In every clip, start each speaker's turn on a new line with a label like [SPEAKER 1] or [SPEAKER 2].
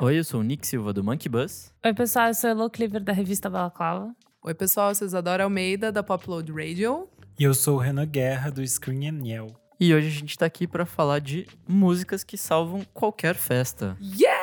[SPEAKER 1] Oi, eu sou o Nick Silva do Monkey Bus.
[SPEAKER 2] Oi, pessoal, eu sou a Elo Cleaver da revista Balaclava.
[SPEAKER 3] Oi, pessoal, eu sou Isadora Almeida, da Popload Radio.
[SPEAKER 4] E eu sou o Renan Guerra, do Screen and Yell.
[SPEAKER 1] E hoje a gente tá aqui pra falar de músicas que salvam qualquer festa.
[SPEAKER 3] Yes!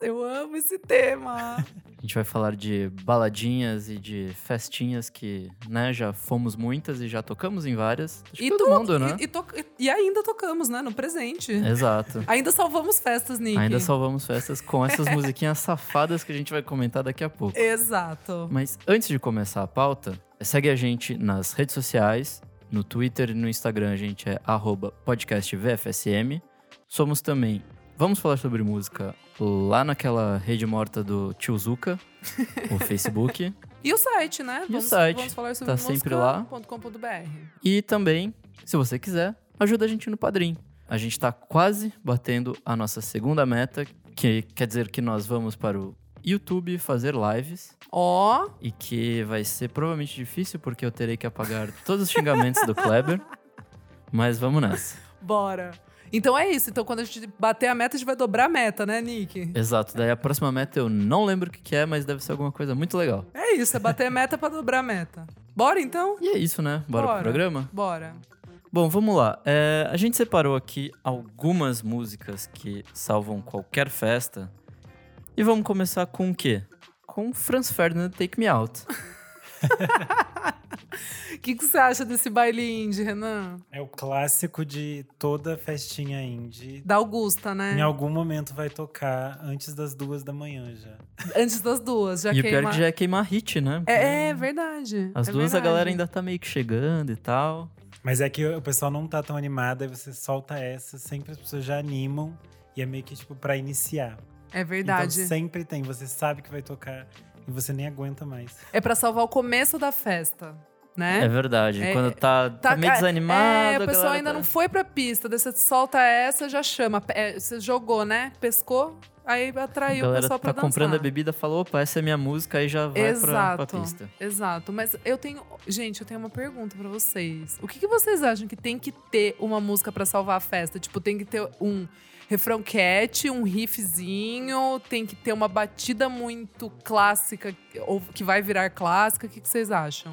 [SPEAKER 3] Eu amo esse tema!
[SPEAKER 1] A gente vai falar de baladinhas e de festinhas que, né, já fomos muitas e já tocamos em várias. Acho que todo
[SPEAKER 3] to-
[SPEAKER 1] mundo, né?
[SPEAKER 3] E, e to- e ainda tocamos, né? No presente.
[SPEAKER 1] Exato.
[SPEAKER 3] Ainda salvamos festas, Nick.
[SPEAKER 1] Ainda salvamos festas com essas musiquinhas safadas que a gente vai comentar daqui a pouco.
[SPEAKER 3] Exato.
[SPEAKER 1] Mas antes de começar a pauta, segue a gente nas redes sociais, no Twitter e no Instagram, a gente é arroba podcastvfsm. Somos também Vamos Falar Sobre Música lá naquela rede morta do Tio Zuka, o Facebook.
[SPEAKER 3] E o site, né?
[SPEAKER 1] o site,
[SPEAKER 3] Vamos falar sobre
[SPEAKER 1] tá sempre lá.
[SPEAKER 3] música.com.br.
[SPEAKER 1] E também, se você quiser, ajuda a gente no Padrim. A gente tá quase batendo a nossa segunda meta, que quer dizer que nós vamos para o YouTube fazer lives.
[SPEAKER 3] Ó,
[SPEAKER 1] E que vai ser provavelmente difícil, porque eu terei que apagar todos os xingamentos do Kleber. Mas vamos nessa.
[SPEAKER 3] bora. Então é isso. Então quando a gente bater a meta, a gente vai dobrar a meta, né, Nick?
[SPEAKER 1] Exato, daí a próxima meta eu não lembro o que que é, mas deve ser alguma coisa muito legal.
[SPEAKER 3] É isso, é bater a meta pra dobrar a meta. Bora então?
[SPEAKER 1] E é isso, né? Bora,
[SPEAKER 3] Bora.
[SPEAKER 1] pro programa?
[SPEAKER 3] Bora.
[SPEAKER 1] Bom, vamos lá. É, a gente separou aqui algumas músicas que salvam qualquer festa. E vamos começar com o quê? Com Franz Ferdinand Take Me Out.
[SPEAKER 3] O que, que você acha desse baile indie, Renan?
[SPEAKER 4] É o clássico de toda festinha indie.
[SPEAKER 3] Da Augusta, né?
[SPEAKER 4] Em algum momento vai tocar antes das duas da manhã já.
[SPEAKER 3] Antes das duas, já
[SPEAKER 1] e o pior
[SPEAKER 3] queima.
[SPEAKER 1] é que já é queimar hit, né?
[SPEAKER 3] É, é verdade.
[SPEAKER 1] As
[SPEAKER 3] é
[SPEAKER 1] duas a
[SPEAKER 3] verdade.
[SPEAKER 1] galera ainda tá meio que chegando e tal.
[SPEAKER 4] Mas é que o pessoal não tá tão animado, aí você solta essa, sempre as pessoas já animam. E é meio que tipo pra iniciar.
[SPEAKER 3] É verdade.
[SPEAKER 4] Então sempre tem, você sabe que vai tocar e você nem aguenta mais.
[SPEAKER 3] É pra salvar o começo da festa,
[SPEAKER 1] É,
[SPEAKER 3] né?
[SPEAKER 1] verdade.
[SPEAKER 3] É,
[SPEAKER 1] Quando tá, tá, meio desanimado.
[SPEAKER 3] É, o
[SPEAKER 1] a
[SPEAKER 3] pessoal
[SPEAKER 1] galera
[SPEAKER 3] ainda
[SPEAKER 1] tá-
[SPEAKER 3] não foi pra pista. Daí você solta essa, já chama. É, você jogou, né? Pescou, aí
[SPEAKER 1] A
[SPEAKER 3] atraiu o
[SPEAKER 1] galera
[SPEAKER 3] pessoal
[SPEAKER 1] tá
[SPEAKER 3] pra dançar.
[SPEAKER 1] comprando a bebida, falou, opa, essa é minha música, aí já vai pra,
[SPEAKER 3] Exato.
[SPEAKER 1] pra pista.
[SPEAKER 3] Exato. Mas eu tenho. Gente, eu tenho uma pergunta pra vocês. O que, que vocês acham que tem que ter uma música pra salvar a festa? Tipo, tem que ter um refrão cat, um riffzinho, tem que ter uma batida muito clássica, ou que vai virar clássica. O que, que vocês acham?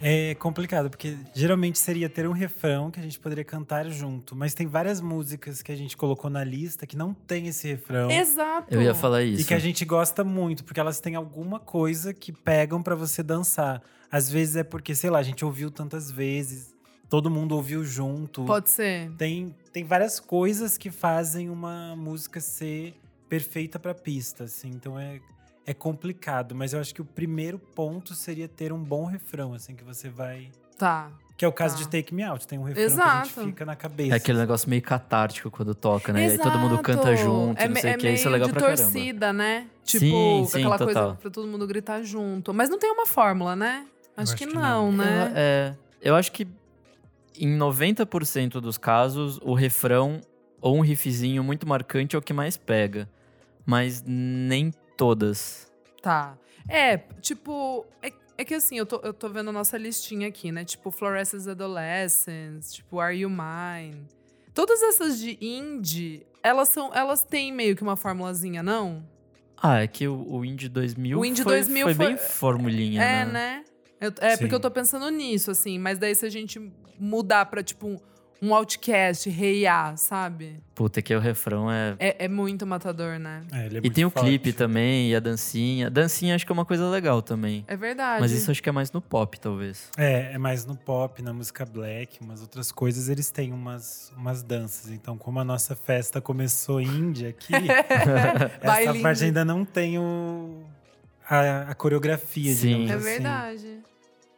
[SPEAKER 4] É complicado, porque geralmente seria ter um refrão que a gente poderia cantar junto. Mas tem várias músicas que a gente colocou na lista que não tem esse refrão.
[SPEAKER 3] Exato.
[SPEAKER 1] Eu ia falar isso.
[SPEAKER 4] E que a gente gosta muito, porque elas têm alguma coisa que pegam pra você dançar. Às vezes é porque, sei lá, a gente ouviu tantas vezes, todo mundo ouviu junto.
[SPEAKER 3] Pode ser.
[SPEAKER 4] Tem, tem várias coisas que fazem uma música ser perfeita pra pista, assim. Então é, é complicado, mas eu acho que o primeiro ponto seria ter um bom refrão, assim, que você vai.
[SPEAKER 3] Tá.
[SPEAKER 4] Que é o caso
[SPEAKER 3] Tá.
[SPEAKER 4] de Take Me Out, tem um refrão que a
[SPEAKER 3] Exato.
[SPEAKER 4] gente fica na cabeça.
[SPEAKER 1] É aquele negócio meio catártico quando toca, né? E aí todo mundo canta
[SPEAKER 3] Exato.
[SPEAKER 1] junto,
[SPEAKER 3] é,
[SPEAKER 1] não
[SPEAKER 3] me-
[SPEAKER 1] sei
[SPEAKER 3] é
[SPEAKER 1] o que. Isso é
[SPEAKER 3] meio
[SPEAKER 1] legal
[SPEAKER 3] de
[SPEAKER 1] pra caramba.
[SPEAKER 3] torcida, né? Tipo,
[SPEAKER 1] Sim, sim,
[SPEAKER 3] aquela
[SPEAKER 1] total.
[SPEAKER 3] coisa pra todo mundo gritar junto. Mas não tem uma fórmula, né? Acho,
[SPEAKER 4] acho
[SPEAKER 3] que,
[SPEAKER 4] que
[SPEAKER 3] não,
[SPEAKER 4] não.
[SPEAKER 3] né?
[SPEAKER 1] Eu, é, eu acho que em 90% dos casos, o refrão ou um riffzinho muito marcante é o que mais pega. Mas nem todas.
[SPEAKER 3] Tá. É, tipo, é, é que assim, eu tô, eu tô vendo a nossa listinha aqui, né? Tipo, Florescence Adolescence, tipo, Are You Mine. Todas essas de indie, elas são. Elas têm meio que uma formulazinha, não?
[SPEAKER 1] Ah, é que o, o Indie 2000,
[SPEAKER 3] O Indie
[SPEAKER 1] foi,
[SPEAKER 3] 2000
[SPEAKER 1] foi
[SPEAKER 3] foi-
[SPEAKER 1] bem formulinha,
[SPEAKER 3] É,
[SPEAKER 1] né?
[SPEAKER 3] né? Eu- é,
[SPEAKER 4] Sim.
[SPEAKER 3] porque eu tô pensando nisso, assim, mas daí se a gente mudar pra, tipo, um, um outcast, reiar, sabe?
[SPEAKER 1] Puta, que o refrão é
[SPEAKER 3] É, é muito matador, né?
[SPEAKER 4] É, ele é
[SPEAKER 1] E
[SPEAKER 4] muito
[SPEAKER 1] tem o
[SPEAKER 4] forte.
[SPEAKER 1] clipe também, e a dancinha. Dancinha acho que é uma coisa legal também.
[SPEAKER 3] É verdade.
[SPEAKER 1] Mas isso acho que é mais no pop, talvez.
[SPEAKER 4] É, é mais no pop, na música black, umas outras coisas, eles têm umas, umas danças. Então, como a nossa festa começou índia aqui,
[SPEAKER 3] É,
[SPEAKER 4] essa
[SPEAKER 3] Baile
[SPEAKER 4] parte
[SPEAKER 3] indie.
[SPEAKER 4] ainda é não tem o, a, a coreografia,
[SPEAKER 1] Sim.
[SPEAKER 4] digamos
[SPEAKER 3] É
[SPEAKER 4] assim.
[SPEAKER 3] verdade.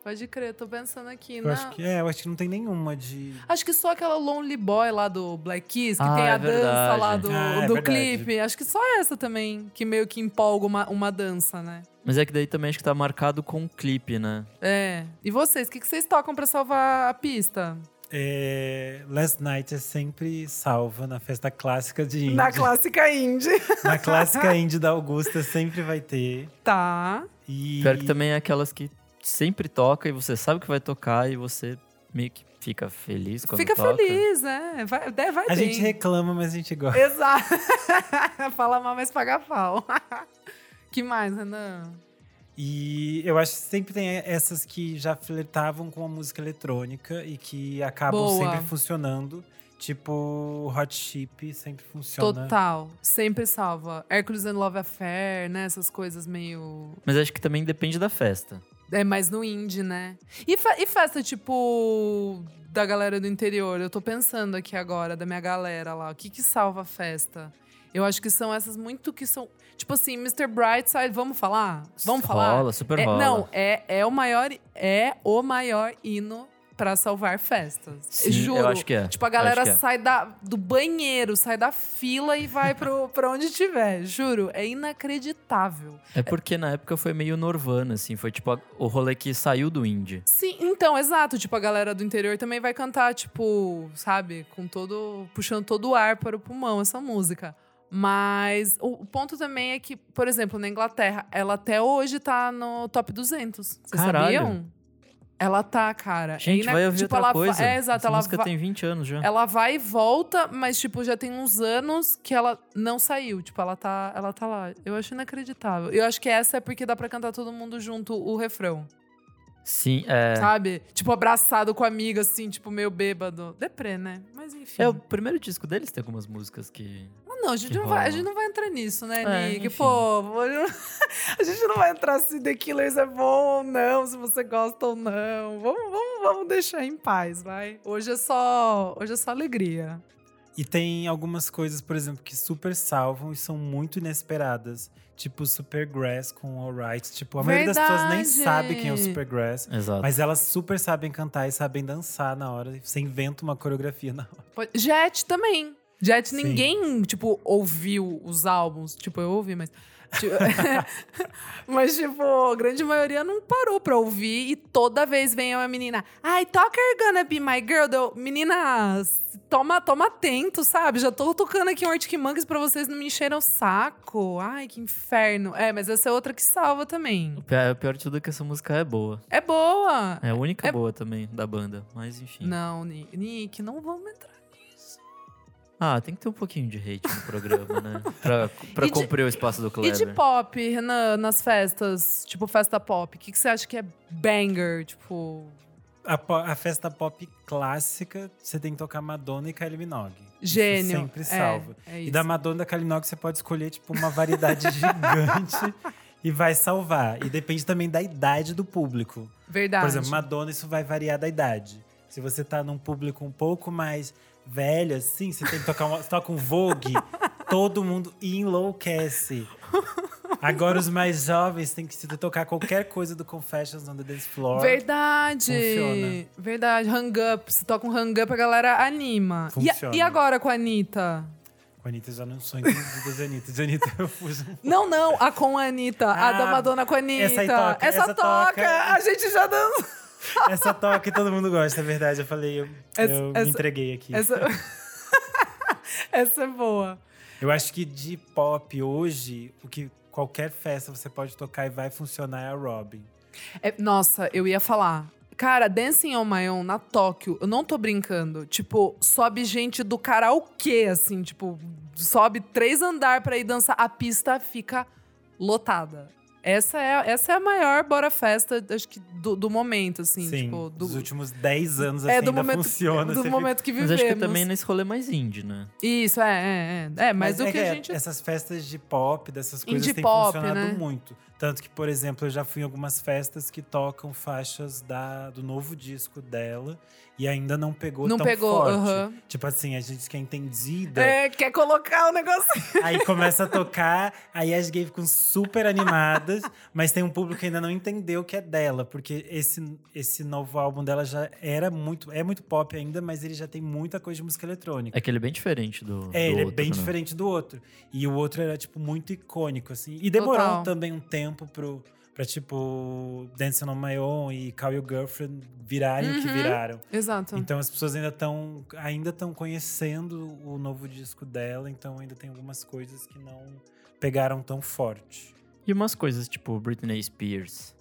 [SPEAKER 3] Pode crer, tô pensando aqui,
[SPEAKER 4] Eu
[SPEAKER 3] né?
[SPEAKER 4] acho, que, é, eu acho que não tem nenhuma de.
[SPEAKER 3] Acho que só aquela Lonely Boy lá do Black Keys, que
[SPEAKER 1] Ah,
[SPEAKER 3] tem a
[SPEAKER 1] é
[SPEAKER 3] dança
[SPEAKER 1] verdade.
[SPEAKER 3] lá do,
[SPEAKER 4] Ah, é
[SPEAKER 3] do
[SPEAKER 4] verdade.
[SPEAKER 3] clipe. Acho que só essa também, que meio que empolga uma, uma dança, né?
[SPEAKER 1] Mas é que daí também acho que tá marcado com o clipe, né?
[SPEAKER 3] É. E vocês, o que, que vocês tocam pra salvar a pista?
[SPEAKER 4] É, Last Night é sempre salva na festa clássica de indie.
[SPEAKER 3] clássica indie.
[SPEAKER 4] Na clássica indie da Augusta sempre vai ter.
[SPEAKER 3] Tá.
[SPEAKER 4] E
[SPEAKER 1] Pior que também é aquelas que sempre toca e você sabe que vai tocar e você meio que fica feliz quando
[SPEAKER 3] Fica
[SPEAKER 1] toca.
[SPEAKER 3] feliz, né? Vai, de- vai
[SPEAKER 4] A
[SPEAKER 3] bem.
[SPEAKER 4] gente reclama, mas a gente gosta.
[SPEAKER 3] Exato. Fala mal, mas paga pau. que mais, Renan?
[SPEAKER 4] E eu acho que sempre tem essas que já flertavam com a música eletrônica e que acabam
[SPEAKER 3] Boa.
[SPEAKER 4] sempre funcionando. Tipo, Hot Chip sempre funciona.
[SPEAKER 3] Total. Sempre salva. Hércules and Love Affair, né? Essas coisas meio.
[SPEAKER 1] Mas acho que também depende da festa.
[SPEAKER 3] É mais no indie, né? E, fa- e festa, tipo, da galera do interior? Eu tô pensando aqui agora, da minha galera lá. O que que salva a festa? Eu acho que são essas muito que são. Tipo assim, Mr. Brightside, vamos falar? Vamos falar?
[SPEAKER 1] Rola, super
[SPEAKER 3] É-
[SPEAKER 1] rola.
[SPEAKER 3] não, é, é o maior é o maior hino pra salvar festas.
[SPEAKER 1] Sim,
[SPEAKER 3] Juro.
[SPEAKER 1] eu acho que é.
[SPEAKER 3] Tipo, a
[SPEAKER 1] Eu acho
[SPEAKER 3] galera
[SPEAKER 1] que é.
[SPEAKER 3] sai da, do banheiro, sai da fila e vai pro, pra onde tiver. Juro, é inacreditável.
[SPEAKER 1] É porque na época foi meio Norvana, assim. Foi tipo a- o rolê que saiu do indie.
[SPEAKER 3] Sim, então, exato. Tipo, a galera do interior também vai cantar, tipo, sabe, com todo. puxando todo o ar para o pulmão essa música. Mas o o ponto também é que, por exemplo, na Inglaterra, ela até hoje tá no top 200. Vocês
[SPEAKER 1] Caralho.
[SPEAKER 3] sabiam? Ela tá, cara. É
[SPEAKER 1] Gente,
[SPEAKER 3] ina-
[SPEAKER 1] vai ouvir
[SPEAKER 3] tipo,
[SPEAKER 1] outra
[SPEAKER 3] ela va-
[SPEAKER 1] coisa.
[SPEAKER 3] É, exato.
[SPEAKER 1] Essa
[SPEAKER 3] ela
[SPEAKER 1] música
[SPEAKER 3] va-
[SPEAKER 1] tem 20 anos já.
[SPEAKER 3] ela vai e volta, mas, tipo, já tem uns anos que ela não saiu. Tipo, ela tá, ela tá lá. Eu acho inacreditável. Eu acho que essa é porque dá pra cantar todo mundo junto o refrão.
[SPEAKER 1] Sim, é...
[SPEAKER 3] Sabe? Tipo, abraçado com a amiga, assim, tipo, meio bêbado. Deprê, né? Mas enfim.
[SPEAKER 1] É o primeiro disco deles, tem algumas músicas que...
[SPEAKER 3] Mas não, a gente
[SPEAKER 1] que
[SPEAKER 3] não, vai, a
[SPEAKER 1] rola.
[SPEAKER 3] gente não vai entrar nisso, né,
[SPEAKER 1] É,
[SPEAKER 3] Nick?
[SPEAKER 1] enfim.
[SPEAKER 3] Pô, a gente não vai entrar se The Killers é bom ou não, se você gosta ou não. Vamos, vamos, vamos deixar em paz, vai. Hoje é só, hoje é só alegria.
[SPEAKER 4] E tem algumas coisas, por exemplo, que super salvam e são muito inesperadas. Tipo Supergrass com Alright. Tipo, a maioria das pessoas nem
[SPEAKER 3] Verdade!
[SPEAKER 4] sabe quem é o Supergrass.
[SPEAKER 1] Exato.
[SPEAKER 4] Mas elas super sabem cantar e sabem dançar na hora. Você inventa uma coreografia na hora.
[SPEAKER 3] Pode- Jet também. Jet,
[SPEAKER 4] Sim.
[SPEAKER 3] ninguém, tipo, ouviu os álbuns. Tipo, eu ouvi, mas. tipo, mas, tipo, a grande maioria não parou pra ouvir. E toda vez vem uma menina. Ai, toca You're Gonna Be My Girl. Deu, menina, s- toma, toma atento, sabe? Já tô tocando aqui um Arctic Monkeys pra vocês não me encheram o saco. Ai, que inferno. É, mas essa é outra que salva também.
[SPEAKER 1] O pior, o pior de tudo é que essa música é boa.
[SPEAKER 3] É boa.
[SPEAKER 1] É a única
[SPEAKER 3] É-
[SPEAKER 1] boa também da banda, mas enfim.
[SPEAKER 3] Não, Ni- Nick, não vamos entrar.
[SPEAKER 1] Ah, tem que ter um pouquinho de hate no programa, né? Pra, pra
[SPEAKER 3] E de-
[SPEAKER 1] cumprir o espaço do
[SPEAKER 3] E de
[SPEAKER 1] Kleber.
[SPEAKER 3] pop, Renan, nas festas, tipo festa pop, o que, que você acha que é banger? Tipo,
[SPEAKER 4] A, po- a festa pop clássica, você tem que tocar Madonna e Kylie Minogue. Isso
[SPEAKER 3] gênio.
[SPEAKER 4] sempre
[SPEAKER 3] É,
[SPEAKER 4] salva.
[SPEAKER 3] É,
[SPEAKER 4] E
[SPEAKER 3] isso.
[SPEAKER 4] da Madonna da Kalinok você pode escolher, tipo, uma variedade gigante e vai salvar. E depende também da idade do público.
[SPEAKER 3] Verdade.
[SPEAKER 4] Por exemplo, Madonna, isso vai variar da idade. Se você tá num público um pouco mais velho, assim, você tem que tocar uma, você toca um Vogue, todo mundo enlouquece. Agora, os mais jovens têm que se tocar qualquer coisa do Confessions on the Dance Floor.
[SPEAKER 3] Verdade.
[SPEAKER 4] Funciona.
[SPEAKER 3] Verdade. Hang up. Se toca um hang up, a galera anima. E, a-
[SPEAKER 4] Funciona.
[SPEAKER 3] e agora com a Anitta?
[SPEAKER 4] Com a Anitta, eu já não sou entendido de Anitta. De Anitta, eu fuso.
[SPEAKER 3] Não, não, a com a Anitta. a
[SPEAKER 4] Ah,
[SPEAKER 3] da Madonna com a Anitta.
[SPEAKER 4] essa aí toca,
[SPEAKER 3] Essa
[SPEAKER 4] essa
[SPEAKER 3] toca.
[SPEAKER 4] toca.
[SPEAKER 3] A gente já dançou.
[SPEAKER 4] Essa toca e todo mundo gosta, é verdade. Eu falei, eu,
[SPEAKER 3] Essa-
[SPEAKER 4] eu
[SPEAKER 3] essa-
[SPEAKER 4] me entreguei aqui.
[SPEAKER 3] Essa... essa é boa.
[SPEAKER 4] Eu acho que de pop hoje, o que qualquer festa você pode tocar e vai funcionar é a Robin.
[SPEAKER 3] É, nossa, eu ia falar. Cara, Dancing on My Own na Tóquio, eu não tô brincando. Tipo, sobe gente do karaokê, assim, tipo, sobe três andar pra ir dançar. A pista fica lotada. Essa é, essa é a maior Bora Festa, acho que, do, do momento, assim.
[SPEAKER 4] Sim,
[SPEAKER 3] tipo, do,
[SPEAKER 4] dos últimos 10 anos assim
[SPEAKER 3] é, do
[SPEAKER 4] ainda
[SPEAKER 3] momento,
[SPEAKER 4] funciona.
[SPEAKER 3] do
[SPEAKER 4] você
[SPEAKER 3] momento que
[SPEAKER 1] Mas
[SPEAKER 3] vivemos.
[SPEAKER 1] acho que também nesse rolê mais indie, né?
[SPEAKER 3] Isso, é, é, é. É,
[SPEAKER 4] fica-
[SPEAKER 3] mais do
[SPEAKER 4] é
[SPEAKER 3] que a gente...
[SPEAKER 4] Essas festas de pop, dessas coisas,
[SPEAKER 3] Indie
[SPEAKER 4] têm
[SPEAKER 3] pop,
[SPEAKER 4] funcionado
[SPEAKER 3] né?
[SPEAKER 4] muito. Tanto que, por exemplo, eu já fui em algumas festas que tocam faixas da, do novo disco dela e ainda não pegou
[SPEAKER 3] Não
[SPEAKER 4] tão
[SPEAKER 3] pegou,
[SPEAKER 4] forte.
[SPEAKER 3] aham.
[SPEAKER 4] Tipo assim, a gente que é entendida,
[SPEAKER 3] É, quer colocar o negócio...
[SPEAKER 4] Aí começa a tocar, aí as gays ficam super animadas, mas tem um público que ainda não entendeu o que é dela, porque esse, esse novo álbum dela já era muito. É muito pop ainda, mas ele já tem muita coisa de música eletrônica.
[SPEAKER 1] É que ele é bem diferente do.
[SPEAKER 4] É,
[SPEAKER 1] do
[SPEAKER 4] ele é
[SPEAKER 1] outro,
[SPEAKER 4] bem
[SPEAKER 1] né?
[SPEAKER 4] diferente do outro. E o outro era, tipo, muito icônico, assim. E demorou
[SPEAKER 3] Total.
[SPEAKER 4] também um tempo pro, pra, tipo, Dancing on My Own e Call Your Girlfriend virarem o que
[SPEAKER 3] Uhum.
[SPEAKER 4] viraram.
[SPEAKER 3] Exato.
[SPEAKER 4] Então as pessoas ainda estão ainda estão conhecendo o novo disco dela, então ainda tem algumas coisas que não pegaram tão forte.
[SPEAKER 1] E umas coisas tipo Britney Spears.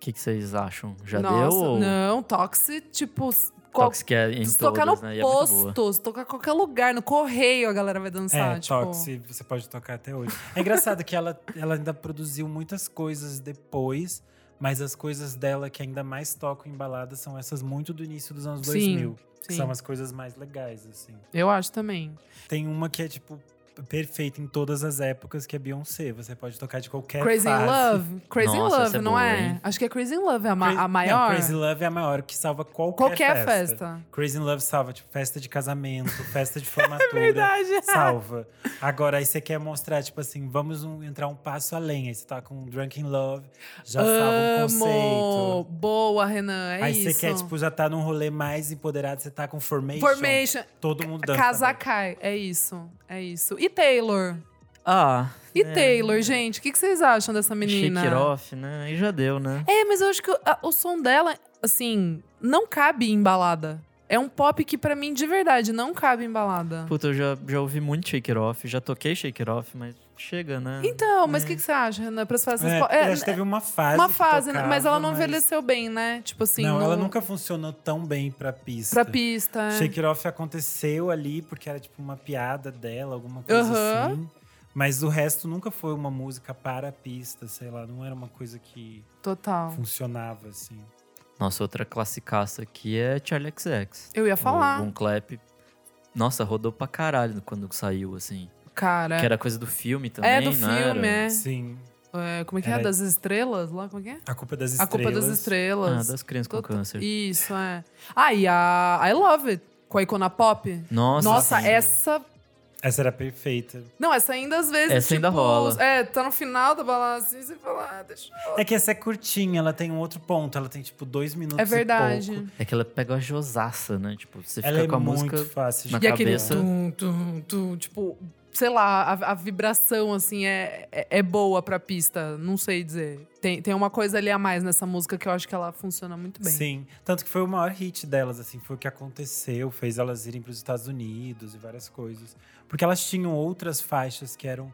[SPEAKER 1] Que que, que vocês acham? Já
[SPEAKER 3] Nossa,
[SPEAKER 1] deu? Ou...
[SPEAKER 3] Não, Toxic, tipo, qual,
[SPEAKER 1] Toxic é em
[SPEAKER 3] se tocar
[SPEAKER 1] todas,
[SPEAKER 3] no
[SPEAKER 1] né? E é muito boa.
[SPEAKER 3] posto, se tocar em qualquer lugar, no correio a galera vai dançar.
[SPEAKER 4] É,
[SPEAKER 3] tipo,
[SPEAKER 4] Toxi, você pode tocar até hoje. É engraçado que ela, ela ainda produziu muitas coisas depois, mas as coisas dela que ainda mais tocam em balada são essas muito do início dos anos
[SPEAKER 3] Sim,
[SPEAKER 4] 2000. Que
[SPEAKER 3] sim.
[SPEAKER 4] são as coisas mais legais, assim.
[SPEAKER 3] Eu acho também.
[SPEAKER 4] Tem uma que é, tipo, perfeita em todas as épocas, que é Beyoncé. Você pode tocar de qualquer
[SPEAKER 3] Crazy in
[SPEAKER 4] fase.
[SPEAKER 3] Love. Crazy in
[SPEAKER 1] Nossa,
[SPEAKER 3] Love,
[SPEAKER 1] essa é
[SPEAKER 3] não
[SPEAKER 1] boa,
[SPEAKER 3] é?
[SPEAKER 1] hein?
[SPEAKER 3] Acho que é Crazy in Love a, ma-
[SPEAKER 4] Crazy-
[SPEAKER 3] a
[SPEAKER 4] não,
[SPEAKER 3] maior.
[SPEAKER 4] Crazy Love é a maior, que salva qualquer,
[SPEAKER 3] Qualquer
[SPEAKER 4] festa.
[SPEAKER 3] festa.
[SPEAKER 4] Crazy in Love salva, tipo, festa de casamento, festa de formatura.
[SPEAKER 3] É Verdade.
[SPEAKER 4] salva. Agora, aí você quer mostrar, tipo assim, vamos um- entrar um passo além. Aí você tá com Drunk in Love, já salva um
[SPEAKER 3] Amo.
[SPEAKER 4] conceito.
[SPEAKER 3] Boa, Renan. É
[SPEAKER 4] aí
[SPEAKER 3] isso.
[SPEAKER 4] você quer, tipo, já tá num rolê mais empoderado, você tá com Formation.
[SPEAKER 3] Formation.
[SPEAKER 4] Todo mundo dança.
[SPEAKER 3] Kazakai. É isso. É isso. E Taylor?
[SPEAKER 1] Ah,
[SPEAKER 3] E
[SPEAKER 1] É.
[SPEAKER 3] Taylor, gente? O que, que vocês acham dessa menina?
[SPEAKER 1] Shake It Off, né? E já deu, né?
[SPEAKER 3] É, mas eu acho que a- o som dela, assim, não cabe em balada. É um pop que, pra mim, de verdade, não cabe em balada.
[SPEAKER 1] Puta, eu já, já ouvi muito Shake It Off, já toquei Shake It Off, mas chega, né?
[SPEAKER 3] Então, mas o que, que você acha, Renan? Pras fases.
[SPEAKER 4] É,
[SPEAKER 3] pop- é,
[SPEAKER 4] acho que teve um uma fase.
[SPEAKER 3] uma
[SPEAKER 4] que
[SPEAKER 3] fase, né?
[SPEAKER 4] tocava,
[SPEAKER 3] mas ela não
[SPEAKER 4] mas-
[SPEAKER 3] envelheceu bem, né? Tipo assim.
[SPEAKER 4] Não,
[SPEAKER 3] no-
[SPEAKER 4] ela nunca funcionou tão bem pra pista.
[SPEAKER 3] Pra pista. é.
[SPEAKER 4] Shake It Off aconteceu ali porque era tipo uma piada dela, alguma coisa
[SPEAKER 3] Aham.
[SPEAKER 4] assim. Mas o resto nunca foi uma música para a pista, sei lá, não era uma coisa que
[SPEAKER 3] Total.
[SPEAKER 4] funcionava assim.
[SPEAKER 1] Nossa, outra classicaça aqui é Charlie XX.
[SPEAKER 3] Eu ia
[SPEAKER 1] O
[SPEAKER 3] falar.
[SPEAKER 1] Bon Clap. Nossa, rodou pra caralho quando saiu, assim.
[SPEAKER 3] Cara.
[SPEAKER 1] Que era coisa do filme também,
[SPEAKER 3] é do
[SPEAKER 1] não
[SPEAKER 3] filme,
[SPEAKER 1] era?
[SPEAKER 3] é.
[SPEAKER 4] Sim,
[SPEAKER 3] É, Como é que é?
[SPEAKER 4] Era-
[SPEAKER 3] Das estrelas? Lá, como é que é?
[SPEAKER 4] a culpa das
[SPEAKER 3] A
[SPEAKER 4] estrelas.
[SPEAKER 3] culpa das
[SPEAKER 1] Ah,
[SPEAKER 3] estrelas.
[SPEAKER 1] das crianças com
[SPEAKER 3] Tota-
[SPEAKER 1] câncer.
[SPEAKER 3] Isso, é. Ah, e a I Love It, com a Icona Pop.
[SPEAKER 1] Nossa, assim,
[SPEAKER 3] Nossa, é
[SPEAKER 1] sim.
[SPEAKER 3] essa.
[SPEAKER 4] Essa era perfeita.
[SPEAKER 3] Não, essa ainda às vezes.
[SPEAKER 1] Essa ainda
[SPEAKER 3] tipo,
[SPEAKER 1] rola.
[SPEAKER 3] É, tá no final da balada assim, você fala, ah, deixa eu.
[SPEAKER 4] É que essa é curtinha, ela tem um outro ponto, ela tem tipo dois minutos.
[SPEAKER 3] É
[SPEAKER 4] e
[SPEAKER 3] verdade.
[SPEAKER 4] pouco.
[SPEAKER 1] É que ela pega a josaça, né? Tipo, você
[SPEAKER 4] Ela
[SPEAKER 1] fica
[SPEAKER 4] é
[SPEAKER 1] com a
[SPEAKER 4] muito
[SPEAKER 1] música.
[SPEAKER 4] fácil.
[SPEAKER 1] na
[SPEAKER 4] de-
[SPEAKER 3] e aquele
[SPEAKER 1] cabeça.
[SPEAKER 3] tum, tum, tum, tipo, sei lá, a, a vibração, assim, é, é, é boa pra pista, não sei dizer. Tem, tem uma coisa ali a mais nessa música que eu acho que ela funciona muito bem.
[SPEAKER 4] Sim, tanto que foi o maior hit delas, assim, foi o que aconteceu, fez elas irem para os Estados Unidos e várias coisas. Porque elas tinham outras faixas que eram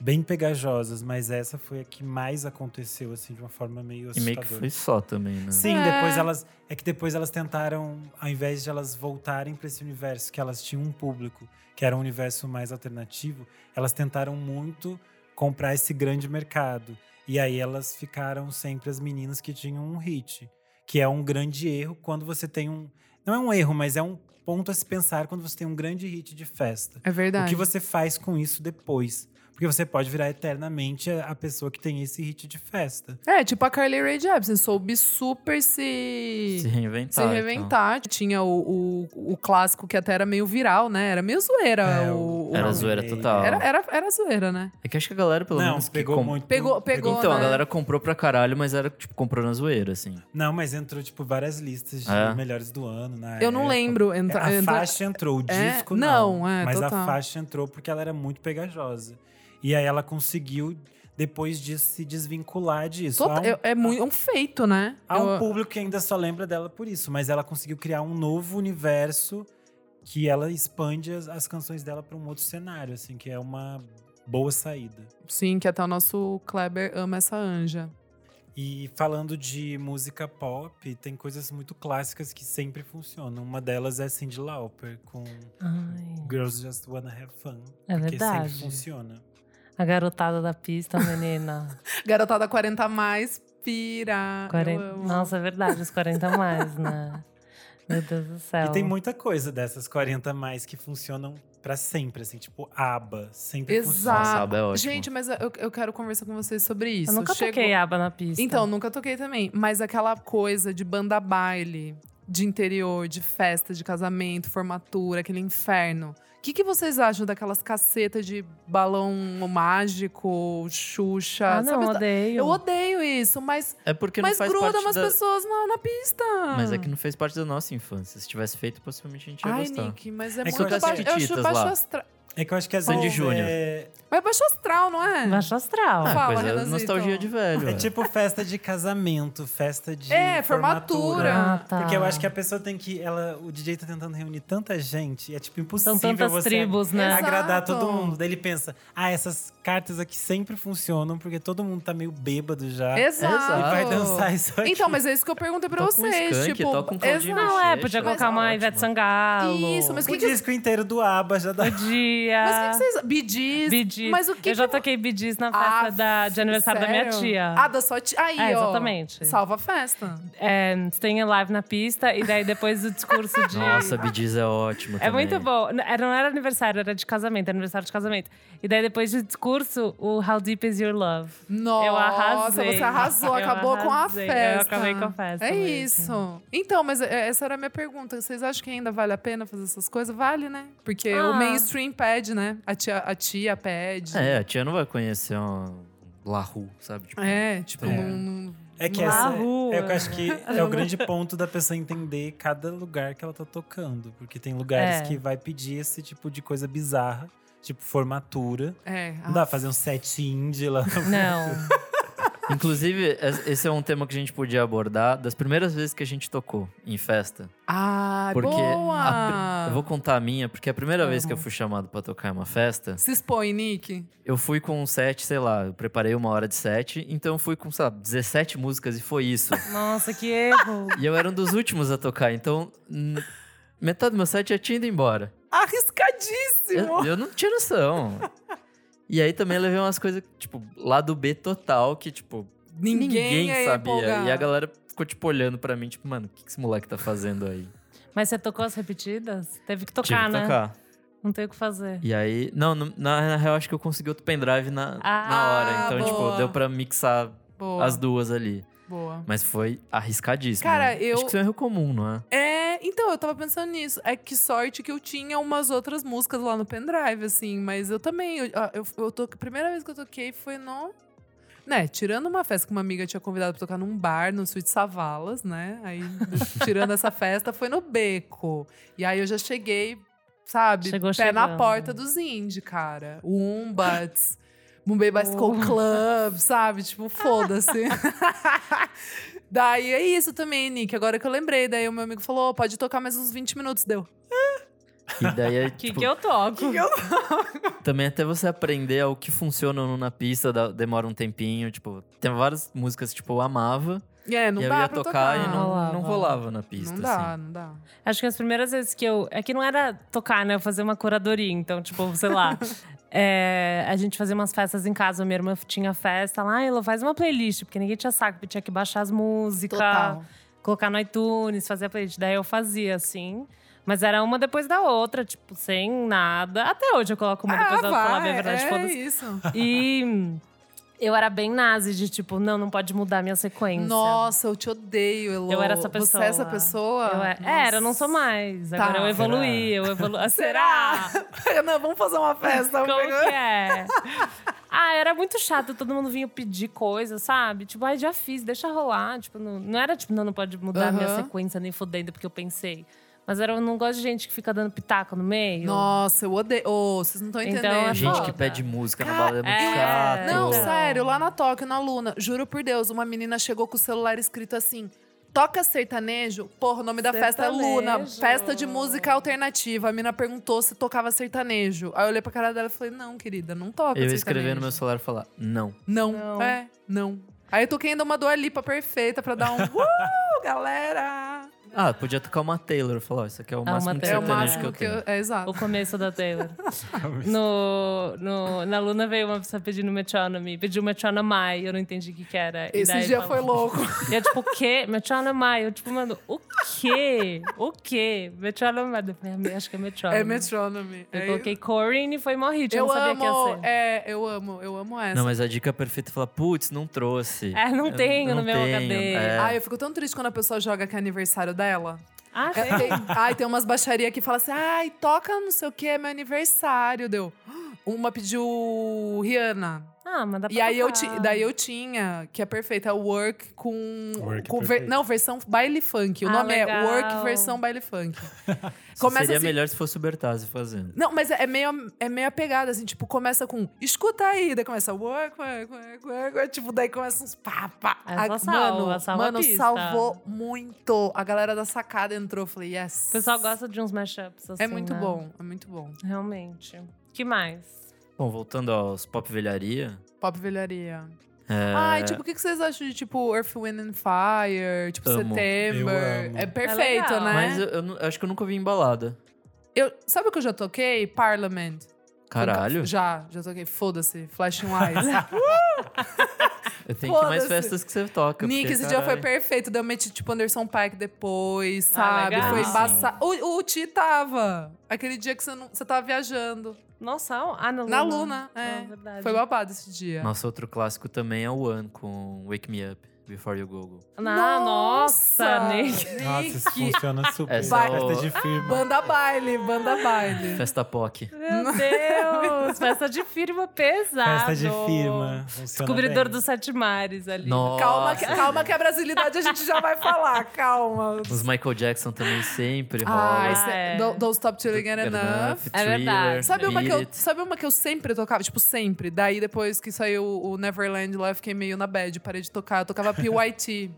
[SPEAKER 4] bem pegajosas, mas essa foi a que mais aconteceu, assim, de uma forma meio
[SPEAKER 1] E meio que
[SPEAKER 4] assustadora.
[SPEAKER 1] foi só também, né?
[SPEAKER 4] Sim,
[SPEAKER 3] É.
[SPEAKER 4] depois elas. É que depois elas tentaram, ao invés de elas voltarem para esse universo que elas tinham um público, que era um universo mais alternativo, elas tentaram muito comprar esse grande mercado. E aí elas ficaram sempre as meninas que tinham um hit, que é um grande erro quando você tem um. Não é um erro, mas é um ponto a se pensar quando você tem um grande hit de festa.
[SPEAKER 3] É
[SPEAKER 4] O
[SPEAKER 3] verdade.
[SPEAKER 4] que você faz com isso depois? Porque você pode virar eternamente a a pessoa que tem esse hit de festa.
[SPEAKER 3] É, tipo a Carly Rae Jepsen, soube super se...
[SPEAKER 1] Se reinventar.
[SPEAKER 3] se
[SPEAKER 1] e tal.
[SPEAKER 3] reventar.
[SPEAKER 4] então.
[SPEAKER 3] Tinha o, o, o clássico que até era meio viral, né? Era meio zoeira.
[SPEAKER 4] É,
[SPEAKER 3] o, o-
[SPEAKER 1] Era
[SPEAKER 4] Não,
[SPEAKER 1] zoeira
[SPEAKER 4] e-
[SPEAKER 1] total.
[SPEAKER 3] era, era, era zoeira, né?
[SPEAKER 1] É que acho que a galera, pelo
[SPEAKER 4] não,
[SPEAKER 1] menos. que
[SPEAKER 4] pegou
[SPEAKER 1] com-
[SPEAKER 4] muito.
[SPEAKER 3] Pegou- pegou,
[SPEAKER 1] Então, a
[SPEAKER 3] né?
[SPEAKER 1] galera comprou pra caralho, mas era, tipo, comprou na zoeira, assim.
[SPEAKER 4] Não, mas entrou, tipo, várias listas de
[SPEAKER 1] É?
[SPEAKER 4] melhores do ano. Na
[SPEAKER 3] Eu não
[SPEAKER 4] época.
[SPEAKER 3] lembro.
[SPEAKER 4] É,
[SPEAKER 3] Entra,
[SPEAKER 4] A
[SPEAKER 3] entra-
[SPEAKER 4] faixa entrou, o
[SPEAKER 3] É,
[SPEAKER 4] disco não.
[SPEAKER 3] não, é,
[SPEAKER 4] mas a
[SPEAKER 3] total.
[SPEAKER 4] faixa entrou porque ela era muito pegajosa. E aí ela conseguiu, depois disso, se desvincular disso.
[SPEAKER 3] Tota-
[SPEAKER 4] há um,
[SPEAKER 3] é- é muito um feito, né?
[SPEAKER 4] há um
[SPEAKER 3] Eu-
[SPEAKER 4] público que ainda só lembra dela por isso, mas ela conseguiu criar um novo universo que ela expande as, as canções dela para um outro cenário, assim, que é uma boa saída.
[SPEAKER 3] Sim, que até o nosso Kleber ama essa anja.
[SPEAKER 4] E falando de música pop, tem coisas muito clássicas que sempre funcionam. Uma delas é Cyndi Lauper com
[SPEAKER 2] Ai,
[SPEAKER 4] Girls Just Wanna Have Fun.
[SPEAKER 2] É
[SPEAKER 4] porque
[SPEAKER 2] verdade.
[SPEAKER 4] sempre funciona.
[SPEAKER 2] a garotada da pista, menina.
[SPEAKER 3] Garotada 40 a mais, pira. Eu
[SPEAKER 2] Quarenta-
[SPEAKER 3] amo.
[SPEAKER 2] Nossa, é verdade, os 40 a mais, né? Meu Deus do céu.
[SPEAKER 4] E tem muita coisa dessas 40 a mais que funcionam pra sempre, assim, tipo aba, sempre
[SPEAKER 3] Exato.
[SPEAKER 1] Nossa,
[SPEAKER 4] funciona.
[SPEAKER 1] a Abel é ótima.
[SPEAKER 3] Gente, mas eu, eu quero conversar com vocês sobre isso.
[SPEAKER 2] Eu nunca
[SPEAKER 3] Chegou-
[SPEAKER 2] toquei aba na pista.
[SPEAKER 3] Então, nunca toquei também. Mas aquela coisa de banda baile, de interior, de festa, de casamento, formatura, aquele inferno. O que, que vocês acham daquelas cacetas de balão mágico, Xuxa?
[SPEAKER 2] ah, não,
[SPEAKER 3] sabe? tá,
[SPEAKER 2] odeio.
[SPEAKER 3] Eu odeio isso, mas,
[SPEAKER 1] É porque não
[SPEAKER 3] mas
[SPEAKER 1] faz
[SPEAKER 3] gruda
[SPEAKER 1] parte
[SPEAKER 3] umas
[SPEAKER 1] da...
[SPEAKER 3] pessoas na, na pista.
[SPEAKER 1] Mas é que não fez parte da nossa infância. Se tivesse feito, possivelmente a gente ia
[SPEAKER 3] Ah. Ai,
[SPEAKER 1] gostar.
[SPEAKER 3] Nick, mas é,
[SPEAKER 4] É que
[SPEAKER 3] muito
[SPEAKER 4] eu acho
[SPEAKER 3] baixo.
[SPEAKER 1] que
[SPEAKER 3] Eu acho
[SPEAKER 1] Chiquititas
[SPEAKER 3] baixo
[SPEAKER 1] lá.
[SPEAKER 3] astra...
[SPEAKER 4] É que eu acho que às
[SPEAKER 1] Sandy
[SPEAKER 4] vezes.
[SPEAKER 1] Júnior.
[SPEAKER 4] É,
[SPEAKER 3] Mas baixo astral, não é?
[SPEAKER 2] Baixo astral.
[SPEAKER 1] Ah,
[SPEAKER 3] Fala,
[SPEAKER 1] coisa
[SPEAKER 3] Renanzito.
[SPEAKER 1] nostalgia de velho.
[SPEAKER 4] é
[SPEAKER 1] ué.
[SPEAKER 4] tipo festa de casamento, festa de.
[SPEAKER 3] É, formatura.
[SPEAKER 2] Ah, tá.
[SPEAKER 4] Porque eu acho que a pessoa tem que. Ela, o DJ tá tentando reunir tanta gente, e é tipo impossível
[SPEAKER 2] São tantas
[SPEAKER 4] você
[SPEAKER 2] tribos, né?
[SPEAKER 3] Exato.
[SPEAKER 4] agradar todo mundo. Daí ele pensa: ah, essas cartas aqui sempre funcionam, porque todo mundo tá meio bêbado já.
[SPEAKER 3] Exato.
[SPEAKER 4] E
[SPEAKER 1] Exato.
[SPEAKER 4] vai dançar isso aqui.
[SPEAKER 3] Então, mas é isso que eu perguntei pra
[SPEAKER 1] Toca um
[SPEAKER 3] vocês.
[SPEAKER 1] Skank,
[SPEAKER 3] tipo,
[SPEAKER 1] toca um Claudinho
[SPEAKER 3] exato.
[SPEAKER 2] Não, é,
[SPEAKER 1] Bochecha,
[SPEAKER 2] podia
[SPEAKER 1] mas
[SPEAKER 2] colocar
[SPEAKER 1] é
[SPEAKER 2] uma
[SPEAKER 1] ótimo.
[SPEAKER 2] Ivete Sangalo.
[SPEAKER 3] Isso, mas
[SPEAKER 4] o
[SPEAKER 3] que que-
[SPEAKER 4] disco inteiro do ABBA já dá.
[SPEAKER 2] Podia.
[SPEAKER 3] Mas o que que vocês. Bidiz.
[SPEAKER 2] Bidis.
[SPEAKER 3] Mas o que
[SPEAKER 2] eu já
[SPEAKER 3] que-
[SPEAKER 2] toquei Bidis na
[SPEAKER 3] Ah,
[SPEAKER 2] festa da, de aniversário da minha
[SPEAKER 3] sério?
[SPEAKER 2] tia.
[SPEAKER 3] Ah, da sua tia. Aí,
[SPEAKER 2] É,
[SPEAKER 3] ó.
[SPEAKER 2] exatamente.
[SPEAKER 3] Salva a festa.
[SPEAKER 2] É, tem a live na pista e daí depois o discurso de.
[SPEAKER 1] Nossa, Bidiz é ótimo
[SPEAKER 2] É
[SPEAKER 1] também.
[SPEAKER 2] muito bom. N- era- Não era aniversário, era de casamento, era aniversário de casamento. E daí, depois do discurso, o How Deep Is Your Love.
[SPEAKER 3] Nossa,
[SPEAKER 2] arrasei.
[SPEAKER 3] você arrasou,
[SPEAKER 2] Eu
[SPEAKER 3] acabou com a
[SPEAKER 2] arrasei. Eu
[SPEAKER 3] festa.
[SPEAKER 2] acabei com a festa
[SPEAKER 3] É
[SPEAKER 2] mesmo.
[SPEAKER 3] isso. Então, mas é- essa era a minha pergunta. Vocês acham que ainda vale a pena fazer essas coisas? Vale, né? Porque
[SPEAKER 2] Ah.
[SPEAKER 3] o mainstream pede, né? A tia, a tia pede.
[SPEAKER 1] É, a tia não vai conhecer um Lahu, sabe? Tipo,
[SPEAKER 3] É, tipo,
[SPEAKER 4] É.
[SPEAKER 3] não- não-
[SPEAKER 4] É que
[SPEAKER 2] Na
[SPEAKER 4] essa
[SPEAKER 2] rua.
[SPEAKER 4] é o que eu acho que é o grande ponto da pessoa entender cada lugar que ela tá tocando, porque tem lugares
[SPEAKER 2] É.
[SPEAKER 4] que vai pedir esse tipo de coisa bizarra, tipo formatura.
[SPEAKER 3] é.
[SPEAKER 4] Não dá pra fazer um set indie lá.
[SPEAKER 2] Não.
[SPEAKER 1] Inclusive, es- esse é um tema que a gente podia abordar das primeiras vezes que a gente tocou em festa.
[SPEAKER 3] Ah,
[SPEAKER 1] Porque a
[SPEAKER 3] boa!
[SPEAKER 1] pri- eu vou contar a minha, porque a primeira vez que eu fui chamado pra tocar em uma festa,
[SPEAKER 3] Se expõe, Nick.
[SPEAKER 1] eu fui com um set, sei lá, eu preparei uma hora de set, então eu fui com, sei lá, 17 músicas e foi isso.
[SPEAKER 2] Nossa, que erro.
[SPEAKER 1] e eu era um dos últimos a tocar, então n- metade do meu set já tinha ido embora.
[SPEAKER 3] Arriscadíssimo!
[SPEAKER 1] Eu, eu não tinha noção. E aí também levei umas coisas, tipo, lado B total, que, tipo, ninguém,
[SPEAKER 3] ia
[SPEAKER 1] sabia.
[SPEAKER 3] empolgar.
[SPEAKER 1] E a galera ficou, tipo, olhando pra mim, tipo, mano, o que que esse moleque tá fazendo aí?
[SPEAKER 2] Mas você tocou as repetidas? Teve que tocar,
[SPEAKER 1] Tive que
[SPEAKER 2] né?
[SPEAKER 1] tocar.
[SPEAKER 2] Não tem o que fazer.
[SPEAKER 1] E aí, não, no- na, na real, acho que eu consegui outro pendrive na, na hora.
[SPEAKER 2] Ah,
[SPEAKER 1] Então,
[SPEAKER 3] boa.
[SPEAKER 1] tipo, deu pra mixar
[SPEAKER 3] Boa,
[SPEAKER 1] as duas ali.
[SPEAKER 3] boa.
[SPEAKER 1] Mas foi arriscadíssimo.
[SPEAKER 3] Cara,
[SPEAKER 1] né?
[SPEAKER 3] eu-
[SPEAKER 1] Acho que isso é um erro comum, não é?
[SPEAKER 3] É, então, eu tava pensando nisso. É que sorte que eu tinha umas outras músicas lá no pendrive, assim. Mas eu também, eu, ah, eu, eu to- a primeira vez que eu toquei foi no... Né, tirando uma festa que uma amiga tinha convidado pra tocar num bar, no Suíte Savalas, né? Aí, tirando essa festa, foi no Beco. E aí eu já cheguei, sabe?
[SPEAKER 2] Chegou
[SPEAKER 3] pé na
[SPEAKER 2] chegando. né.
[SPEAKER 3] porta dos indie, cara. Umbats, Bombay Bicycle
[SPEAKER 2] Oh.
[SPEAKER 3] Club, sabe? Tipo, foda-se. Daí é isso também, Nick. Agora que eu lembrei, daí o meu amigo falou: "Ô, pode tocar mais uns 20 minutos, deu.
[SPEAKER 1] E daí,
[SPEAKER 2] Que
[SPEAKER 1] tipo,
[SPEAKER 2] que eu toco?
[SPEAKER 1] também até você aprender o que funciona no- na pista, dá- demora um tempinho. Tipo, tem várias músicas que, tipo, eu amava.
[SPEAKER 3] É, não
[SPEAKER 1] e eu
[SPEAKER 3] dá
[SPEAKER 1] ia
[SPEAKER 3] pra
[SPEAKER 1] tocar, e não
[SPEAKER 2] Rolava.
[SPEAKER 1] rolava, não rolava na pista,
[SPEAKER 3] não dá,
[SPEAKER 1] assim.
[SPEAKER 3] não dá.
[SPEAKER 2] Acho que as primeiras vezes que eu. É que não era tocar, né? Eu fazia uma curadoria. Então, tipo, sei lá. é, a gente fazia umas festas em casa. Minha irmã tinha festa lá. Ah, ela faz uma playlist, porque ninguém tinha saco, porque tinha que baixar as músicas,
[SPEAKER 3] Total.
[SPEAKER 2] colocar no iTunes, fazer a playlist. Daí eu fazia, assim. Mas era uma depois da outra, tipo, sem nada. Até hoje eu coloco uma depois da outra, pra falar bem a verdade,
[SPEAKER 3] Ah, é
[SPEAKER 2] foda-se.
[SPEAKER 3] isso.
[SPEAKER 2] E eu era bem nazi, de tipo, não, não pode mudar a minha sequência.
[SPEAKER 3] Nossa, eu te odeio, Elô.
[SPEAKER 2] Eu era essa
[SPEAKER 3] Você é essa
[SPEAKER 2] pessoa. Eu
[SPEAKER 3] pessoa?
[SPEAKER 2] é-
[SPEAKER 3] Nossa.
[SPEAKER 2] era, eu não sou mais. Agora
[SPEAKER 3] Tá.
[SPEAKER 2] eu evoluí, eu evoluí. Será?
[SPEAKER 3] não, vamos fazer uma festa. vamos
[SPEAKER 2] Como
[SPEAKER 3] pegar-
[SPEAKER 2] que é? Ah, era muito chato, todo mundo vinha pedir coisa, sabe? Tipo, ai, já fiz, deixa rolar. Tipo, não, não era tipo, não, não pode mudar a minha
[SPEAKER 3] Aham.
[SPEAKER 2] sequência nem fudendo, porque eu pensei. Mas era, eu não gosto de gente que fica dando pitaco no meio.
[SPEAKER 3] Nossa, eu odeio. Ô, vocês não estão
[SPEAKER 2] é? Então,
[SPEAKER 3] entendendo.
[SPEAKER 2] é
[SPEAKER 1] Gente
[SPEAKER 2] foda.
[SPEAKER 1] que pede música na balada é muito
[SPEAKER 2] É.
[SPEAKER 1] chato.
[SPEAKER 3] Não,
[SPEAKER 2] Então.
[SPEAKER 3] sério, lá na Tóquio, na Luna, juro por Deus, uma menina chegou com o celular escrito assim: Toca sertanejo? Porra, o nome da festa é Luna.
[SPEAKER 2] Sertanejo.
[SPEAKER 3] Festa de música alternativa. A menina perguntou se tocava sertanejo. Aí eu olhei pra cara dela e falei: Não, querida, não toca
[SPEAKER 1] Eu
[SPEAKER 3] sertanejo.
[SPEAKER 1] escrevi no meu celular e falar, não.
[SPEAKER 3] Não,
[SPEAKER 2] Não.
[SPEAKER 3] é, não. Aí eu toquei ainda uma Dua Lipa perfeita pra dar um uh, galera!
[SPEAKER 1] Ah, podia tocar uma Taylor. Eu falava, ó, isso aqui é o
[SPEAKER 2] Ah,
[SPEAKER 1] máximo
[SPEAKER 2] uma
[SPEAKER 1] de
[SPEAKER 2] Taylor.
[SPEAKER 3] É o
[SPEAKER 1] sertanejo
[SPEAKER 3] máximo
[SPEAKER 1] que
[SPEAKER 3] que
[SPEAKER 1] eu tenho.
[SPEAKER 3] eu. É, exato.
[SPEAKER 2] O começo da Taylor. no, no- na Luna veio uma pessoa pedindo Metronomy. Pediu Metronomy, eu não entendi o que, que era. E
[SPEAKER 3] Esse
[SPEAKER 2] daí tá
[SPEAKER 3] dia
[SPEAKER 2] falou-
[SPEAKER 3] foi louco.
[SPEAKER 2] E eu, tipo, o quê? Metronomy. Eu, tipo, mano, o quê? O quê? Metronomy. Eu falei, Acho que é Metronomy.
[SPEAKER 3] É metrônome.
[SPEAKER 2] Eu
[SPEAKER 3] É-
[SPEAKER 2] coloquei Corinne e foi mó hit. Eu,
[SPEAKER 3] Eu
[SPEAKER 2] não sabia que ia
[SPEAKER 3] amo,
[SPEAKER 2] ser.
[SPEAKER 3] é, eu amo, eu amo essa.
[SPEAKER 1] Não, mas a dica perfeita é falar, putz, não trouxe.
[SPEAKER 2] É, não
[SPEAKER 1] Eu
[SPEAKER 2] tenho no meu
[SPEAKER 1] tenho.
[SPEAKER 2] HD.
[SPEAKER 1] É.
[SPEAKER 3] Ai, eu fico tão triste quando a pessoa joga que é aniversário dela.
[SPEAKER 2] Ah,
[SPEAKER 3] É,
[SPEAKER 2] sei.
[SPEAKER 3] tem- ai, tem umas baixarias que fala assim: ai, toca não sei o que, é meu aniversário. Deu. Uma pediu Rihanna.
[SPEAKER 2] Ah, mas dá pra
[SPEAKER 3] E aí eu, ti-
[SPEAKER 2] tocar.
[SPEAKER 3] daí eu tinha, que é perfeita, é Work com.
[SPEAKER 4] Work
[SPEAKER 3] com ver-
[SPEAKER 4] perfeito.
[SPEAKER 3] não, versão baile funk. O
[SPEAKER 2] Ah,
[SPEAKER 3] nome
[SPEAKER 2] legal.
[SPEAKER 3] é Work versão baile funk.
[SPEAKER 1] Isso
[SPEAKER 3] Começa
[SPEAKER 1] Seria
[SPEAKER 3] assim.
[SPEAKER 1] melhor se fosse o Bertazzi fazendo.
[SPEAKER 3] Não, mas é meio, é meio a pegada, assim, tipo, começa com escuta aí, daí começa work, work, work, work, work, tipo, daí começa uns pá, pá.
[SPEAKER 2] Aí ela
[SPEAKER 3] Ah,
[SPEAKER 2] salva,
[SPEAKER 3] mano,
[SPEAKER 2] salva a
[SPEAKER 3] mano
[SPEAKER 2] pista.
[SPEAKER 3] salvou muito. A galera da sacada entrou, eu falei, yes.
[SPEAKER 2] O pessoal gosta de uns mashups assim.
[SPEAKER 3] É muito
[SPEAKER 2] né?
[SPEAKER 3] bom, é muito bom.
[SPEAKER 2] Realmente. que mais?
[SPEAKER 1] Bom, voltando aos pop velharia.
[SPEAKER 3] Pop velharia.
[SPEAKER 1] é,
[SPEAKER 3] Ai, tipo, o que que vocês acham de, tipo, Earth, Wind and Fire, tipo,
[SPEAKER 1] Amo.
[SPEAKER 4] Eu
[SPEAKER 3] September?
[SPEAKER 4] amo.
[SPEAKER 3] É perfeito,
[SPEAKER 2] legal.
[SPEAKER 3] né?
[SPEAKER 1] Mas eu, eu nu- acho que eu nunca vi embalada.
[SPEAKER 3] Eu, sabe o que eu já toquei? Parliament.
[SPEAKER 1] Caralho.
[SPEAKER 3] Já, já toquei. Foda-se. Flashing Lights.
[SPEAKER 1] Eu tenho que ir mais
[SPEAKER 3] Foda-se.
[SPEAKER 1] festas que você toca.
[SPEAKER 3] Nick,
[SPEAKER 1] porque,
[SPEAKER 3] esse dia foi
[SPEAKER 1] caralho.
[SPEAKER 3] perfeito. Daí eu meti, tipo, Anderson Pike depois, sabe?
[SPEAKER 2] Ah, legal.
[SPEAKER 3] foi
[SPEAKER 1] Sim.
[SPEAKER 3] embaçado. O, o Ti tava. Aquele dia que você, não, você tava viajando.
[SPEAKER 2] Nossa, ah, na Luna.
[SPEAKER 3] Na Luna, é.
[SPEAKER 2] Ah, verdade.
[SPEAKER 3] Foi babado esse dia.
[SPEAKER 1] Nosso outro clássico também é o One com Wake Me Up, Before You Go Go.
[SPEAKER 2] Na, Ah, nossa, Nick.
[SPEAKER 4] Nossa, isso um
[SPEAKER 3] Nick.
[SPEAKER 4] funciona super.
[SPEAKER 1] Essa
[SPEAKER 3] é
[SPEAKER 4] Festa
[SPEAKER 1] o-
[SPEAKER 4] de firma.
[SPEAKER 3] Banda baile, banda baile.
[SPEAKER 1] Festa POC.
[SPEAKER 2] Meu Deus, festa de firma pesado.
[SPEAKER 4] Festa de firma. Funciona
[SPEAKER 2] Descobridor
[SPEAKER 4] bem.
[SPEAKER 2] dos sete mares ali.
[SPEAKER 1] Nossa.
[SPEAKER 3] Calma, que- calma que a brasilidade a gente já vai falar, calma.
[SPEAKER 1] Os Michael Jackson também sempre
[SPEAKER 3] Ai,
[SPEAKER 1] rola.
[SPEAKER 2] Ah, é.
[SPEAKER 3] don't, don't stop till you get
[SPEAKER 1] Enough,
[SPEAKER 3] enough.
[SPEAKER 2] É verdade.
[SPEAKER 3] Sabe
[SPEAKER 1] Beat
[SPEAKER 3] uma, que eu,
[SPEAKER 1] It.
[SPEAKER 3] sabe uma que eu sempre tocava? Tipo, sempre. Daí, depois que saiu o Neverland lá, eu fiquei meio na bad, parei de tocar. Eu tocava PYT.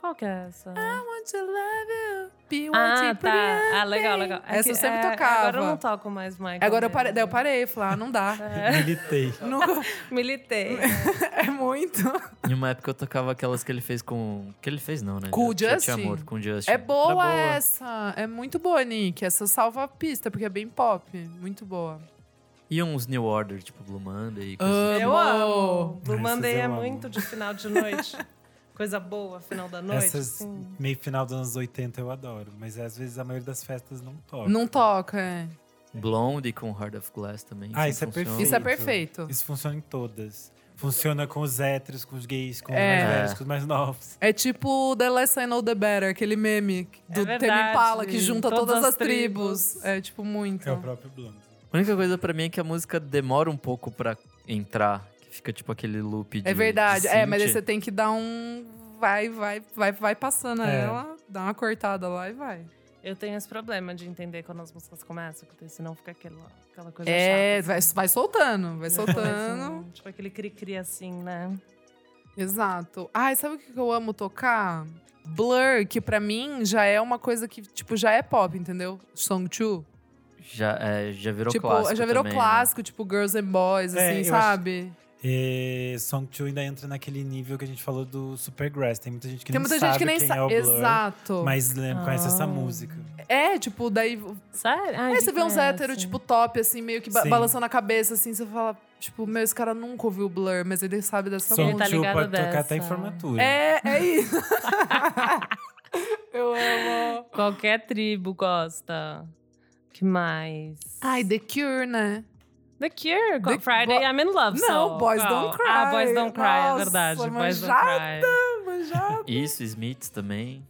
[SPEAKER 2] Qual que é essa?
[SPEAKER 3] I want to love you, PYT.
[SPEAKER 2] Ah,
[SPEAKER 3] pretty.
[SPEAKER 2] tá. Ah, legal, legal. É
[SPEAKER 3] Essa
[SPEAKER 2] que-
[SPEAKER 3] eu sempre
[SPEAKER 2] é,
[SPEAKER 3] tocava.
[SPEAKER 2] Agora eu não toco mais, Michael.
[SPEAKER 3] Agora eu parei,
[SPEAKER 2] mesmo.
[SPEAKER 3] daí eu parei, falei, ah, não dá.
[SPEAKER 4] É. Militei.
[SPEAKER 3] Não,
[SPEAKER 2] Militei.
[SPEAKER 3] é muito.
[SPEAKER 1] Em uma época eu tocava aquelas que ele fez com. Que ele fez, não, né?
[SPEAKER 3] Com o
[SPEAKER 1] Já tinha
[SPEAKER 3] Justin?
[SPEAKER 1] Amor, com o Justin.
[SPEAKER 3] É
[SPEAKER 1] Era
[SPEAKER 3] boa, essa. É muito boa, Nick. Essa salva a pista, porque é bem pop. Muito boa.
[SPEAKER 1] E uns New Order, tipo Blue Monday. e coisas-
[SPEAKER 3] Amo.
[SPEAKER 2] eu amo. Blue
[SPEAKER 4] Essas
[SPEAKER 2] Monday
[SPEAKER 4] eu
[SPEAKER 2] é
[SPEAKER 4] amo.
[SPEAKER 2] muito de final de noite. Coisa boa, final da noite.
[SPEAKER 4] Essas
[SPEAKER 2] assim.
[SPEAKER 4] meio final dos anos 80 eu adoro, mas às vezes a maioria das festas não toca.
[SPEAKER 3] Não toca, é.
[SPEAKER 1] Blonde com Heart of Glass também.
[SPEAKER 4] Ah,
[SPEAKER 1] que
[SPEAKER 4] isso é
[SPEAKER 1] funciona.
[SPEAKER 4] perfeito.
[SPEAKER 3] Isso é perfeito.
[SPEAKER 4] Isso funciona em todas. Funciona com os héteros, com os gays, com
[SPEAKER 3] É.
[SPEAKER 4] os mais velhos, com os mais novos.
[SPEAKER 3] É tipo The Less I Know The Better, aquele meme do
[SPEAKER 2] verdade.
[SPEAKER 3] Temi Impala que junta
[SPEAKER 2] Todas
[SPEAKER 3] todas,
[SPEAKER 2] as
[SPEAKER 3] as tribos.
[SPEAKER 2] tribos.
[SPEAKER 3] É tipo muito.
[SPEAKER 4] É o próprio Blunt.
[SPEAKER 1] A única coisa pra mim é que a música demora um pouco pra entrar. Que fica tipo aquele loop de.
[SPEAKER 3] É verdade.
[SPEAKER 1] de
[SPEAKER 3] É, mas aí
[SPEAKER 1] synth.
[SPEAKER 3] você tem que dar um. Vai, vai, vai, vai passando
[SPEAKER 4] É.
[SPEAKER 3] ela, dá uma cortada lá e vai.
[SPEAKER 2] Eu tenho esse problema de entender quando as músicas começam, porque senão fica aquela, aquela coisa
[SPEAKER 3] É,
[SPEAKER 2] chata.
[SPEAKER 3] vai, vai soltando,
[SPEAKER 2] É.
[SPEAKER 3] vai soltando.
[SPEAKER 2] Assim, tipo aquele cri-cri assim, né?
[SPEAKER 3] Exato. Ai, sabe o que que eu amo tocar? Blur, que pra mim já é uma coisa que, tipo, já é pop, entendeu? Song 2.
[SPEAKER 1] Já, é, já virou
[SPEAKER 3] Tipo,
[SPEAKER 1] clássico.
[SPEAKER 3] já virou
[SPEAKER 1] também, né?
[SPEAKER 3] clássico, tipo Girls and Boys,
[SPEAKER 4] É,
[SPEAKER 3] assim,
[SPEAKER 4] eu acho-
[SPEAKER 3] sabe?
[SPEAKER 4] E Song 2 ainda entra naquele nível que a gente falou do Supergrass. Tem muita gente que
[SPEAKER 3] Tem
[SPEAKER 4] não
[SPEAKER 3] muita
[SPEAKER 4] sabe
[SPEAKER 3] gente que nem
[SPEAKER 4] quem
[SPEAKER 3] sabe.
[SPEAKER 4] é o Blur,
[SPEAKER 3] Exato.
[SPEAKER 4] mas lembra, conhece
[SPEAKER 2] Ah.
[SPEAKER 4] essa música.
[SPEAKER 3] É, tipo, daí.
[SPEAKER 2] Sério? Ai,
[SPEAKER 3] Aí você vê uns
[SPEAKER 2] conhece.
[SPEAKER 3] héteros, tipo, top, assim, meio que ba-
[SPEAKER 4] Sim.
[SPEAKER 3] balançando a cabeça, assim, você fala, tipo, meu, esse cara nunca ouviu Blur, mas ele sabe dessa
[SPEAKER 4] Song
[SPEAKER 2] tá
[SPEAKER 4] 2
[SPEAKER 2] ligado
[SPEAKER 4] pode tocar até em
[SPEAKER 2] dessa.
[SPEAKER 4] formatura.
[SPEAKER 3] É, é isso. Eu amo.
[SPEAKER 2] Qualquer tribo gosta. que mais?
[SPEAKER 3] Ai, The Cure, né?
[SPEAKER 2] The Cure, qual-
[SPEAKER 3] Ah, The-
[SPEAKER 2] Friday
[SPEAKER 3] Bo-
[SPEAKER 2] I'm in Love.
[SPEAKER 3] Não,
[SPEAKER 2] só.
[SPEAKER 3] Boys
[SPEAKER 2] Qual?
[SPEAKER 3] Don't Cry.
[SPEAKER 2] Ah, Boys Don't Cry, é
[SPEAKER 3] Nossa,
[SPEAKER 2] verdade. Boys Don't
[SPEAKER 3] manjada.
[SPEAKER 2] Cry.
[SPEAKER 3] Mas já.
[SPEAKER 1] Isso, Smiths também.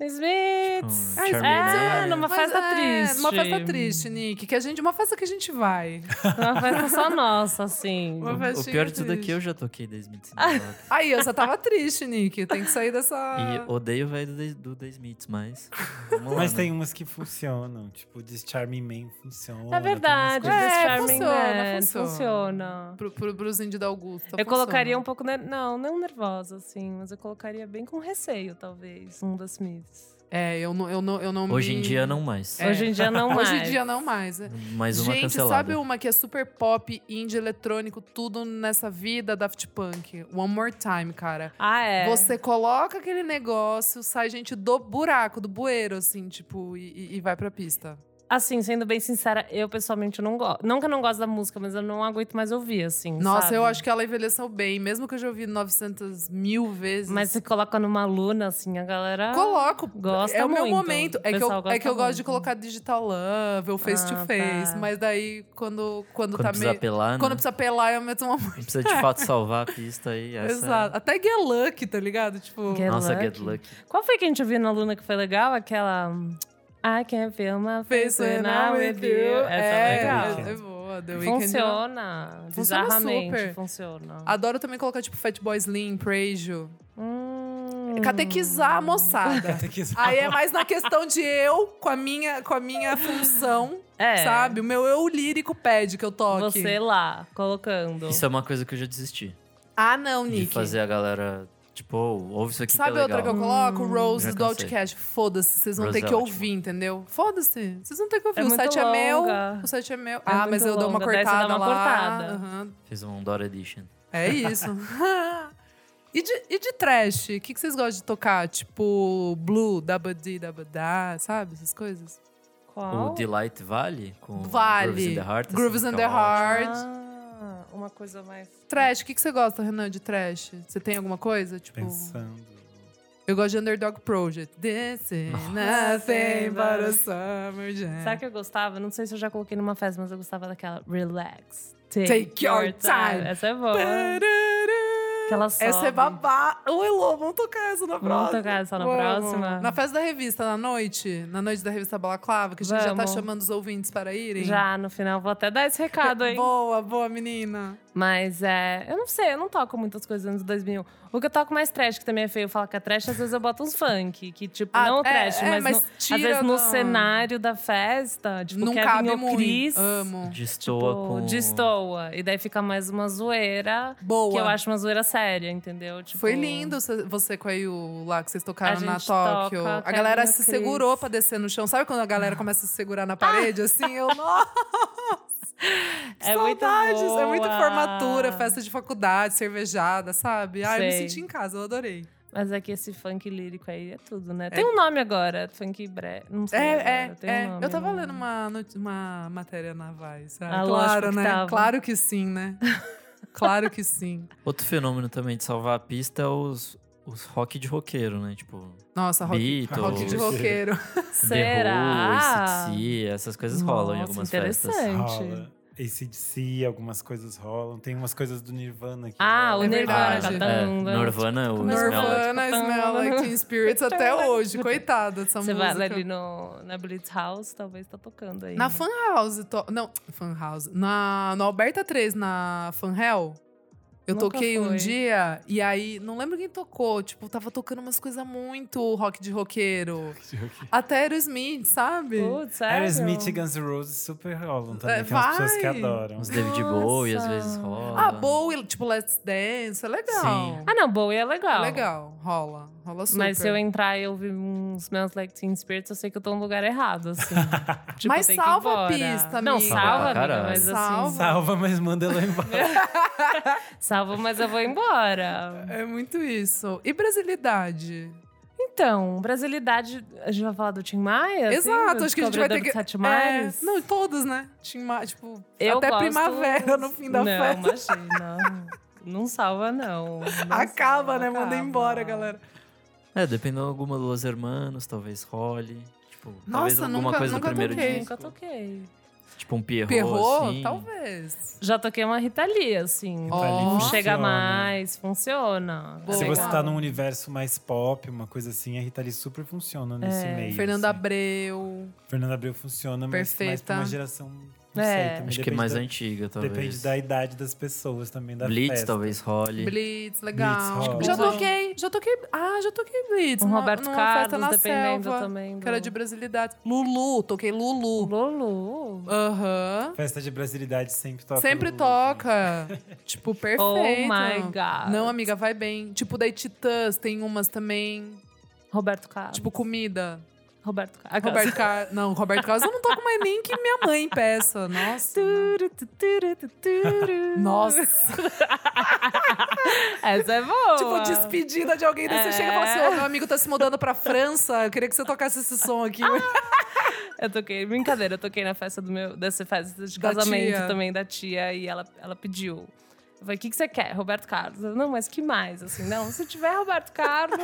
[SPEAKER 2] Smiths.
[SPEAKER 1] Tipo,
[SPEAKER 3] Ah,
[SPEAKER 1] Charmaine.
[SPEAKER 2] É, numa
[SPEAKER 3] Mas
[SPEAKER 2] festa
[SPEAKER 3] é,
[SPEAKER 2] triste.
[SPEAKER 3] Uma festa triste, Nick. Que a gente, uma festa que a gente vai.
[SPEAKER 2] Uma festa só nossa, assim.
[SPEAKER 3] Uma
[SPEAKER 1] O
[SPEAKER 3] festinha
[SPEAKER 1] pior de tudo é que
[SPEAKER 3] triste. Ah.
[SPEAKER 1] eu já toquei The Smiths. em balada.
[SPEAKER 3] Aí, eu só tava triste, Nick. Tem que sair dessa.
[SPEAKER 1] E odeio o velho do, do The Smiths, mas. vamos lá,
[SPEAKER 4] Mas
[SPEAKER 1] né?
[SPEAKER 4] tem umas que funcionam, tipo, This Charming Man funciona. tem
[SPEAKER 2] É
[SPEAKER 4] umas
[SPEAKER 2] verdade,
[SPEAKER 4] coisas-
[SPEAKER 3] É,
[SPEAKER 2] This Charming
[SPEAKER 3] funciona,
[SPEAKER 2] Man
[SPEAKER 3] funciona.
[SPEAKER 2] funciona.
[SPEAKER 3] Pro, pro, pros índios da Augusta. tá
[SPEAKER 2] Eu colocaria um pouco. ner- Não, não nervosa, assim, mas eu colocaria bem com receio, talvez, um dos Smiths.
[SPEAKER 3] É, eu não, eu não, eu
[SPEAKER 4] um
[SPEAKER 3] não
[SPEAKER 1] Hoje
[SPEAKER 3] me-
[SPEAKER 1] em dia não mais.
[SPEAKER 3] É.
[SPEAKER 2] Hoje em dia não mais.
[SPEAKER 3] Hoje em dia não mais. é.
[SPEAKER 1] Mais uma
[SPEAKER 3] Gente,
[SPEAKER 1] cancelada.
[SPEAKER 3] sabe uma que é super pop, indie, eletrônico, tudo nessa vida Daft Punk? One More Time, cara.
[SPEAKER 2] Ah, é.
[SPEAKER 3] Você coloca aquele negócio, sai gente do buraco, do bueiro, assim, tipo, e, e- e vai pra pista.
[SPEAKER 2] Assim, sendo bem sincera, eu pessoalmente não gosto. Não que eu não gosto da música, mas eu não aguento mais ouvir, assim.
[SPEAKER 3] Nossa,
[SPEAKER 2] sabe?
[SPEAKER 3] eu acho que ela envelheceu bem, mesmo que eu já ouvi 900 mil vezes.
[SPEAKER 2] Mas se coloca numa luna, assim, a galera.
[SPEAKER 3] Coloco.
[SPEAKER 2] Gosta
[SPEAKER 3] é o meu
[SPEAKER 2] muito.
[SPEAKER 3] momento.
[SPEAKER 2] O
[SPEAKER 3] É que, eu,
[SPEAKER 2] pessoal
[SPEAKER 3] é que eu
[SPEAKER 2] gosta
[SPEAKER 3] gosto de
[SPEAKER 2] muito.
[SPEAKER 3] colocar digital love ou face
[SPEAKER 2] Ah,
[SPEAKER 3] to face.
[SPEAKER 2] tá.
[SPEAKER 3] Mas daí, quando, quando,
[SPEAKER 1] Quando
[SPEAKER 3] tá
[SPEAKER 1] precisa
[SPEAKER 3] meio.
[SPEAKER 1] apelar,
[SPEAKER 3] Quando
[SPEAKER 1] né?
[SPEAKER 3] precisa pelar, eu meto uma
[SPEAKER 1] Não precisa de fato salvar a pista aí. Essa... é.
[SPEAKER 3] Exato. Até Get Lucky, tá ligado? Tipo.
[SPEAKER 2] Get
[SPEAKER 1] Nossa,
[SPEAKER 2] Lucky.
[SPEAKER 1] Get Lucky.
[SPEAKER 2] Qual foi que a gente ouviu na Luna que foi legal? Aquela. hum, I can feel my face when I'm with you. Essa é,
[SPEAKER 3] é,
[SPEAKER 2] legal.
[SPEAKER 3] é boa. Boa, The Weeknd.
[SPEAKER 2] Funciona.
[SPEAKER 3] Funciona
[SPEAKER 2] Bizarramente
[SPEAKER 3] super.
[SPEAKER 2] funciona.
[SPEAKER 3] Adoro também colocar, tipo, Fatboy Slim, Prejo.
[SPEAKER 2] Hum.
[SPEAKER 3] Catequizar a moçada.
[SPEAKER 4] Catequismo.
[SPEAKER 2] Tá
[SPEAKER 3] Aí é mais na questão de eu com a minha, com a minha função,
[SPEAKER 2] É.
[SPEAKER 3] sabe? O meu eu lírico pede que eu toque.
[SPEAKER 2] Você é lá, colocando.
[SPEAKER 1] Isso é uma coisa que eu já desisti.
[SPEAKER 3] Ah, não,
[SPEAKER 1] De
[SPEAKER 3] Nick.
[SPEAKER 1] fazer a galera, tipo, "Oh, ouve isso aqui
[SPEAKER 3] Sabe
[SPEAKER 1] que é
[SPEAKER 3] outra que eu
[SPEAKER 1] legal.
[SPEAKER 2] Hum,
[SPEAKER 3] coloco?
[SPEAKER 1] Já
[SPEAKER 3] Roses do
[SPEAKER 1] cansei.
[SPEAKER 3] Outcast. Foda-se, vocês vão
[SPEAKER 1] Rose
[SPEAKER 3] ter
[SPEAKER 1] é
[SPEAKER 3] que
[SPEAKER 1] ótima.
[SPEAKER 3] ouvir, entendeu? Foda-se. Vocês vão ter que ouvir.
[SPEAKER 2] É
[SPEAKER 3] o
[SPEAKER 2] muito
[SPEAKER 3] site é meu.
[SPEAKER 2] longa.
[SPEAKER 3] O site é meu. ah, mas
[SPEAKER 2] muito
[SPEAKER 3] eu dou uma
[SPEAKER 2] longa, daí você dá
[SPEAKER 3] cortada
[SPEAKER 2] uma
[SPEAKER 3] lá.
[SPEAKER 2] cortada.
[SPEAKER 3] Aham.
[SPEAKER 1] Fiz um Dora Edition.
[SPEAKER 3] É isso. e, de, e de trash? O que, que vocês gostam de tocar? Tipo, blue, dabadi, dabadá, sabe? Essas coisas.
[SPEAKER 1] O
[SPEAKER 2] Qual?
[SPEAKER 1] Delight Vale? Com
[SPEAKER 3] Oh. Vale.
[SPEAKER 1] Grooves in the Heart. essa
[SPEAKER 3] Grooves in
[SPEAKER 1] música
[SPEAKER 3] the
[SPEAKER 1] é ótima.
[SPEAKER 3] Heart.
[SPEAKER 2] Ah, uma coisa mais.
[SPEAKER 3] Trash, o que, que você gosta, Renan, de trash? Você tem alguma coisa? Tipo,
[SPEAKER 4] Pensando.
[SPEAKER 3] eu gosto de Underdog Project. This is nothing but a summer jam.
[SPEAKER 2] Sabe que eu gostava? Não sei se eu já coloquei numa festa, mas eu gostava daquela Relax.
[SPEAKER 3] Take your time.
[SPEAKER 2] Essa é boa.
[SPEAKER 3] Tarará.
[SPEAKER 2] Que ela
[SPEAKER 3] Essa
[SPEAKER 2] sobe.
[SPEAKER 3] é babá. Ô, Elô, vamos tocar essa na
[SPEAKER 2] Vamos
[SPEAKER 3] próxima.
[SPEAKER 2] tocar essa na
[SPEAKER 3] Vamos.
[SPEAKER 2] próxima?
[SPEAKER 3] Na festa da revista, na noite. Na noite da revista Balaclava, que a gente já tá
[SPEAKER 2] Vamos.
[SPEAKER 3] chamando os ouvintes para irem.
[SPEAKER 2] Já no final, vou até dar esse recado, hein?
[SPEAKER 3] Boa, boa, menina.
[SPEAKER 2] Mas é. Eu não sei, eu não toco muitas coisas nos 2000. O que eu toco mais trash, que também é feio falar que é trash, às vezes eu boto uns funk, que tipo,
[SPEAKER 3] Ah,
[SPEAKER 2] não
[SPEAKER 3] é,
[SPEAKER 2] o trash,
[SPEAKER 3] é,
[SPEAKER 2] mas,
[SPEAKER 3] mas
[SPEAKER 2] no-
[SPEAKER 3] tira
[SPEAKER 2] às vezes
[SPEAKER 3] da-
[SPEAKER 2] no cenário da festa, tipo,
[SPEAKER 3] Não
[SPEAKER 2] Kevin
[SPEAKER 3] cabe
[SPEAKER 2] ou
[SPEAKER 3] muito.
[SPEAKER 2] Chris,
[SPEAKER 3] Amo.
[SPEAKER 1] Destoa
[SPEAKER 2] tipo,
[SPEAKER 1] com...
[SPEAKER 2] destoa. E daí fica mais uma zoeira,
[SPEAKER 3] Boa.
[SPEAKER 2] que eu acho uma zoeira séria, entendeu? Tipo,
[SPEAKER 3] Foi lindo você- você com a Yu lá, que vocês tocaram
[SPEAKER 2] A
[SPEAKER 3] na
[SPEAKER 2] gente
[SPEAKER 3] Tóquio.
[SPEAKER 2] toca,
[SPEAKER 3] a galera
[SPEAKER 2] Karina
[SPEAKER 3] se
[SPEAKER 2] Cris.
[SPEAKER 3] segurou pra descer no chão. Sabe quando a galera começa a se segurar na parede, assim? Eu, nossa, que
[SPEAKER 2] É muito
[SPEAKER 3] saudades. É muito
[SPEAKER 2] boa.
[SPEAKER 3] formatura, festa de faculdade, cervejada, sabe? Ah, eu me
[SPEAKER 2] Sei.
[SPEAKER 3] senti em casa, eu adorei.
[SPEAKER 2] Mas é que esse funk lírico aí é tudo, né? Tem um nome agora, funk bre... Não sei. agora,
[SPEAKER 3] É, é,
[SPEAKER 2] tem um
[SPEAKER 3] é.
[SPEAKER 2] nome,
[SPEAKER 3] Eu tava
[SPEAKER 2] não-
[SPEAKER 3] lendo uma, not- uma matéria na Vai, sabe?
[SPEAKER 2] Ah,
[SPEAKER 3] claro,
[SPEAKER 2] lógico que
[SPEAKER 3] né?
[SPEAKER 2] tava.
[SPEAKER 3] Claro que sim, né? claro que sim.
[SPEAKER 1] Outro fenômeno também de salvar a pista é os, os rock de roqueiro, né? Tipo,
[SPEAKER 3] Nossa, rock,
[SPEAKER 1] Beatles,
[SPEAKER 3] rock de roqueiro.
[SPEAKER 2] Será?
[SPEAKER 1] The Who, AC/DC, essas coisas rolam em
[SPEAKER 2] Nossa,
[SPEAKER 1] algumas festas.
[SPEAKER 2] interessante.
[SPEAKER 4] Rola. ACDC, algumas coisas rolam. Tem umas coisas do Nirvana aqui.
[SPEAKER 2] Ah, o
[SPEAKER 3] É
[SPEAKER 2] Nirvana.
[SPEAKER 3] verdade. né?
[SPEAKER 2] tá
[SPEAKER 1] É,
[SPEAKER 2] dando-
[SPEAKER 1] Nirvana, o
[SPEAKER 2] Mas
[SPEAKER 1] Smell
[SPEAKER 3] Nirvana, Smell Like Teen Spirits até hoje. Coitada dessa
[SPEAKER 2] Você vai
[SPEAKER 3] música.
[SPEAKER 2] ali no, na Blitz House, talvez tá tocando aí.
[SPEAKER 3] Na
[SPEAKER 2] né?
[SPEAKER 3] Fan House, to- não, Fan House, na, no Alberta 3, na Fan Hell, eu
[SPEAKER 2] Nunca
[SPEAKER 3] toquei um
[SPEAKER 2] fui.
[SPEAKER 3] dia e aí, não lembro quem tocou, tipo, tava tocando umas coisas muito rock de roqueiro. Até Aerosmith, sabe?
[SPEAKER 2] Putz, sério?
[SPEAKER 4] Aerosmith e Guns N' Roses super rolam também.
[SPEAKER 3] É,
[SPEAKER 4] tem umas pessoas que
[SPEAKER 3] vai.
[SPEAKER 4] adoram.
[SPEAKER 1] Uns David Bowie, às
[SPEAKER 2] Nossa.
[SPEAKER 1] vezes rola.
[SPEAKER 3] Ah, Bowie, tipo Let's Dance, é legal.
[SPEAKER 1] Sim.
[SPEAKER 2] Ah, não, Bowie é legal.
[SPEAKER 3] Legal, rola, rola super.
[SPEAKER 2] Mas se eu entrar e ouvir um Smells Like Teen Spirits, eu sei que eu tô no lugar errado, assim. Tipo,
[SPEAKER 3] Mas
[SPEAKER 2] tem que ir
[SPEAKER 3] salva a
[SPEAKER 2] embora.
[SPEAKER 3] pista,
[SPEAKER 2] Não,
[SPEAKER 3] amiga.
[SPEAKER 2] salva,
[SPEAKER 1] Salva pra
[SPEAKER 2] amiga,
[SPEAKER 1] caralho.
[SPEAKER 2] mas assim...
[SPEAKER 3] Salva.
[SPEAKER 4] Salva, mas manda ela embora.
[SPEAKER 2] Salva, mas eu vou embora.
[SPEAKER 3] É muito isso. E brasilidade?
[SPEAKER 2] Então, brasilidade... A gente vai falar do Tim Maia? assim,
[SPEAKER 3] Exato,
[SPEAKER 2] do
[SPEAKER 3] acho que a gente vai
[SPEAKER 2] Descobridor
[SPEAKER 3] ter que.
[SPEAKER 2] dos Sete
[SPEAKER 3] É,
[SPEAKER 2] Maias?
[SPEAKER 3] não, todas, né? Tim Ma- tipo,
[SPEAKER 2] Eu
[SPEAKER 3] até
[SPEAKER 2] gosto-
[SPEAKER 3] primavera no fim da festa.
[SPEAKER 2] Não, imagina. Não salva, não. Não
[SPEAKER 3] Acaba,
[SPEAKER 2] salva,
[SPEAKER 3] né? Manda
[SPEAKER 2] acaba.
[SPEAKER 3] embora, galera.
[SPEAKER 1] É, dependendo de alguma Los Hermanos, talvez role. Tipo, talvez
[SPEAKER 3] Nossa,
[SPEAKER 1] alguma
[SPEAKER 3] nunca-
[SPEAKER 1] coisa
[SPEAKER 3] nunca
[SPEAKER 1] do primeiro
[SPEAKER 3] toquei.
[SPEAKER 1] disco.
[SPEAKER 2] Nunca toquei.
[SPEAKER 1] Tipo um Pierrot,
[SPEAKER 3] Perrou?
[SPEAKER 1] assim.
[SPEAKER 3] Talvez.
[SPEAKER 2] Já toquei uma Rita Lee, assim.
[SPEAKER 3] Ó.
[SPEAKER 4] Então, ali
[SPEAKER 2] Não
[SPEAKER 3] Funciona.
[SPEAKER 2] chega mais, funciona.
[SPEAKER 3] Boa.
[SPEAKER 4] Se você
[SPEAKER 3] Legal.
[SPEAKER 4] tá num universo mais pop, uma coisa assim, a Rita Lee super funciona nesse
[SPEAKER 2] É.
[SPEAKER 4] meio.
[SPEAKER 3] Fernanda
[SPEAKER 4] assim.
[SPEAKER 3] Abreu.
[SPEAKER 4] Fernanda Abreu funciona, mas mais pra
[SPEAKER 3] Perfeita.
[SPEAKER 4] uma geração, não
[SPEAKER 2] É.
[SPEAKER 4] sei, também
[SPEAKER 1] Acho que é
[SPEAKER 4] depende
[SPEAKER 1] mais
[SPEAKER 4] da-
[SPEAKER 1] antiga, talvez.
[SPEAKER 4] Depende da idade das pessoas também, da
[SPEAKER 1] Blitz,
[SPEAKER 4] festa.
[SPEAKER 1] talvez role.
[SPEAKER 3] Blitz, legal.
[SPEAKER 4] Blitz, rola.
[SPEAKER 3] já
[SPEAKER 2] Blitz,
[SPEAKER 3] toquei, já toquei. Ah, já toquei Blitz.
[SPEAKER 2] Um
[SPEAKER 3] numa-
[SPEAKER 2] Roberto
[SPEAKER 3] numa festa
[SPEAKER 2] Carlos,
[SPEAKER 3] na
[SPEAKER 2] dependendo
[SPEAKER 3] selva,
[SPEAKER 2] também. Do...
[SPEAKER 3] Que era de brasilidade. Lulu, toquei Lulu.
[SPEAKER 2] Lulu.
[SPEAKER 3] Aham.
[SPEAKER 4] Festa de brasilidade sempre toca.
[SPEAKER 3] Sempre
[SPEAKER 4] Lulu,
[SPEAKER 3] toca. tipo, perfeito.
[SPEAKER 2] Oh my God.
[SPEAKER 3] Não, amiga, vai bem. Tipo, daí Titãs tem umas também.
[SPEAKER 2] Roberto Carlos.
[SPEAKER 3] Tipo, comida.
[SPEAKER 2] Roberto Carlos.
[SPEAKER 3] Roberto Carlos. Não, Roberto Carlos eu não toco mais nem que minha mãe peça. Nossa.
[SPEAKER 2] Turu, tu, turu, tu, turu.
[SPEAKER 3] Nossa.
[SPEAKER 2] Essa é boa.
[SPEAKER 3] Tipo, despedida de alguém. Daí você
[SPEAKER 2] É.
[SPEAKER 3] chega e fala assim: Ô, meu amigo tá se mudando pra França. Eu queria que você tocasse esse som aqui.
[SPEAKER 2] Ah. Eu toquei, brincadeira, eu toquei na festa do meu, dessa festa de
[SPEAKER 3] Da
[SPEAKER 2] casamento
[SPEAKER 3] tia.
[SPEAKER 2] também da tia e ela, ela pediu. Eu falei, o que, que você quer? Roberto Carlos. Eu, não, mas que mais? Assim, não, se tiver Roberto Carlos.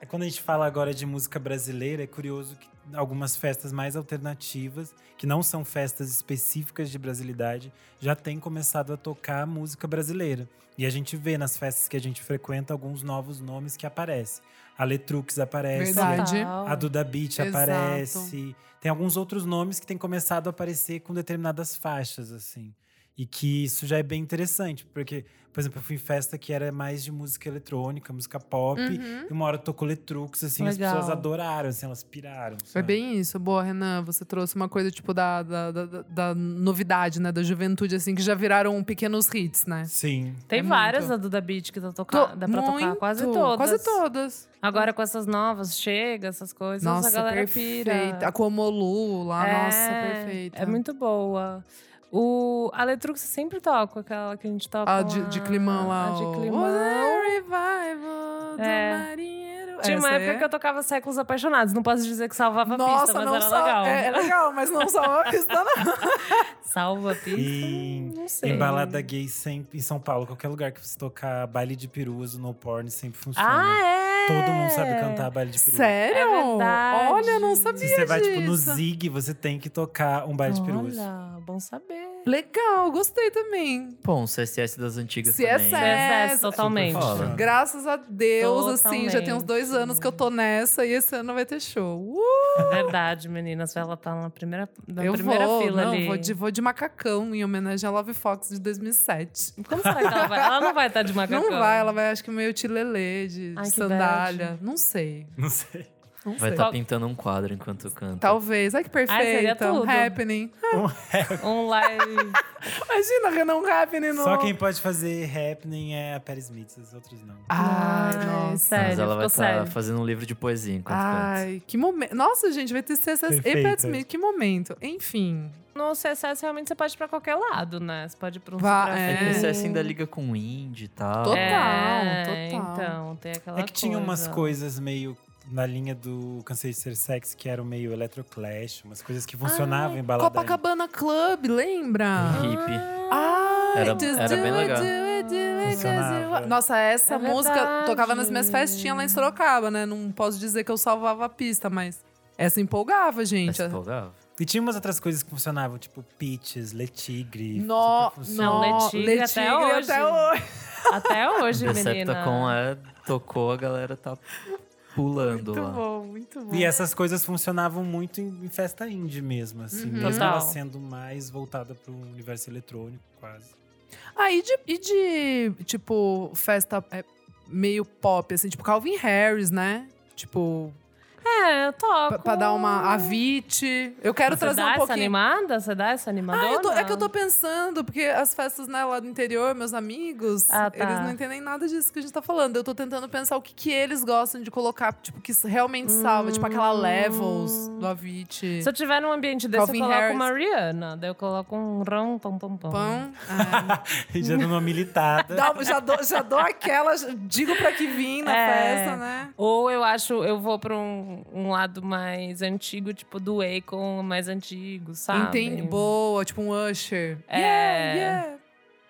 [SPEAKER 4] É quando a gente fala agora de música brasileira, é curioso que algumas festas mais alternativas, que não são festas específicas de brasilidade, já têm começado a tocar música brasileira. E a gente vê nas festas que a gente frequenta alguns novos nomes que aparecem. A Letrux aparece,
[SPEAKER 3] Verdade.
[SPEAKER 2] Total.
[SPEAKER 4] a Duda Beat
[SPEAKER 3] Exato.
[SPEAKER 4] aparece. Tem alguns outros nomes que têm começado a aparecer com determinadas faixas, assim. E que isso já é bem interessante, porque, por exemplo, eu fui em festa que era mais de música eletrônica, música pop.
[SPEAKER 3] Uhum.
[SPEAKER 4] E uma hora tocou Letrux, assim, as
[SPEAKER 2] Legal.
[SPEAKER 4] pessoas adoraram, assim, elas piraram.
[SPEAKER 3] Foi
[SPEAKER 4] sabe?
[SPEAKER 3] bem isso. Boa, Renan. Você trouxe uma coisa, tipo, da, da, da, da novidade, né? Da juventude, assim, que já viraram pequenos hits, né?
[SPEAKER 4] Sim.
[SPEAKER 2] Tem
[SPEAKER 3] É
[SPEAKER 2] várias
[SPEAKER 3] muito.
[SPEAKER 2] da Duda Beat que dá, tocar, Tá, dá pra tocar
[SPEAKER 3] Muito.
[SPEAKER 2] quase todas.
[SPEAKER 3] Quase todas.
[SPEAKER 2] Agora com essas novas, chega, essas coisas,
[SPEAKER 3] Nossa,
[SPEAKER 2] a galera
[SPEAKER 3] perfeita.
[SPEAKER 2] pira.
[SPEAKER 3] A Comolu lá, nossa, perfeita.
[SPEAKER 2] É muito boa. O, a Letrux eu sempre toco, aquela que a gente toca
[SPEAKER 3] A Ah, de,
[SPEAKER 2] lá.
[SPEAKER 3] de climão lá.
[SPEAKER 2] A de
[SPEAKER 3] o-
[SPEAKER 2] climão.
[SPEAKER 3] O revival do
[SPEAKER 2] É.
[SPEAKER 3] marinheiro.
[SPEAKER 2] Tinha uma
[SPEAKER 3] Essa
[SPEAKER 2] época
[SPEAKER 3] é?
[SPEAKER 2] que eu tocava Séculos Apaixonados. Não posso dizer que salvava a
[SPEAKER 3] Nossa,
[SPEAKER 2] pista, mas
[SPEAKER 3] não
[SPEAKER 2] era
[SPEAKER 3] só-
[SPEAKER 2] legal.
[SPEAKER 3] É, é legal, mas não só a pista, não.
[SPEAKER 2] Salva a pista?
[SPEAKER 4] Em-
[SPEAKER 2] não sei.
[SPEAKER 4] Em balada gay sempre, em São Paulo, qualquer lugar que você tocar baile de peruas, no porn sempre
[SPEAKER 2] Ah,
[SPEAKER 4] funciona.
[SPEAKER 2] é!
[SPEAKER 4] né? Todo mundo sabe cantar baile de peruas.
[SPEAKER 3] Sério?
[SPEAKER 2] É verdade.
[SPEAKER 3] Olha, eu não sabia
[SPEAKER 4] Se você vai, tipo, no
[SPEAKER 3] disso.
[SPEAKER 4] Zig, você tem que tocar um baile de peruas.
[SPEAKER 2] Olha, bom saber.
[SPEAKER 3] Legal, gostei também.
[SPEAKER 1] Bom, um CSS das antigas
[SPEAKER 3] CSS.
[SPEAKER 1] também. né?
[SPEAKER 3] É,
[SPEAKER 2] CSS, totalmente.
[SPEAKER 1] Fala.
[SPEAKER 3] Graças a Deus, assim, já tem uns
[SPEAKER 2] Totalmente.
[SPEAKER 3] dois anos que eu tô nessa e esse ano vai ter show. Uh,
[SPEAKER 2] É Verdade, meninas. Ela tá na primeira, na
[SPEAKER 3] eu
[SPEAKER 2] primeira
[SPEAKER 3] vou,
[SPEAKER 2] fila
[SPEAKER 3] não,
[SPEAKER 2] ali.
[SPEAKER 3] Vou, de, vou de macacão em homenagem a Love Fox de 2007.
[SPEAKER 2] Como será que ela vai? Ela não vai estar de macacão.
[SPEAKER 3] Não vai, ela vai, acho que meio tilelê, de, de
[SPEAKER 2] Ai, que
[SPEAKER 3] sandália. Não sei.
[SPEAKER 4] Não sei.
[SPEAKER 3] Não
[SPEAKER 1] Vai
[SPEAKER 3] sei.
[SPEAKER 1] estar pintando um quadro enquanto canta.
[SPEAKER 3] Talvez. Ai, que
[SPEAKER 2] seria
[SPEAKER 3] perfeita. um
[SPEAKER 2] tudo.
[SPEAKER 3] happening.
[SPEAKER 2] Um live.
[SPEAKER 3] Imagina, Renan, um happening no...
[SPEAKER 4] Só quem pode fazer happening é a Patti Smith, os outros não.
[SPEAKER 3] Ai, nossa.
[SPEAKER 2] Sério,
[SPEAKER 1] Mas ela vai
[SPEAKER 2] ficou
[SPEAKER 1] estar
[SPEAKER 4] tá
[SPEAKER 2] sério.
[SPEAKER 1] fazendo um livro de poesia enquanto canta.
[SPEAKER 3] Ai, que momento. Nossa, gente, vai ter CSS e
[SPEAKER 4] Perfeita.
[SPEAKER 3] Pat Smith. Que momento. Enfim.
[SPEAKER 2] No CSS, realmente, você pode ir pra qualquer lado, né? Você pode ir pra um
[SPEAKER 3] Vá,
[SPEAKER 2] pra-
[SPEAKER 1] É
[SPEAKER 3] é.
[SPEAKER 1] que você assim ainda liga com o indie e tal.
[SPEAKER 3] Total,
[SPEAKER 2] É,
[SPEAKER 3] total.
[SPEAKER 2] Então, tem aquela
[SPEAKER 4] É que tinha umas
[SPEAKER 2] coisa.
[SPEAKER 4] coisas meio na linha do Cansei de Ser Sexy, que eram meio electroclash, umas coisas que funcionavam em balada.
[SPEAKER 3] Copacabana Club, lembra?
[SPEAKER 1] Hippie.
[SPEAKER 3] Ai,
[SPEAKER 1] Uhum. Era-
[SPEAKER 3] just
[SPEAKER 1] era
[SPEAKER 3] do
[SPEAKER 1] bem
[SPEAKER 3] it,
[SPEAKER 1] legal.
[SPEAKER 3] do it, do it, 'cause you
[SPEAKER 4] Funcionava.
[SPEAKER 3] are- Nossa, essa
[SPEAKER 2] É
[SPEAKER 3] música
[SPEAKER 2] verdade.
[SPEAKER 3] tocava nas minhas festinhas lá em Sorocaba, né? Não posso dizer que eu salvava a pista, mas essa empolgava, gente.
[SPEAKER 1] Mas empolgava.
[SPEAKER 4] E tinha umas outras coisas que funcionavam, tipo Peaches, Letigre.
[SPEAKER 3] No,
[SPEAKER 4] super
[SPEAKER 3] no,
[SPEAKER 4] funcionava.
[SPEAKER 2] Não, Letigre até
[SPEAKER 3] Letigre
[SPEAKER 2] hoje.
[SPEAKER 3] até hoje.
[SPEAKER 2] Até hoje, menina.
[SPEAKER 1] Decepticon é, tocou, a galera tá pulando
[SPEAKER 3] Muito
[SPEAKER 1] lá.
[SPEAKER 3] bom, muito bom.
[SPEAKER 2] Uhum.
[SPEAKER 4] E é- essas coisas funcionavam muito em em festa indie mesmo, assim. Mesmo
[SPEAKER 2] Uhum, Total.
[SPEAKER 4] ela sendo mais voltada para o universo eletrônico, quase.
[SPEAKER 3] Ah, e de, e de, tipo, festa é, meio pop, assim, tipo Calvin Harris, né? Tipo,
[SPEAKER 2] É, eu toco.
[SPEAKER 3] pra, pra dar uma avite. Eu quero
[SPEAKER 2] Você
[SPEAKER 3] trazer
[SPEAKER 2] dá
[SPEAKER 3] um
[SPEAKER 2] essa
[SPEAKER 3] pouquinho.
[SPEAKER 2] animada? Você dá essa animada?
[SPEAKER 3] Ah, eu tô- é que eu tô pensando, porque as festas né, lá do interior, meus amigos,
[SPEAKER 2] Ah, tá.
[SPEAKER 3] eles não entendem nada disso que a gente tá falando. Eu tô tentando pensar o que, que eles gostam de colocar, tipo, que realmente salva. Tipo, aquela
[SPEAKER 2] Hum.
[SPEAKER 3] Levels do Avicii.
[SPEAKER 2] Se eu tiver num ambiente desse,
[SPEAKER 3] Calvin
[SPEAKER 2] eu coloco
[SPEAKER 3] Harris.
[SPEAKER 2] uma Rihanna. Daí eu coloco um rom, pom, pom, pom.
[SPEAKER 3] Pão. Ah,
[SPEAKER 4] E já dando uma militada.
[SPEAKER 3] dá- já, dou, já dou aquela, digo pra que vim na
[SPEAKER 2] É.
[SPEAKER 3] festa, né?
[SPEAKER 2] Ou eu acho, eu vou pra um, um lado mais antigo, tipo do Akon mais antigo, sabe?
[SPEAKER 3] Entende? Boa, tipo um Usher.
[SPEAKER 2] Tá, É.
[SPEAKER 3] Yeah, yeah.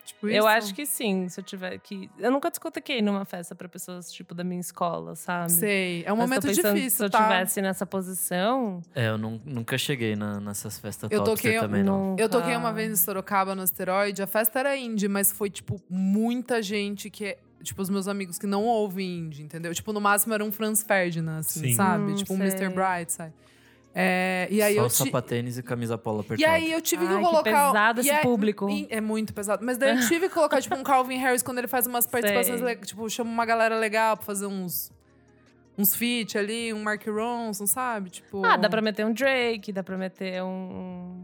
[SPEAKER 3] Tipo isso.
[SPEAKER 2] Eu acho que sim, se eu tiver que. Eu nunca discotequei numa festa pra pessoas, tipo, da minha escola, sabe?
[SPEAKER 3] Sei, é um
[SPEAKER 2] Mas tô
[SPEAKER 3] momento
[SPEAKER 2] pensando,
[SPEAKER 3] difícil,
[SPEAKER 2] Se eu
[SPEAKER 3] tá?
[SPEAKER 2] tivesse nessa posição.
[SPEAKER 1] É, eu nun- nunca cheguei na- nessas festas
[SPEAKER 3] Eu
[SPEAKER 1] top
[SPEAKER 3] toquei
[SPEAKER 1] você também, não.
[SPEAKER 2] nunca-
[SPEAKER 3] Eu toquei uma vez em Sorocaba no asteroide, a festa era indie, mas foi, tipo, muita gente que é. Tipo, os meus amigos que não ouvem indie, entendeu? Tipo, no máximo era um Franz Ferdinand, assim,
[SPEAKER 4] Sim.
[SPEAKER 3] sabe?
[SPEAKER 2] Hum,
[SPEAKER 3] tipo, um
[SPEAKER 2] sei.
[SPEAKER 3] Mr. Bright, sabe? É, e aí
[SPEAKER 1] Só
[SPEAKER 3] eu ti-
[SPEAKER 1] sapatênis e camisa polo
[SPEAKER 3] E
[SPEAKER 1] apertada.
[SPEAKER 3] aí eu tive
[SPEAKER 2] Ai,
[SPEAKER 3] que
[SPEAKER 2] que
[SPEAKER 3] colocar.
[SPEAKER 2] pesado
[SPEAKER 3] e
[SPEAKER 2] esse
[SPEAKER 3] é-
[SPEAKER 2] público.
[SPEAKER 3] e- É muito pesado. Mas daí eu tive que colocar, tipo, um Calvin Harris quando ele faz umas participações.
[SPEAKER 2] Sei.
[SPEAKER 3] le- Tipo, chama uma galera legal pra fazer uns. Uns feat ali, um Mark Ronson, sabe? Tipo.
[SPEAKER 2] Ah, dá pra meter um Drake, dá pra meter um.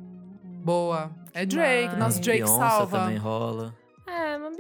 [SPEAKER 3] Boa. É Drake.
[SPEAKER 2] Ai.
[SPEAKER 3] Nossa, Drake
[SPEAKER 1] Uhum. Beyoncé
[SPEAKER 3] salva.
[SPEAKER 1] também rola.
[SPEAKER 2] É, uma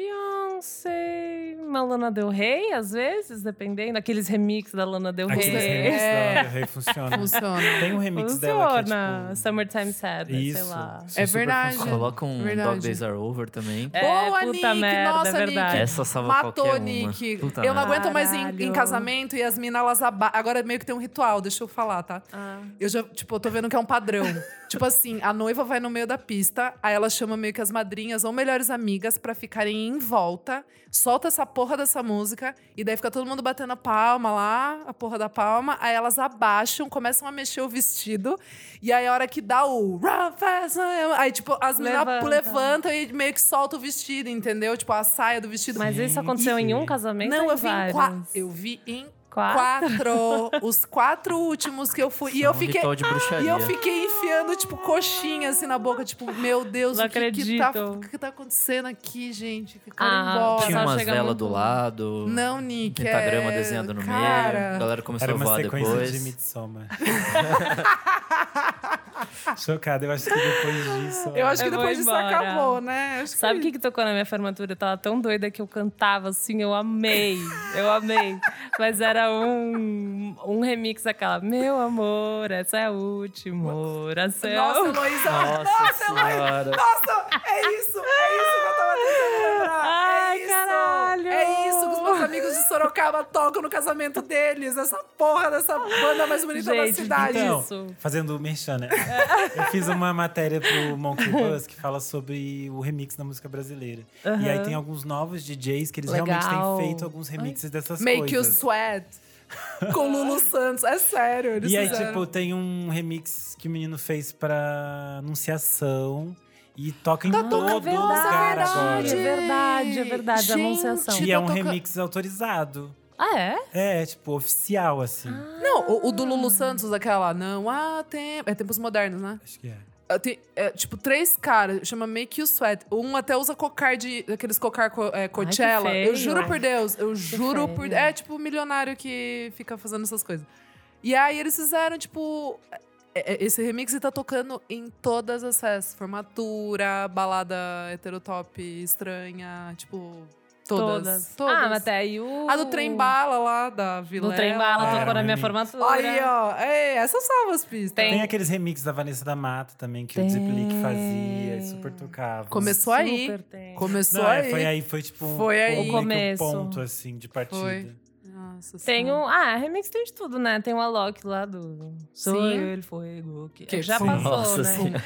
[SPEAKER 2] Beyoncé, uma Lana Del Rey, às vezes, dependendo. Aqueles remix da Lana Del
[SPEAKER 4] Aqueles
[SPEAKER 2] Rey.
[SPEAKER 4] remixes
[SPEAKER 3] É.
[SPEAKER 4] da Lana Del Rey funciona.
[SPEAKER 3] Funciona.
[SPEAKER 4] Tem um remix dela que é,
[SPEAKER 2] Funciona.
[SPEAKER 4] tipo...
[SPEAKER 2] Summertime Sadness, Né, sei
[SPEAKER 4] Isso.
[SPEAKER 2] lá.
[SPEAKER 4] São
[SPEAKER 3] É
[SPEAKER 4] super
[SPEAKER 3] verdade.
[SPEAKER 4] funcionais.
[SPEAKER 1] Coloca um
[SPEAKER 3] Verdade.
[SPEAKER 1] Dog Days Are Over também. Tá
[SPEAKER 2] É,
[SPEAKER 3] Boa,
[SPEAKER 2] puta
[SPEAKER 3] Nick.
[SPEAKER 2] merda,
[SPEAKER 3] Nossa,
[SPEAKER 2] é verdade.
[SPEAKER 3] Nick.
[SPEAKER 1] Essa salva
[SPEAKER 3] Matou,
[SPEAKER 1] qualquer
[SPEAKER 3] Nick.
[SPEAKER 1] uma. Puta
[SPEAKER 3] eu não
[SPEAKER 1] merda.
[SPEAKER 3] aguento mais em- em,
[SPEAKER 2] Caralho.
[SPEAKER 3] casamento e as minas, elas aba... Agora meio que tem um ritual, deixa eu falar, tá?
[SPEAKER 2] Ah.
[SPEAKER 3] Eu já, tipo, eu tô vendo que é um padrão. tipo assim, a noiva vai no meio da pista, aí ela chama meio que as madrinhas ou melhores amigas pra ficarem em volta, solta essa porra dessa música, e daí fica todo mundo batendo a palma lá, a porra da palma, aí elas abaixam, começam a mexer o vestido, e aí a hora que dá o run fast, run", aí tipo, as meninas
[SPEAKER 2] Levanta.
[SPEAKER 3] levantam e meio que soltam o vestido, entendeu? Tipo, a saia do vestido.
[SPEAKER 2] Mas isso
[SPEAKER 4] Gente.
[SPEAKER 2] aconteceu em um casamento?
[SPEAKER 3] não,
[SPEAKER 2] ou em
[SPEAKER 3] eu vi em
[SPEAKER 2] vários?
[SPEAKER 3] quatro. Eu vi em
[SPEAKER 2] Quatro?
[SPEAKER 3] quatro. os quatro últimos que eu fui. E eu
[SPEAKER 1] um
[SPEAKER 3] fiquei. Ah,
[SPEAKER 1] ritual de bruxaria.
[SPEAKER 3] E eu fiquei enfiando, tipo, coxinha assim na boca, tipo, meu Deus,
[SPEAKER 2] Não
[SPEAKER 3] o que que, tá,
[SPEAKER 2] acredito.
[SPEAKER 3] o que que tá acontecendo aqui, gente? Que
[SPEAKER 2] Ah,
[SPEAKER 3] cara
[SPEAKER 2] o
[SPEAKER 1] Tinha
[SPEAKER 2] pessoal
[SPEAKER 3] embora.
[SPEAKER 1] umas
[SPEAKER 2] chega
[SPEAKER 1] velas
[SPEAKER 2] muito-
[SPEAKER 1] do lado,
[SPEAKER 3] Não, Nick.
[SPEAKER 1] pentagrama
[SPEAKER 3] é...
[SPEAKER 1] desenhado no meio, a
[SPEAKER 3] cara,
[SPEAKER 1] galera começou
[SPEAKER 4] Era
[SPEAKER 1] a
[SPEAKER 4] uma
[SPEAKER 1] voar
[SPEAKER 4] sequência
[SPEAKER 1] depois.
[SPEAKER 4] de Midsommar. Chocada, eu acho que depois disso.
[SPEAKER 3] Eu acho que
[SPEAKER 2] Eu vou
[SPEAKER 3] depois disso
[SPEAKER 2] embora.
[SPEAKER 3] acabou, né? Acho
[SPEAKER 2] Sabe o que, que tocou na minha formatura? Eu tava tão doida que eu cantava assim, eu amei. Eu amei. Mas era um, um remix daquela. Meu amor, essa é a última é oração.
[SPEAKER 3] Nossa, Heloísa.
[SPEAKER 1] Nossa senhora.
[SPEAKER 3] Nossa, é isso! É isso que eu tava tentando lembrar!
[SPEAKER 2] Ai,
[SPEAKER 3] é isso!
[SPEAKER 2] caralho!
[SPEAKER 3] É isso que os meus amigos de Sorocaba tocam no casamento deles! Essa porra dessa banda mais bonita da
[SPEAKER 2] Gente,
[SPEAKER 3] cidade!
[SPEAKER 4] Então,
[SPEAKER 2] Isso.
[SPEAKER 4] fazendo o merchan, né? Eu fiz uma matéria pro Monkey Buzz que fala sobre o remix da música brasileira. E aí tem alguns novos DJs que eles
[SPEAKER 2] Legal.
[SPEAKER 4] realmente têm feito alguns remixes dessas
[SPEAKER 3] Make you
[SPEAKER 4] coisas.
[SPEAKER 3] sweat! Com Lulu Santos, é sério, eles
[SPEAKER 4] E aí,
[SPEAKER 3] fizeram.
[SPEAKER 4] tipo, tem um remix que o menino fez pra Anunciação. E toca em
[SPEAKER 3] Tá
[SPEAKER 4] todo
[SPEAKER 3] tocando, nossa,
[SPEAKER 4] lugar
[SPEAKER 3] verdade.
[SPEAKER 2] É
[SPEAKER 4] agora.
[SPEAKER 2] verdade, é verdade.
[SPEAKER 3] Gente.
[SPEAKER 2] Anunciação.
[SPEAKER 4] E é um
[SPEAKER 3] Tá toca-
[SPEAKER 4] remix autorizado.
[SPEAKER 2] Ah, é?
[SPEAKER 4] É, tipo, oficial, assim.
[SPEAKER 3] Não, o, o do Lulu Santos, aquela. Não há tempo. É tempos modernos, né?
[SPEAKER 4] Acho que é.
[SPEAKER 3] Ah, tem, é, tipo, três caras, chama Make You Sweat. Um até usa cocar de. Aqueles cocar co, é, Coachella.
[SPEAKER 2] feio.
[SPEAKER 3] eu juro por Deus, eu juro por.
[SPEAKER 2] feio.
[SPEAKER 3] É tipo milionário que fica fazendo essas coisas. E aí eles fizeram, tipo. é, é, Esse remix tá tocando em todas as festas. Formatura, balada heterotop estranha, tipo. Todas.
[SPEAKER 2] Todas. Ah, mas até aí o.
[SPEAKER 3] A do Trem Bala lá, da Vila.
[SPEAKER 2] Do trem bala
[SPEAKER 4] Era
[SPEAKER 2] tocou na
[SPEAKER 4] um
[SPEAKER 2] minha
[SPEAKER 4] remix.
[SPEAKER 2] formatura.
[SPEAKER 3] Olha, ó. É, essas são as pistas.
[SPEAKER 2] Tem.
[SPEAKER 4] Tem aqueles remixes da Vanessa da Mata também, que o Ziplick fazia e super tocava.
[SPEAKER 3] Começou aí.
[SPEAKER 2] Super tem.
[SPEAKER 3] Começou
[SPEAKER 4] Não, é,
[SPEAKER 3] aí.
[SPEAKER 4] foi aí, foi tipo um-
[SPEAKER 3] Foi
[SPEAKER 4] um,
[SPEAKER 3] aí.
[SPEAKER 4] meio que
[SPEAKER 2] O começo.
[SPEAKER 4] um ponto, assim, de partida.
[SPEAKER 3] Foi. Nossa
[SPEAKER 2] Tem
[SPEAKER 3] Senhora.
[SPEAKER 2] um. Ah, remix tem de tudo, né? Tem o Alok lá do. Sou
[SPEAKER 3] Sim.
[SPEAKER 2] eu, ele fogo. Que,
[SPEAKER 3] Que
[SPEAKER 2] já
[SPEAKER 3] sim.
[SPEAKER 2] passou,
[SPEAKER 1] Nossa
[SPEAKER 2] né?
[SPEAKER 1] senhora.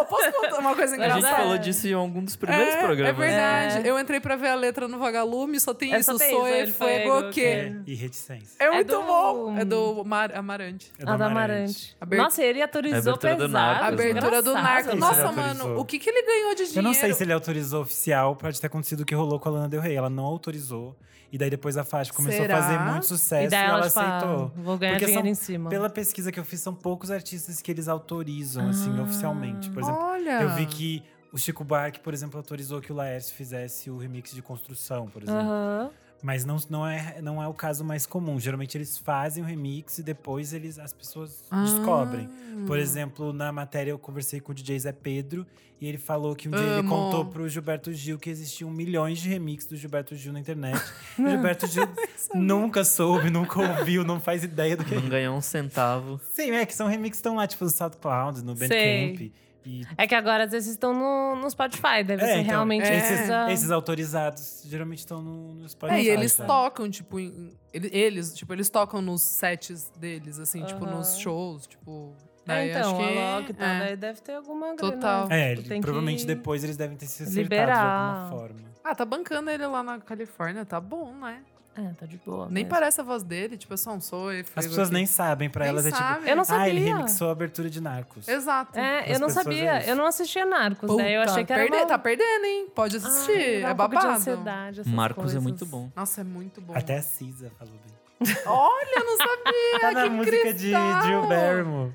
[SPEAKER 3] Ô, posso contar uma coisa
[SPEAKER 1] A
[SPEAKER 3] engraçada?
[SPEAKER 1] gente
[SPEAKER 2] é-
[SPEAKER 1] falou disso em algum dos primeiros
[SPEAKER 3] é,
[SPEAKER 1] programas. né?
[SPEAKER 3] É verdade. Eu entrei pra ver a letra no Vagalume, só tem
[SPEAKER 2] É, só
[SPEAKER 3] isso.
[SPEAKER 2] tem
[SPEAKER 3] Sou
[SPEAKER 2] isso,
[SPEAKER 3] e
[SPEAKER 2] ele
[SPEAKER 3] fuego
[SPEAKER 2] fuego,
[SPEAKER 3] que.
[SPEAKER 4] É, e reticência.
[SPEAKER 3] É,
[SPEAKER 2] É
[SPEAKER 3] muito
[SPEAKER 2] do-
[SPEAKER 3] bom. É do Mar- Amarante.
[SPEAKER 4] É
[SPEAKER 2] A da Amarante.
[SPEAKER 3] Abertura-
[SPEAKER 2] Nossa, ele autorizou
[SPEAKER 1] Abertura do
[SPEAKER 2] pesado.
[SPEAKER 1] Narcos, né?
[SPEAKER 3] Abertura do Narco.
[SPEAKER 2] Ah, Engraçado.
[SPEAKER 4] Ele
[SPEAKER 3] Nossa,
[SPEAKER 4] autorizou.
[SPEAKER 3] mano, o que, que ele ganhou de dinheiro?
[SPEAKER 4] Eu não sei se ele autorizou oficial, pode ter acontecido o que rolou com a Lana Del Rey. Ela não autorizou. E daí depois a faixa começou
[SPEAKER 3] Será?
[SPEAKER 4] a fazer muito sucesso
[SPEAKER 2] E
[SPEAKER 4] e,
[SPEAKER 2] daí ela, tipo, ah,
[SPEAKER 4] aceitou.
[SPEAKER 2] vou ganhar
[SPEAKER 4] Porque
[SPEAKER 2] dinheiro
[SPEAKER 4] são-
[SPEAKER 2] em cima.
[SPEAKER 4] Pela pesquisa que eu fiz, são poucos artistas que eles autorizam, assim,
[SPEAKER 2] Ah.
[SPEAKER 4] oficialmente. Por exemplo,
[SPEAKER 3] Olha.
[SPEAKER 4] eu vi que o Chico Buarque, por exemplo, autorizou que o Laércio fizesse o remix de construção, por exemplo.
[SPEAKER 2] Aham.
[SPEAKER 4] Mas não, não, é, não é o caso mais comum. Geralmente eles fazem o remix e depois eles, as pessoas
[SPEAKER 3] Ah.
[SPEAKER 4] descobrem. Por exemplo, na matéria eu conversei com o DJ Zé Pedro e ele falou que um dia ele
[SPEAKER 3] Amo.
[SPEAKER 4] contou pro Gilberto Gil que existiam milhões de remixes do Gilberto Gil na internet. E o Gilberto Gil nunca soube, nunca ouviu, não faz ideia do que é.
[SPEAKER 1] Não ganhou um centavo.
[SPEAKER 4] Sim, é que são remixes que estão lá, tipo, do SoundCloud, no
[SPEAKER 2] Sei.
[SPEAKER 4] Bandcamp. E
[SPEAKER 2] É que agora às vezes estão no, no Spotify, deve
[SPEAKER 4] É,
[SPEAKER 2] ser
[SPEAKER 4] então,
[SPEAKER 2] realmente ah,
[SPEAKER 3] é.
[SPEAKER 4] esses,
[SPEAKER 2] precisa-
[SPEAKER 4] esses autorizados geralmente estão no, no Spotify.
[SPEAKER 3] É, e eles
[SPEAKER 4] tá?
[SPEAKER 3] tocam, tipo, em- ele- eles, tipo, eles tocam nos sets deles, assim, tipo,
[SPEAKER 2] Aham.
[SPEAKER 3] nos shows, tipo.
[SPEAKER 2] É,
[SPEAKER 3] daí
[SPEAKER 2] então,
[SPEAKER 3] acho que,
[SPEAKER 2] Alok e tal.
[SPEAKER 3] é.
[SPEAKER 2] Daí deve ter alguma
[SPEAKER 3] Total.
[SPEAKER 2] grana.
[SPEAKER 4] É,
[SPEAKER 2] Tipo, tem
[SPEAKER 4] provavelmente
[SPEAKER 2] que-
[SPEAKER 4] depois eles devem ter se acertado de
[SPEAKER 2] liberar.
[SPEAKER 4] alguma forma.
[SPEAKER 3] Ah, tá bancando ele lá na Califórnia, tá bom, né?
[SPEAKER 2] É, tá de boa.
[SPEAKER 3] Nem
[SPEAKER 2] mesmo.
[SPEAKER 3] parece a voz dele, tipo, é só um sou.
[SPEAKER 4] As pessoas nem sabem, pra elas é tipo.
[SPEAKER 2] Eu não sabia.
[SPEAKER 4] Ah, ele remixou a abertura de Narcos.
[SPEAKER 3] Exato.
[SPEAKER 2] É, eu
[SPEAKER 4] As
[SPEAKER 2] não
[SPEAKER 4] pessoas
[SPEAKER 2] sabia.
[SPEAKER 4] veem.
[SPEAKER 2] Eu não assistia Narcos, né? Eu
[SPEAKER 3] Puta,
[SPEAKER 2] achei que era.
[SPEAKER 3] perde-
[SPEAKER 2] uma...
[SPEAKER 3] Tá perdendo, hein? Pode assistir.
[SPEAKER 2] Ai,
[SPEAKER 3] é
[SPEAKER 2] dá um pouco de
[SPEAKER 3] babado.
[SPEAKER 2] ansiedade, essas
[SPEAKER 1] Marcos é
[SPEAKER 2] coisas.
[SPEAKER 1] muito bom.
[SPEAKER 3] Nossa, é muito bom.
[SPEAKER 4] Até a Cisa falou bem.
[SPEAKER 3] Olha, eu não sabia.
[SPEAKER 4] Tá na
[SPEAKER 3] Ah, que
[SPEAKER 4] música de
[SPEAKER 3] cristal!
[SPEAKER 4] Jill Barrymore.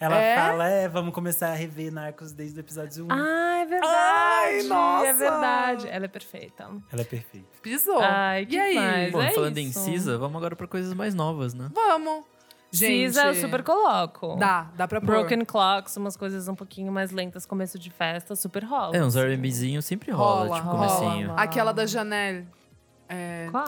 [SPEAKER 4] Ela
[SPEAKER 3] É?
[SPEAKER 4] fala, é, vamos começar a rever Narcos desde o episódio 1.
[SPEAKER 2] Ah, é verdade.
[SPEAKER 3] Ai, nossa.
[SPEAKER 2] É verdade. Ela é perfeita.
[SPEAKER 4] Ela é perfeita.
[SPEAKER 3] Pisou.
[SPEAKER 2] Ai, que
[SPEAKER 3] e aí?
[SPEAKER 2] demais. Mas
[SPEAKER 1] Bom,
[SPEAKER 2] é
[SPEAKER 1] falando em
[SPEAKER 2] isso.
[SPEAKER 1] Cisa, vamos agora pra coisas mais novas, né?
[SPEAKER 3] Vamos. Gente,
[SPEAKER 2] Cisa, eu super coloco.
[SPEAKER 3] Dá, dá pra pôr.
[SPEAKER 2] Broken Clocks, umas coisas um pouquinho mais lentas, começo de festa, super rola.
[SPEAKER 1] É, uns
[SPEAKER 2] assim.
[SPEAKER 1] R&Bzinhos sempre rola,
[SPEAKER 3] rola,
[SPEAKER 1] tipo,
[SPEAKER 3] rola.
[SPEAKER 1] comecinho.
[SPEAKER 2] rola.
[SPEAKER 3] Aquela da Janelle. É...
[SPEAKER 2] Qual?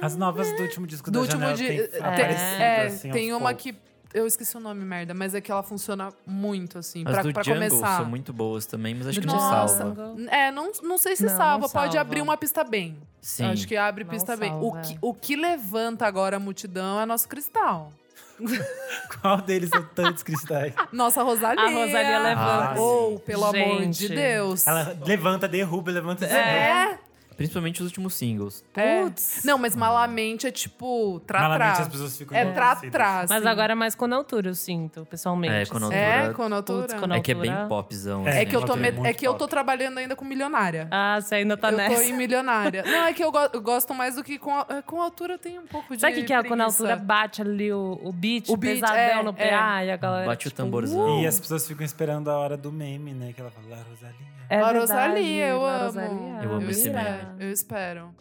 [SPEAKER 4] As novas do último disco
[SPEAKER 3] Do
[SPEAKER 4] da
[SPEAKER 3] último
[SPEAKER 4] Janela
[SPEAKER 3] de...
[SPEAKER 4] tem
[SPEAKER 3] Tem,
[SPEAKER 4] aparecido,
[SPEAKER 3] é,
[SPEAKER 4] assim,
[SPEAKER 3] tem
[SPEAKER 4] aos
[SPEAKER 3] uma
[SPEAKER 4] poucos.
[SPEAKER 3] que... Eu esqueci o nome, merda. Mas é que ela funciona muito, assim.
[SPEAKER 1] As
[SPEAKER 3] pra
[SPEAKER 1] do
[SPEAKER 3] pra
[SPEAKER 1] Jungle
[SPEAKER 3] começar.
[SPEAKER 1] são muito boas também, mas acho
[SPEAKER 2] Do
[SPEAKER 1] que não
[SPEAKER 3] Jungle.
[SPEAKER 1] salva.
[SPEAKER 3] É, não, não sei se
[SPEAKER 2] Não, não
[SPEAKER 3] salva. Pode
[SPEAKER 2] salva.
[SPEAKER 3] abrir uma pista bem.
[SPEAKER 1] Sim.
[SPEAKER 3] Eu acho que abre
[SPEAKER 2] Não
[SPEAKER 3] pista bem. O
[SPEAKER 2] salva.
[SPEAKER 3] que, o que levanta agora a multidão é nosso cristal.
[SPEAKER 4] Qual deles são tantos cristais?
[SPEAKER 3] Nossa Rosalia.
[SPEAKER 2] Ah, A Rosalia levanta.
[SPEAKER 3] Ou, Oh, pelo amor
[SPEAKER 2] Gente.
[SPEAKER 3] de Deus.
[SPEAKER 4] Ela levanta, derruba, levanta e
[SPEAKER 3] É.
[SPEAKER 1] Principalmente os últimos singles.
[SPEAKER 3] É.
[SPEAKER 2] Putz.
[SPEAKER 3] Não, mas malamente é tipo,
[SPEAKER 4] Malamente
[SPEAKER 3] trá-trá.
[SPEAKER 4] as pessoas ficam
[SPEAKER 3] É
[SPEAKER 4] enlouquecidas.
[SPEAKER 3] trá-trá.
[SPEAKER 2] Mas
[SPEAKER 3] assim.
[SPEAKER 2] agora é mais com altura, eu sinto, pessoalmente.
[SPEAKER 1] É, com
[SPEAKER 2] assim.
[SPEAKER 1] altura.
[SPEAKER 3] É, quando eu tô.
[SPEAKER 2] Putz, quando
[SPEAKER 1] É que é bem
[SPEAKER 2] altura.
[SPEAKER 1] popzão.
[SPEAKER 4] É,
[SPEAKER 3] É
[SPEAKER 1] assim.
[SPEAKER 3] que eu tô,
[SPEAKER 4] Altura
[SPEAKER 3] me-
[SPEAKER 4] é muito
[SPEAKER 3] é que eu tô
[SPEAKER 4] top.
[SPEAKER 3] trabalhando ainda com milionária.
[SPEAKER 2] Ah, você ainda tá
[SPEAKER 3] eu
[SPEAKER 2] nessa.
[SPEAKER 3] tô em milionária. Não, é que eu, go- eu gosto mais do que com a, é, com a altura eu tenho um pouco de
[SPEAKER 2] Sabe o que, que é quando a
[SPEAKER 3] preguiça.
[SPEAKER 2] altura bate ali o, o beat,
[SPEAKER 3] O beat,
[SPEAKER 2] pesadão
[SPEAKER 3] é,
[SPEAKER 2] no
[SPEAKER 3] é.
[SPEAKER 2] PA e a galera.
[SPEAKER 1] Bate o
[SPEAKER 2] tipo,
[SPEAKER 3] Uh!
[SPEAKER 1] tamborzão.
[SPEAKER 4] E as pessoas ficam esperando a hora do meme, né? Que ela fala, "Ah, Rosalia.
[SPEAKER 2] É
[SPEAKER 3] a
[SPEAKER 2] verdade,
[SPEAKER 3] Rosalia, eu
[SPEAKER 2] a é
[SPEAKER 3] amo.
[SPEAKER 2] Rosalia.
[SPEAKER 1] Eu amo esse
[SPEAKER 3] espero,
[SPEAKER 1] meme.
[SPEAKER 3] Eu espero.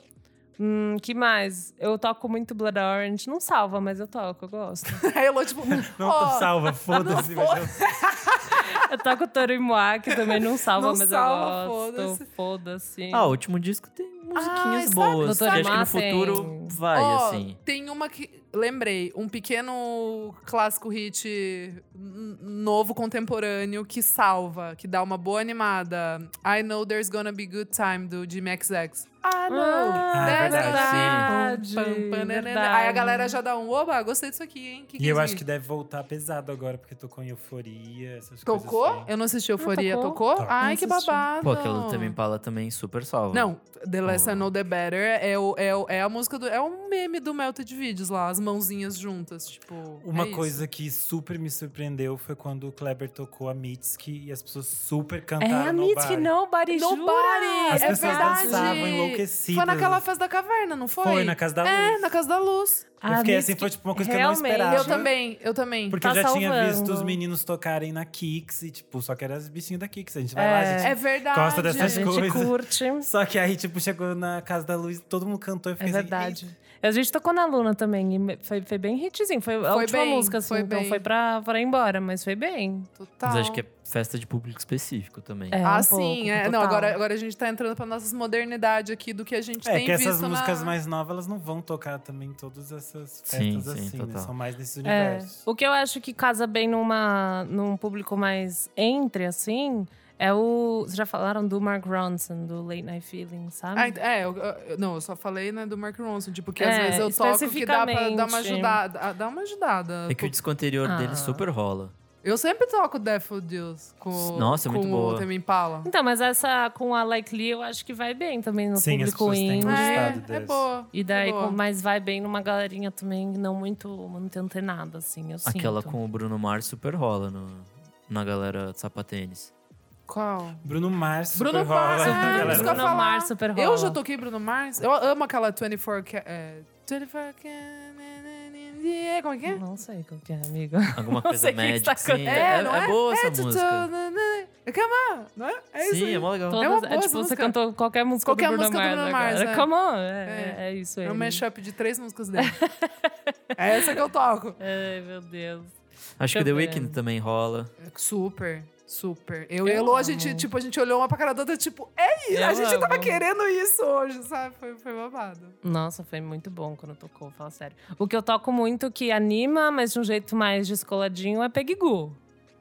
[SPEAKER 2] Hum, que mais? Eu toco muito Blood Orange. Não salva, mas eu toco, eu gosto.
[SPEAKER 3] Aí eu tipo,
[SPEAKER 4] Não
[SPEAKER 3] ó,
[SPEAKER 2] Oh,
[SPEAKER 4] tô salva, foda-se. mas eu-
[SPEAKER 2] eu toco Toro e Moá, que também não salva,
[SPEAKER 3] Não
[SPEAKER 2] mas
[SPEAKER 3] salva,
[SPEAKER 2] eu gosto.
[SPEAKER 3] foda-se.
[SPEAKER 2] foda-se.
[SPEAKER 1] Ah, o último disco tem
[SPEAKER 3] Ah,
[SPEAKER 1] musiquinhas
[SPEAKER 3] sabe-
[SPEAKER 1] boas.
[SPEAKER 2] Doutor
[SPEAKER 1] que acho que no
[SPEAKER 2] Massa, hein?
[SPEAKER 1] futuro vai,
[SPEAKER 3] ó,
[SPEAKER 1] assim.
[SPEAKER 3] Tem uma que. Lembrei, um pequeno clássico hit n- novo contemporâneo que salva, que dá uma boa animada. I know there's gonna be good time do Jimmy XX. Ah, não!
[SPEAKER 2] Ah,
[SPEAKER 3] That's
[SPEAKER 1] verdade,
[SPEAKER 2] sim.
[SPEAKER 3] gonna- Pam, pam, pam, nanana.
[SPEAKER 2] Verdade.
[SPEAKER 3] Aí a galera já dá um, oba, gostei disso aqui, hein? Que que
[SPEAKER 4] E
[SPEAKER 3] é
[SPEAKER 4] eu
[SPEAKER 3] isso
[SPEAKER 4] acho
[SPEAKER 3] aqui?"
[SPEAKER 4] que deve voltar pesado agora, porque tocou em euforia, essas
[SPEAKER 3] Tocou?
[SPEAKER 4] coisas. assim. Tá.
[SPEAKER 3] Eu não assisti Euforia.
[SPEAKER 2] tocou?
[SPEAKER 3] tocou?
[SPEAKER 4] Tocou.
[SPEAKER 3] Ai,
[SPEAKER 2] Não
[SPEAKER 3] que
[SPEAKER 2] assisti.
[SPEAKER 3] babado.
[SPEAKER 1] Pô, aquela do Tame Impala também super salva.
[SPEAKER 3] Não, The Less
[SPEAKER 1] Oh.
[SPEAKER 3] I Know The Better é, o, é, o- é a música do. É um meme do Melted Videos lá, as mãozinhas juntas. Tipo.
[SPEAKER 4] Uma
[SPEAKER 3] é isso.
[SPEAKER 4] coisa que super me surpreendeu foi quando o Kleber tocou a Mitski e as pessoas super cantaram.
[SPEAKER 2] é a
[SPEAKER 4] no
[SPEAKER 2] Mitski,
[SPEAKER 4] bar.
[SPEAKER 2] nobody,
[SPEAKER 3] Nobody!
[SPEAKER 2] jura?
[SPEAKER 4] As
[SPEAKER 3] é
[SPEAKER 4] pessoas
[SPEAKER 3] verdade.
[SPEAKER 4] dançavam enlouquecidas.
[SPEAKER 3] Foi naquela festa da caverna, não foi?
[SPEAKER 4] Foi, na Casa da
[SPEAKER 3] É,
[SPEAKER 4] Luz.
[SPEAKER 3] na Casa da Luz.
[SPEAKER 4] Eu fiquei assim,
[SPEAKER 2] Mitski,
[SPEAKER 4] foi tipo uma coisa que eu
[SPEAKER 2] realmente.
[SPEAKER 4] não esperava.
[SPEAKER 3] Eu também, eu também.
[SPEAKER 4] Porque
[SPEAKER 2] Tá
[SPEAKER 4] eu já tinha
[SPEAKER 2] salvando.
[SPEAKER 4] visto os meninos tocarem na Kix e, tipo, só que eram os bichinhos da Kix. A gente vai lá, a gente
[SPEAKER 3] É verdade.
[SPEAKER 4] gosta
[SPEAKER 2] A
[SPEAKER 4] dessas
[SPEAKER 2] gente
[SPEAKER 4] coisas.
[SPEAKER 2] curte.
[SPEAKER 4] Só que aí, tipo, chegou na Casa da Luz, todo mundo cantou e
[SPEAKER 2] É
[SPEAKER 4] fiquei assim,
[SPEAKER 2] verdade. A gente tocou na Luna também, e foi, foi bem hitzinho. Foi, a
[SPEAKER 3] Foi
[SPEAKER 2] última
[SPEAKER 3] bem,
[SPEAKER 2] música, assim,
[SPEAKER 3] foi
[SPEAKER 2] então
[SPEAKER 3] bem.
[SPEAKER 2] foi pra, pra ir embora, mas foi bem.
[SPEAKER 3] Total.
[SPEAKER 1] Mas acho
[SPEAKER 4] um
[SPEAKER 1] que é festa de público específico também.
[SPEAKER 2] tá. É,
[SPEAKER 3] ah,
[SPEAKER 2] um
[SPEAKER 3] sim.
[SPEAKER 2] pouco,
[SPEAKER 3] é.
[SPEAKER 2] total.
[SPEAKER 3] Não, agora, agora a gente tá entrando pra nossas modernidade aqui do que a gente
[SPEAKER 4] É
[SPEAKER 3] Tipo, tem
[SPEAKER 4] que essas
[SPEAKER 3] visto na-
[SPEAKER 4] músicas mais novas elas não vão tocar também em todas essas festas
[SPEAKER 1] Sim, sim,
[SPEAKER 4] assim, né?
[SPEAKER 1] total.
[SPEAKER 4] São mais nesses
[SPEAKER 2] É,
[SPEAKER 4] universos.
[SPEAKER 2] o que eu acho que casa bem numa, num público mais entre, assim, é o. Vocês já falaram do Mark Ronson, do Late Night Feeling, sabe?
[SPEAKER 3] Ah, ent- é, eu- eu- não, eu só falei, né, do Mark Ronson, tipo, que às
[SPEAKER 2] É,
[SPEAKER 3] vezes eu toco que dá pra dar uma
[SPEAKER 2] especificamente.
[SPEAKER 3] ajudada. ah, Dá uma ajudada.
[SPEAKER 1] É que o disco anterior
[SPEAKER 2] Ah.
[SPEAKER 1] dele super rola.
[SPEAKER 3] Eu sempre toco Daffodils com,
[SPEAKER 1] Nossa, é
[SPEAKER 3] com
[SPEAKER 1] muito
[SPEAKER 3] o
[SPEAKER 1] boa.
[SPEAKER 3] Tame Impala.
[SPEAKER 2] Então, mas essa com a Like Lee eu acho que vai bem também no
[SPEAKER 4] Sim,
[SPEAKER 2] público
[SPEAKER 4] as pessoas têm
[SPEAKER 2] indie.
[SPEAKER 4] um
[SPEAKER 3] É,
[SPEAKER 4] gostado
[SPEAKER 3] é
[SPEAKER 4] desse.
[SPEAKER 3] boa.
[SPEAKER 2] E daí,
[SPEAKER 3] é boa.
[SPEAKER 2] com- mas vai bem numa galerinha também, não muito, muito antenada, assim, eu
[SPEAKER 1] Aquela
[SPEAKER 2] sinto.
[SPEAKER 1] com o Bruno Mars super rola no, na galera de sapatênis.
[SPEAKER 3] Qual?
[SPEAKER 4] Bruno Mars, super
[SPEAKER 3] Bruno
[SPEAKER 4] rola.
[SPEAKER 3] Mars, é,
[SPEAKER 4] Galera,
[SPEAKER 3] isso que eu ia
[SPEAKER 2] Bruno
[SPEAKER 3] falar.
[SPEAKER 2] Mars, super rola.
[SPEAKER 3] Eu já toquei Bruno Mars. Eu amo aquela 24 Ca- é, 24 Ca- Como é que é?
[SPEAKER 2] Não sei qual que é, amigo.
[SPEAKER 1] Alguma
[SPEAKER 2] Não
[SPEAKER 1] coisa
[SPEAKER 2] sei o que que
[SPEAKER 1] médica,
[SPEAKER 2] tá
[SPEAKER 1] assim.
[SPEAKER 2] acontecendo.
[SPEAKER 1] É,
[SPEAKER 3] É, não
[SPEAKER 1] é
[SPEAKER 3] é?
[SPEAKER 1] boa essa
[SPEAKER 3] É, tchu, tchu,
[SPEAKER 1] música.
[SPEAKER 3] na, na. Come on, não né. é? É isso
[SPEAKER 1] Sim,
[SPEAKER 3] aí.
[SPEAKER 1] é mó legal.
[SPEAKER 2] Todas,
[SPEAKER 3] uma boa
[SPEAKER 2] tipo,
[SPEAKER 3] essa
[SPEAKER 2] você
[SPEAKER 3] música.
[SPEAKER 2] cantou qualquer música
[SPEAKER 3] Qualquer
[SPEAKER 2] do Bruno
[SPEAKER 3] música do
[SPEAKER 2] Mars
[SPEAKER 3] Bruno Mars,
[SPEAKER 2] agora.
[SPEAKER 3] é.
[SPEAKER 2] Come on, é, é. é isso aí.
[SPEAKER 3] É um mashup de três músicas dele. é essa que eu toco.
[SPEAKER 2] Ai, meu Deus.
[SPEAKER 1] Acho que The
[SPEAKER 2] Também.
[SPEAKER 1] Weeknd também rola.
[SPEAKER 3] É Super, super.
[SPEAKER 2] Eu
[SPEAKER 3] Eu, e a Elô, a
[SPEAKER 2] amo.
[SPEAKER 3] gente, tipo, a gente olhou uma pra cara da outra, tipo, é isso,
[SPEAKER 2] Eu
[SPEAKER 3] a gente tava
[SPEAKER 2] amo.
[SPEAKER 3] querendo isso hoje, sabe? Foi, foi babado.
[SPEAKER 2] Nossa, foi muito bom quando tocou, fala sério. O que eu toco muito que anima, mas de um jeito mais descoladinho, é Peggy Goo.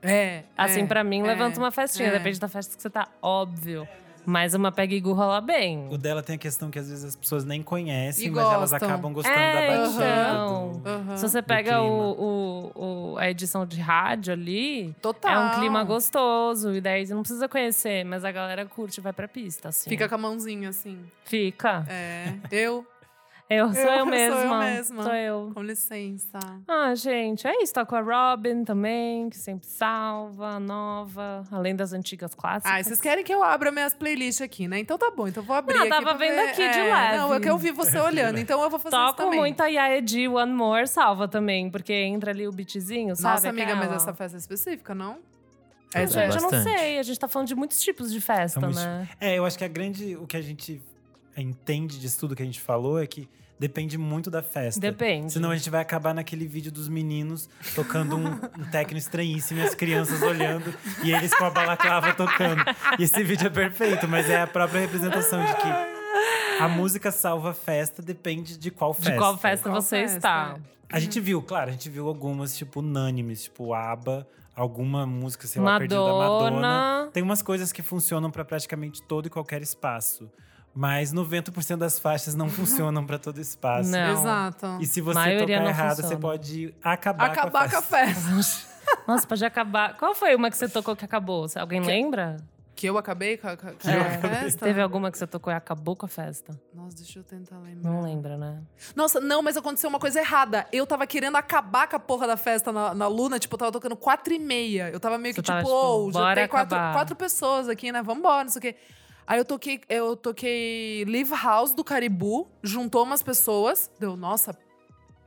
[SPEAKER 3] É.
[SPEAKER 2] Assim,
[SPEAKER 3] é,
[SPEAKER 2] pra mim,
[SPEAKER 3] é,
[SPEAKER 2] levanta uma festinha.
[SPEAKER 3] é.
[SPEAKER 2] Depende da festa que você tá, óbvio. Mas uma Peggy Goo rola bem.
[SPEAKER 4] O dela tem a questão que às vezes as pessoas nem conhecem,
[SPEAKER 3] E
[SPEAKER 4] mas elas
[SPEAKER 3] gostam.
[SPEAKER 4] acabam gostando
[SPEAKER 2] É,
[SPEAKER 4] da batida. né?
[SPEAKER 2] então.
[SPEAKER 4] do-
[SPEAKER 3] Aham.
[SPEAKER 2] Se você
[SPEAKER 4] Do
[SPEAKER 2] pega
[SPEAKER 4] clima.
[SPEAKER 2] o, o- o- a edição de rádio ali,
[SPEAKER 3] Total.
[SPEAKER 2] é um clima gostoso. E daí você não precisa conhecer, mas a galera curte e vai pra pista, assim.
[SPEAKER 3] Fica com a mãozinha assim.
[SPEAKER 2] Fica.
[SPEAKER 3] É. Eu,
[SPEAKER 2] Eu sou eu,
[SPEAKER 3] sou eu
[SPEAKER 2] mesma.
[SPEAKER 3] mesma.
[SPEAKER 2] Sou eu.
[SPEAKER 3] com licença.
[SPEAKER 2] Ah, gente, é isso. Tá com a Robin também, que sempre salva, nova, além das antigas clássicas. né?
[SPEAKER 3] Ah, vocês querem que eu abra minhas playlists aqui, né? Então tá bom, então eu vou abrir
[SPEAKER 2] Não,
[SPEAKER 3] aqui.
[SPEAKER 2] tava
[SPEAKER 3] pra ver-
[SPEAKER 2] vendo aqui de
[SPEAKER 3] é,
[SPEAKER 2] leve.
[SPEAKER 3] Não, é que eu vi você olhando, então eu vou fazer isso
[SPEAKER 2] Toco
[SPEAKER 3] também.
[SPEAKER 2] muito a Yaya G One More, salva também, porque entra ali o beatzinho, sabe?
[SPEAKER 3] Nossa, amiga, mas
[SPEAKER 2] aquela?
[SPEAKER 3] essa festa é específica, não?
[SPEAKER 2] Ah,
[SPEAKER 1] Essa é
[SPEAKER 2] gente, eu não
[SPEAKER 1] bastante. um
[SPEAKER 2] sei. A gente tá falando de muitos tipos de festa,
[SPEAKER 4] É muito
[SPEAKER 2] né?
[SPEAKER 4] É, eu acho que a grande. O que a gente entende disso tudo que a gente falou é que depende muito da festa.
[SPEAKER 2] Depende.
[SPEAKER 1] é
[SPEAKER 4] Senão a gente vai acabar naquele vídeo dos meninos tocando um, um técnico estranhíssimo e as crianças olhando e eles com a balaclava tocando. E esse vídeo é perfeito, mas é a própria representação de que a música salva a festa depende de qual festa.
[SPEAKER 2] De qual festa
[SPEAKER 3] Qual
[SPEAKER 2] você
[SPEAKER 3] festa,
[SPEAKER 2] está.
[SPEAKER 4] A gente viu, claro, a gente viu algumas, tipo, unânimes, tipo ABBA, alguma música, sei lá, perdida da Madonna.
[SPEAKER 2] Madonna.
[SPEAKER 4] Tem umas coisas que funcionam pra praticamente todo e qualquer espaço. Mas 90% das faixas não funcionam pra todo espaço.
[SPEAKER 2] Não.
[SPEAKER 3] Exato.
[SPEAKER 4] E se você
[SPEAKER 2] Maioria
[SPEAKER 4] tocar
[SPEAKER 2] não
[SPEAKER 4] errado,
[SPEAKER 2] funciona.
[SPEAKER 4] você pode acabar,
[SPEAKER 3] Acabar com a
[SPEAKER 4] festa.
[SPEAKER 3] festa.
[SPEAKER 2] Nossa, pode acabar. Qual foi uma que você tocou que acabou? Alguém lembra?
[SPEAKER 3] Que eu acabei com a, com a- com a
[SPEAKER 2] É.
[SPEAKER 3] festa?
[SPEAKER 2] Teve alguma que você tocou e acabou com a festa?
[SPEAKER 3] Nossa, deixa eu tentar lembrar.
[SPEAKER 2] Não lembra, né?
[SPEAKER 3] Nossa, não, mas aconteceu uma coisa errada. Eu tava querendo acabar com a porra da festa na, na Luna, tipo, eu tava tocando quatro e meia. Eu tava meio
[SPEAKER 2] Você
[SPEAKER 3] que
[SPEAKER 2] tava,
[SPEAKER 3] tipo,
[SPEAKER 2] tipo,
[SPEAKER 3] ou, já
[SPEAKER 2] bora
[SPEAKER 3] tem quatro,
[SPEAKER 2] acabar.
[SPEAKER 3] quatro pessoas aqui, né? Vambora, não sei o quê. Aí eu toquei, eu toquei Live House do Caribu, juntou umas pessoas. Deu, nossa,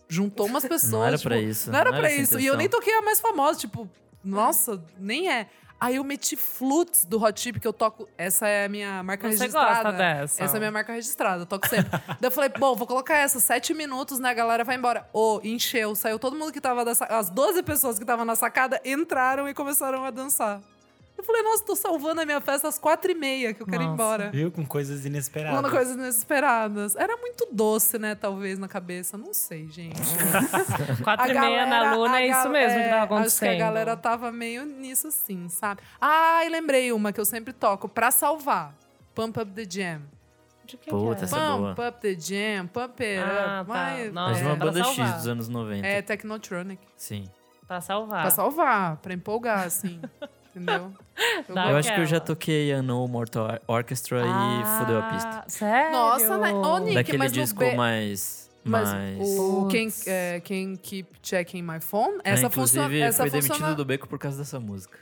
[SPEAKER 3] juntou umas pessoas.
[SPEAKER 1] Não era
[SPEAKER 3] tipo,
[SPEAKER 1] pra isso.
[SPEAKER 3] Não era
[SPEAKER 1] essa
[SPEAKER 3] pra
[SPEAKER 1] a
[SPEAKER 3] isso. E eu
[SPEAKER 1] intenção.
[SPEAKER 3] nem toquei a mais famosa, tipo, nossa, nem é. Aí eu meti Flutes do Hot Chip, que eu toco. Essa é a minha marca
[SPEAKER 2] Você
[SPEAKER 3] registrada.
[SPEAKER 2] gosta dessa?
[SPEAKER 3] Essa é a minha marca registrada, eu toco sempre. Daí eu falei, bom, vou colocar essa, sete minutos, né? A galera vai embora. Ô, encheu, saiu todo mundo que tava da sa- As 12 pessoas que estavam na sacada entraram e começaram a dançar. Eu falei, nossa, tô salvando a minha festa às quatro e meia, que eu quero ir
[SPEAKER 2] Nossa.
[SPEAKER 3] embora.
[SPEAKER 4] Viu? Com coisas inesperadas.
[SPEAKER 3] Falando coisas inesperadas. Era muito doce, né, talvez, na cabeça. Não sei, gente.
[SPEAKER 2] Quatro
[SPEAKER 3] A
[SPEAKER 2] e meia na
[SPEAKER 3] galera-
[SPEAKER 2] luna,
[SPEAKER 3] a
[SPEAKER 2] é isso
[SPEAKER 3] gal-
[SPEAKER 2] mesmo que
[SPEAKER 3] é,
[SPEAKER 2] tava acontecendo.
[SPEAKER 3] Acho que a galera tava meio nisso assim, sabe? Ah, e lembrei uma que eu sempre toco, pra salvar. Pump Up The Jam.
[SPEAKER 2] De quem
[SPEAKER 1] Puta,
[SPEAKER 2] que é?
[SPEAKER 1] essa- é boa.
[SPEAKER 3] Pump Up The Jam, Pump It
[SPEAKER 2] Ah,
[SPEAKER 3] Up.
[SPEAKER 2] tá.
[SPEAKER 3] Vai-
[SPEAKER 2] Nossa, Tá.
[SPEAKER 1] Mas de
[SPEAKER 2] É,
[SPEAKER 1] uma
[SPEAKER 2] pra
[SPEAKER 1] banda X
[SPEAKER 2] salvar.
[SPEAKER 1] dos anos 90.
[SPEAKER 3] É, Technotronic.
[SPEAKER 1] Sim.
[SPEAKER 2] Pra salvar.
[SPEAKER 1] Tá
[SPEAKER 3] Pra salvar, pra empolgar, assim. entendeu? Eu
[SPEAKER 2] Dá
[SPEAKER 3] gosto.
[SPEAKER 1] Eu acho que eu já
[SPEAKER 2] aquela.
[SPEAKER 1] toquei a No Mortal Or- Orchestra e fudeu a pista.
[SPEAKER 2] Ah, Sério?
[SPEAKER 3] Nossa, né? Ô, Nick,
[SPEAKER 1] Daquele
[SPEAKER 3] mas no
[SPEAKER 1] disco
[SPEAKER 3] B-
[SPEAKER 1] mais.
[SPEAKER 3] Mas
[SPEAKER 1] mais...
[SPEAKER 3] o
[SPEAKER 2] Putz.
[SPEAKER 3] can, é, Can Keep Checking My Phone,
[SPEAKER 1] É,
[SPEAKER 3] essa
[SPEAKER 1] inclusive,
[SPEAKER 3] funciona. Essa
[SPEAKER 1] foi demitido
[SPEAKER 3] funciona...
[SPEAKER 1] do beco por causa dessa música.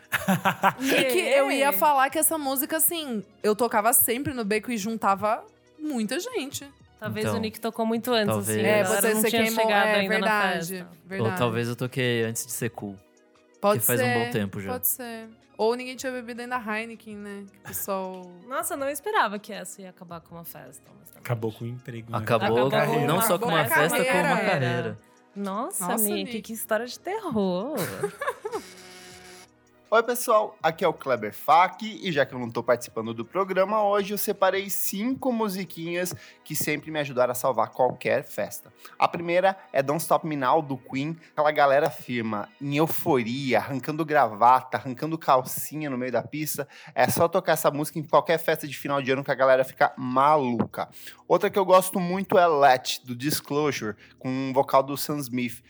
[SPEAKER 3] E é que eu ia falar que essa música, assim, eu tocava sempre no beco e juntava muita gente.
[SPEAKER 2] Talvez
[SPEAKER 1] Então,
[SPEAKER 2] o Nick tocou muito antes,
[SPEAKER 1] talvez.
[SPEAKER 2] assim.
[SPEAKER 1] É,
[SPEAKER 2] a galera
[SPEAKER 1] você-
[SPEAKER 2] não tinha chegado
[SPEAKER 3] É
[SPEAKER 2] ainda
[SPEAKER 3] verdade.
[SPEAKER 2] na festa.
[SPEAKER 3] verdade.
[SPEAKER 1] Ou talvez eu toquei antes de ser cool.
[SPEAKER 3] pode
[SPEAKER 1] que faz um
[SPEAKER 3] ser,
[SPEAKER 1] bom tempo já.
[SPEAKER 3] Pode ser. Ou ninguém tinha bebido ainda Heineken, né? Que o pessoal.
[SPEAKER 2] Nossa, eu não esperava que essa ia acabar com uma festa. mas tá bom.
[SPEAKER 4] Acabou com o emprego. né?
[SPEAKER 1] Acabou,
[SPEAKER 2] Acabou
[SPEAKER 1] com- não
[SPEAKER 2] uma
[SPEAKER 1] só com uma
[SPEAKER 2] carreira.
[SPEAKER 1] festa, com uma
[SPEAKER 2] Carreira.
[SPEAKER 1] carreira.
[SPEAKER 2] Nossa,
[SPEAKER 3] Nossa,
[SPEAKER 2] Nick,
[SPEAKER 3] Nick.
[SPEAKER 2] que história de terror.
[SPEAKER 5] Oi, pessoal, aqui é o Kleber Fak e já que eu não tô participando do programa hoje, eu separei cinco musiquinhas que sempre me ajudaram a salvar qualquer festa. A primeira é Don't Stop Me Now, do Queen, aquela galera firma, em euforia, arrancando gravata, arrancando calcinha no meio da pista. É só tocar essa música em qualquer festa de final de ano que a galera fica maluca. Outra que eu gosto muito é Let, do Disclosure, com um vocal do Sam Smith.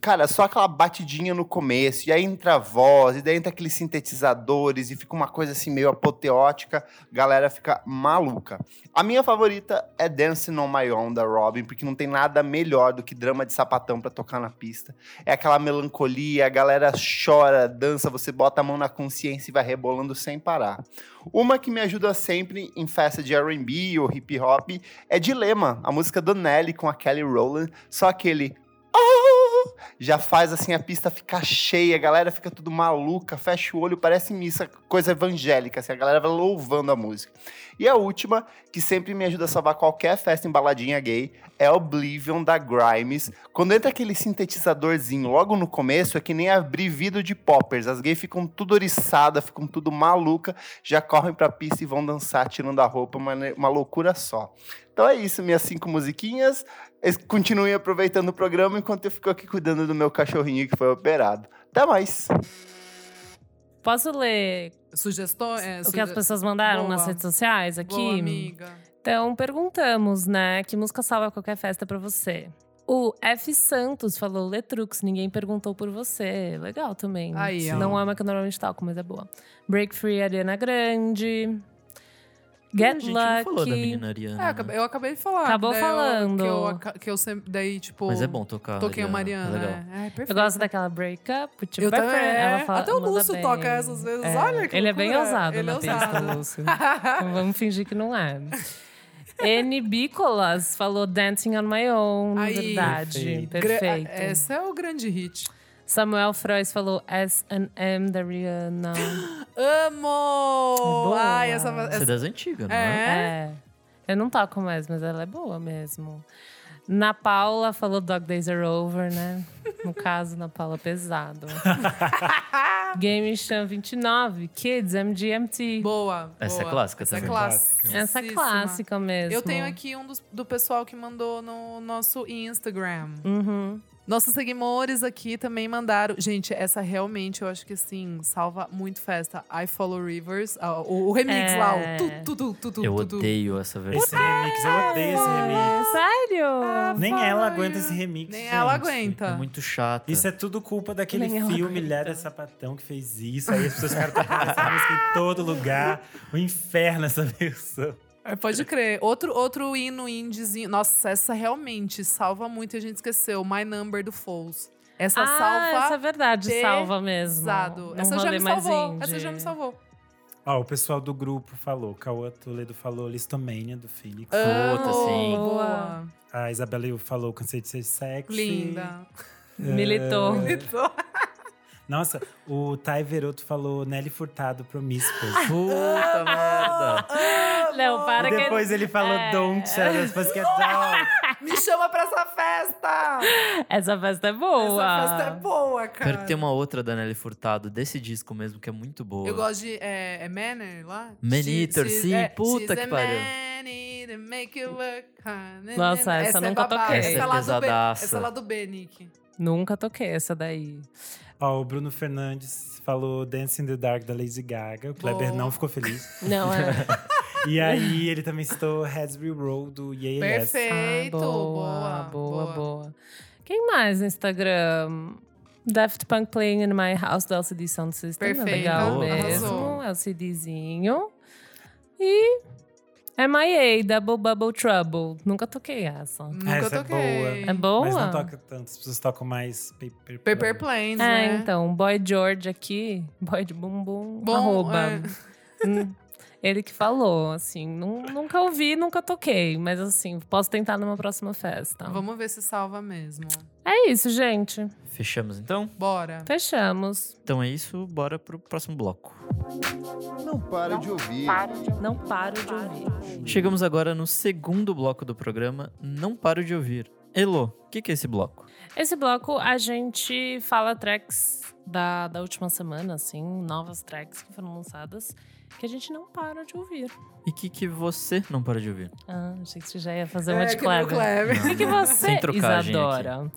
[SPEAKER 5] Cara, só aquela batidinha no começo, e aí entra a voz, e daí entra aqueles sintetizadores, e fica uma coisa assim meio apoteótica, galera fica maluca. A minha favorita é Dancing on My Own da Robin, porque não tem nada melhor do que drama de sapatão pra tocar na pista. É aquela melancolia, a galera chora, dança, você bota a mão na consciência e vai rebolando sem parar. Uma que me ajuda sempre em festa de RB ou hip hop é Dilema, a música do Nelly com a Kelly Rowland, só aquele. "Oh", já faz assim a pista ficar cheia, a galera fica tudo maluca, fecha o olho, parece missa, coisa evangélica, assim, a galera vai louvando a música. E a última, que sempre me ajuda a salvar qualquer festa em baladinha gay, é Oblivion da Grimes. Quando entra aquele sintetizadorzinho logo no começo, é que nem abrir vidro de poppers, as gays ficam tudo oriçadas, ficam tudo maluca, já correm pra pista e vão dançar tirando a roupa, uma, uma loucura só. Então é isso, minhas cinco musiquinhas. Es- Continuem aproveitando o programa enquanto eu fico aqui cuidando do meu cachorrinho que foi operado. Até mais!
[SPEAKER 2] Posso ler
[SPEAKER 3] Sugestões? É,
[SPEAKER 2] o que as
[SPEAKER 3] suge-
[SPEAKER 2] pessoas mandaram
[SPEAKER 3] Boa.
[SPEAKER 2] nas redes sociais aqui?
[SPEAKER 3] Boa, amiga.
[SPEAKER 2] Então, perguntamos, né? Que música salva qualquer festa pra você? O F. Santos falou Letrux, ninguém perguntou por você. Legal também. né?
[SPEAKER 3] Aí, ó.
[SPEAKER 2] Não é uma que eu normalmente toco, mas é boa. Break Free, Ariana Grande. Get
[SPEAKER 1] a gente não falou da
[SPEAKER 2] Lucky.
[SPEAKER 1] menina Ariana.
[SPEAKER 3] É, eu
[SPEAKER 1] né?
[SPEAKER 3] acabei- eu acabei de falar.
[SPEAKER 2] Acabou
[SPEAKER 3] que daí
[SPEAKER 2] falando.
[SPEAKER 3] Eu, que, eu, aca- que eu sempre. Daí, tipo.
[SPEAKER 1] Mas é bom tocar.
[SPEAKER 3] Toquei uma
[SPEAKER 1] Mariana.
[SPEAKER 3] Mariana.
[SPEAKER 1] Legal.
[SPEAKER 3] É, é perfeito.
[SPEAKER 2] Eu gosto daquela Break Up, Put Your
[SPEAKER 3] Eu
[SPEAKER 2] Pepper.
[SPEAKER 3] também, é.
[SPEAKER 2] Ela fala-
[SPEAKER 3] Até o
[SPEAKER 2] manda
[SPEAKER 3] Lúcio
[SPEAKER 2] bem.
[SPEAKER 3] toca essas vezes.
[SPEAKER 2] É.
[SPEAKER 3] Olha que
[SPEAKER 2] Ele é bem
[SPEAKER 3] loucura.
[SPEAKER 2] ousado
[SPEAKER 3] Ele
[SPEAKER 2] na
[SPEAKER 3] é
[SPEAKER 2] pista,
[SPEAKER 3] ousado.
[SPEAKER 2] Lúcio. Então vamos fingir que não é. N. Bicolas falou Dancing on My Own.
[SPEAKER 3] Aí.
[SPEAKER 2] verdade.
[SPEAKER 4] Perfeito.
[SPEAKER 3] Gra-
[SPEAKER 2] Perfeito.
[SPEAKER 3] Esse é o grande hit.
[SPEAKER 2] Samuel Frois falou S&M da Rihanna.
[SPEAKER 3] Amo!
[SPEAKER 2] boa.
[SPEAKER 3] Ai, essa.
[SPEAKER 1] Essa é
[SPEAKER 3] essa
[SPEAKER 1] das antigas, não é?
[SPEAKER 3] é.
[SPEAKER 2] é. Eu não toco mais, mas ela é boa mesmo. Na Paula falou Dog Days Are Over, né? No caso, na Paula pesado. Game Chan 29, Kids MGMT.
[SPEAKER 3] Boa.
[SPEAKER 1] Essa é
[SPEAKER 3] boa.
[SPEAKER 1] clássica
[SPEAKER 3] Essa é
[SPEAKER 1] também.
[SPEAKER 3] clássica.
[SPEAKER 2] Essa é clássica mesmo.
[SPEAKER 3] Eu tenho aqui um dos- do pessoal que mandou no nosso Instagram.
[SPEAKER 2] Uhum.
[SPEAKER 3] Nossos seguidores aqui também mandaram. Gente, essa realmente eu acho que assim, salva muito festa. I Follow Rivers, ah, o, o remix
[SPEAKER 2] É.
[SPEAKER 3] lá, o tu, tu, tu, tu, tu,
[SPEAKER 1] Eu
[SPEAKER 3] tu, tu.
[SPEAKER 1] odeio essa versão.
[SPEAKER 4] Esse remix, eu odeio esse remix.
[SPEAKER 2] Sério?
[SPEAKER 3] Ah,
[SPEAKER 4] Nem ela aguenta esse remix.
[SPEAKER 3] Nem ela
[SPEAKER 4] gente.
[SPEAKER 3] aguenta.
[SPEAKER 1] É muito chata.
[SPEAKER 4] Isso é tudo culpa daquele
[SPEAKER 2] Nem ela
[SPEAKER 4] filme
[SPEAKER 2] aguenta.
[SPEAKER 4] Léria Sapatão que fez isso. Aí as pessoas ficaram tocando essa música em todo lugar. O inferno essa versão.
[SPEAKER 3] É, Pode crer. Outro, outro hino indiezinho. Nossa, essa realmente salva muito e a gente esqueceu. My Number do Foles. Essa
[SPEAKER 2] ah, essa é
[SPEAKER 3] salva
[SPEAKER 2] verdade, salva mesmo.
[SPEAKER 3] pesado.
[SPEAKER 2] Num
[SPEAKER 3] Essa já
[SPEAKER 2] rolê
[SPEAKER 3] me
[SPEAKER 2] mais
[SPEAKER 3] salvou.
[SPEAKER 2] indie.
[SPEAKER 3] Essa já me salvou.
[SPEAKER 4] Ó, o pessoal do grupo falou. Cauã Toledo falou Listomania do Phoenix.
[SPEAKER 3] Ah.
[SPEAKER 1] Puta, assim. sim.
[SPEAKER 3] Boa.
[SPEAKER 4] A Isabela Yu falou Cansei de Ser Sexy.
[SPEAKER 3] Linda.
[SPEAKER 4] É.
[SPEAKER 2] Militou.
[SPEAKER 4] Nossa, o Thay Veroto falou Nelly Furtado Promiscuous.
[SPEAKER 1] Ah, Puta merda.
[SPEAKER 2] Léo, para
[SPEAKER 4] E
[SPEAKER 2] que.
[SPEAKER 4] depois ele falou
[SPEAKER 2] É.
[SPEAKER 4] Don't Shut Us Basket Down.
[SPEAKER 3] Me chama pra essa festa!
[SPEAKER 2] Essa festa é boa.
[SPEAKER 3] Essa festa é boa, cara.
[SPEAKER 1] Pior que tem uma outra da Nelly Furtado desse disco mesmo que é muito boa.
[SPEAKER 3] Eu gosto de. É, é Manor lá?
[SPEAKER 1] Man
[SPEAKER 3] She-
[SPEAKER 1] Eater,
[SPEAKER 3] she's-
[SPEAKER 1] sim,
[SPEAKER 3] é,
[SPEAKER 1] puta
[SPEAKER 3] she's
[SPEAKER 1] que
[SPEAKER 3] a
[SPEAKER 1] pariu.
[SPEAKER 3] man eater, make you work hard.
[SPEAKER 2] Nossa, essa eu
[SPEAKER 3] é
[SPEAKER 2] nunca
[SPEAKER 3] babado.
[SPEAKER 2] toquei.
[SPEAKER 1] Essa é
[SPEAKER 3] lá do B-
[SPEAKER 1] pesadaça.
[SPEAKER 3] Essa é lá do B, Nick.
[SPEAKER 2] Nunca toquei essa daí.
[SPEAKER 4] Ó, o Bruno Fernandes falou Dance in the Dark da Lady Gaga. O Kleber
[SPEAKER 3] Boa.
[SPEAKER 4] não ficou feliz.
[SPEAKER 2] Não, é.
[SPEAKER 4] E aí ele também citou Hasbury Roll do Yes.
[SPEAKER 3] Perfeito.
[SPEAKER 2] Ah,
[SPEAKER 3] boa,
[SPEAKER 2] boa, boa, Quem mais no Instagram? Daft Punk Playing in My House do LCD Sound System. é
[SPEAKER 3] Perfeito,
[SPEAKER 2] legal
[SPEAKER 1] Boa.
[SPEAKER 2] mesmo.
[SPEAKER 3] arrasou.
[SPEAKER 2] LCDzinho. E MIA, Double Bubble Trouble. Nunca toquei essa.
[SPEAKER 3] Nunca
[SPEAKER 4] Essa é
[SPEAKER 3] toquei.
[SPEAKER 2] É boa?
[SPEAKER 4] Mas não toca tanto, as pessoas tocam mais Paper,
[SPEAKER 3] Paper
[SPEAKER 4] Plane.
[SPEAKER 3] Planes,
[SPEAKER 2] É,
[SPEAKER 3] né?
[SPEAKER 2] então, Boy George aqui, Boy de bumbum,
[SPEAKER 3] Bom,
[SPEAKER 2] arroba.
[SPEAKER 3] é.
[SPEAKER 2] Hum, Ele que falou, assim, nu- nunca ouvi, nunca toquei, mas assim, posso tentar numa próxima festa.
[SPEAKER 3] Vamos ver se salva mesmo.
[SPEAKER 2] É isso, gente.
[SPEAKER 1] Fechamos então?
[SPEAKER 3] Bora.
[SPEAKER 2] Fechamos.
[SPEAKER 1] Então é isso, bora pro próximo bloco.
[SPEAKER 5] Não para de ouvir.
[SPEAKER 2] Não paro de
[SPEAKER 4] Uhum.
[SPEAKER 2] ouvir.
[SPEAKER 1] Chegamos agora no segundo bloco do programa Não Paro de Ouvir. Elo, o que, que é esse bloco?
[SPEAKER 2] Esse bloco a gente fala tracks da, da última semana, assim, novas tracks que foram lançadas, que a gente não para de ouvir.
[SPEAKER 1] E o que, que você não para de ouvir?
[SPEAKER 2] Ah, achei que você já ia fazer uma de
[SPEAKER 3] É, que meu
[SPEAKER 2] Kleber.
[SPEAKER 3] Kleber.
[SPEAKER 2] O que você,
[SPEAKER 1] Sem trocagem
[SPEAKER 2] Isadora?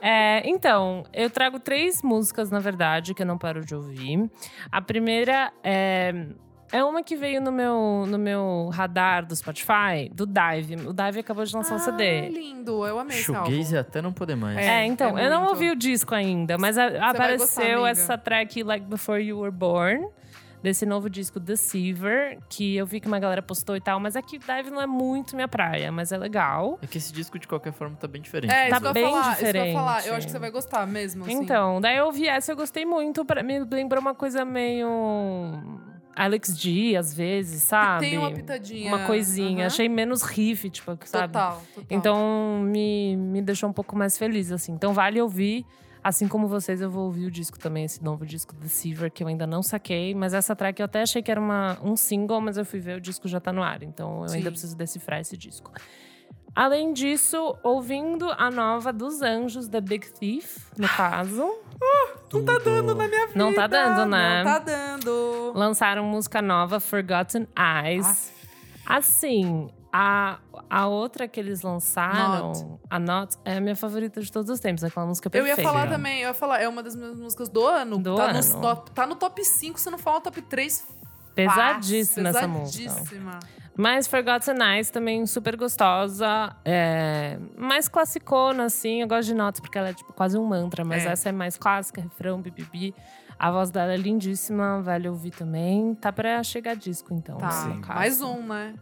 [SPEAKER 2] É, então, eu trago três músicas, na verdade, que eu não paro de ouvir. A primeira é, é uma que veio no meu, no meu radar do Spotify, do Dive. O Dive acabou de lançar um
[SPEAKER 3] Ah,
[SPEAKER 2] CD.
[SPEAKER 3] lindo. Eu amei esse álbum.
[SPEAKER 1] Shoegaze até não poder mais.
[SPEAKER 2] É,
[SPEAKER 3] é
[SPEAKER 2] então, eu não
[SPEAKER 3] muito.
[SPEAKER 2] ouvi o disco ainda, mas a- apareceu
[SPEAKER 3] amiga.
[SPEAKER 2] essa track Like Before You Were Born, desse novo disco Deceiver, que eu vi que uma galera postou e tal, mas é que Dive não é muito minha praia, mas é legal.
[SPEAKER 1] É que esse disco, de qualquer forma, tá bem diferente.
[SPEAKER 3] É,
[SPEAKER 1] dos
[SPEAKER 3] isso
[SPEAKER 2] Tá
[SPEAKER 3] que eu
[SPEAKER 1] outros.
[SPEAKER 2] bem
[SPEAKER 3] ia falar. Isso que eu
[SPEAKER 2] diferente.
[SPEAKER 3] ia falar. Eu acho que você vai gostar mesmo, assim.
[SPEAKER 2] Então, daí eu ouvi essa, eu gostei muito. Pra, me lembrou uma coisa meio. Alex G, às vezes, sabe?
[SPEAKER 3] Tem uma pitadinha.
[SPEAKER 2] Uma coisinha.
[SPEAKER 3] Aham.
[SPEAKER 2] Achei menos riff, tipo, sabe?
[SPEAKER 3] Total, total.
[SPEAKER 2] Então, me, me deixou um pouco mais feliz, assim. Então, vale ouvir. Assim como vocês, eu vou ouvir o disco também, esse novo disco do Silver, que eu ainda não saquei. Mas essa track eu até achei que era uma, um single, mas eu fui ver, o disco já tá no ar. Então, eu
[SPEAKER 3] Sim.
[SPEAKER 2] ainda preciso decifrar esse disco. Além disso, ouvindo a nova dos Anjos, The Big Thief, no caso.
[SPEAKER 4] Não tá dando na minha
[SPEAKER 2] Não tá
[SPEAKER 3] É Vida,
[SPEAKER 2] dando, né?
[SPEAKER 3] Não tá dando.
[SPEAKER 2] Lançaram música nova, Forgotten Eyes.
[SPEAKER 3] Ah.
[SPEAKER 2] Assim, a, a outra que eles lançaram, a Not, é a minha favorita de todos os tempos. Aquela música
[SPEAKER 3] Eu ia
[SPEAKER 2] perfeita.
[SPEAKER 3] falar também, eu ia falar, é uma das minhas músicas do ano.
[SPEAKER 2] Do
[SPEAKER 3] tá,
[SPEAKER 2] ano.
[SPEAKER 3] No, top- tá no top 5, se não falar o top 3.
[SPEAKER 2] Pesadíssima essa música.
[SPEAKER 3] Pesadíssima.
[SPEAKER 2] Mas Forgotten Eyes também super gostosa. É, mais classicona, assim. Eu gosto de Not, porque ela é tipo, quase um mantra. Mas
[SPEAKER 3] É.
[SPEAKER 2] essa é mais clássica, refrão, bibibi. A voz dela é lindíssima, vale ouvir também. Tá pra chegar disco, então.
[SPEAKER 3] Tá,
[SPEAKER 2] no
[SPEAKER 4] sim.
[SPEAKER 2] caso.
[SPEAKER 3] mais um, né?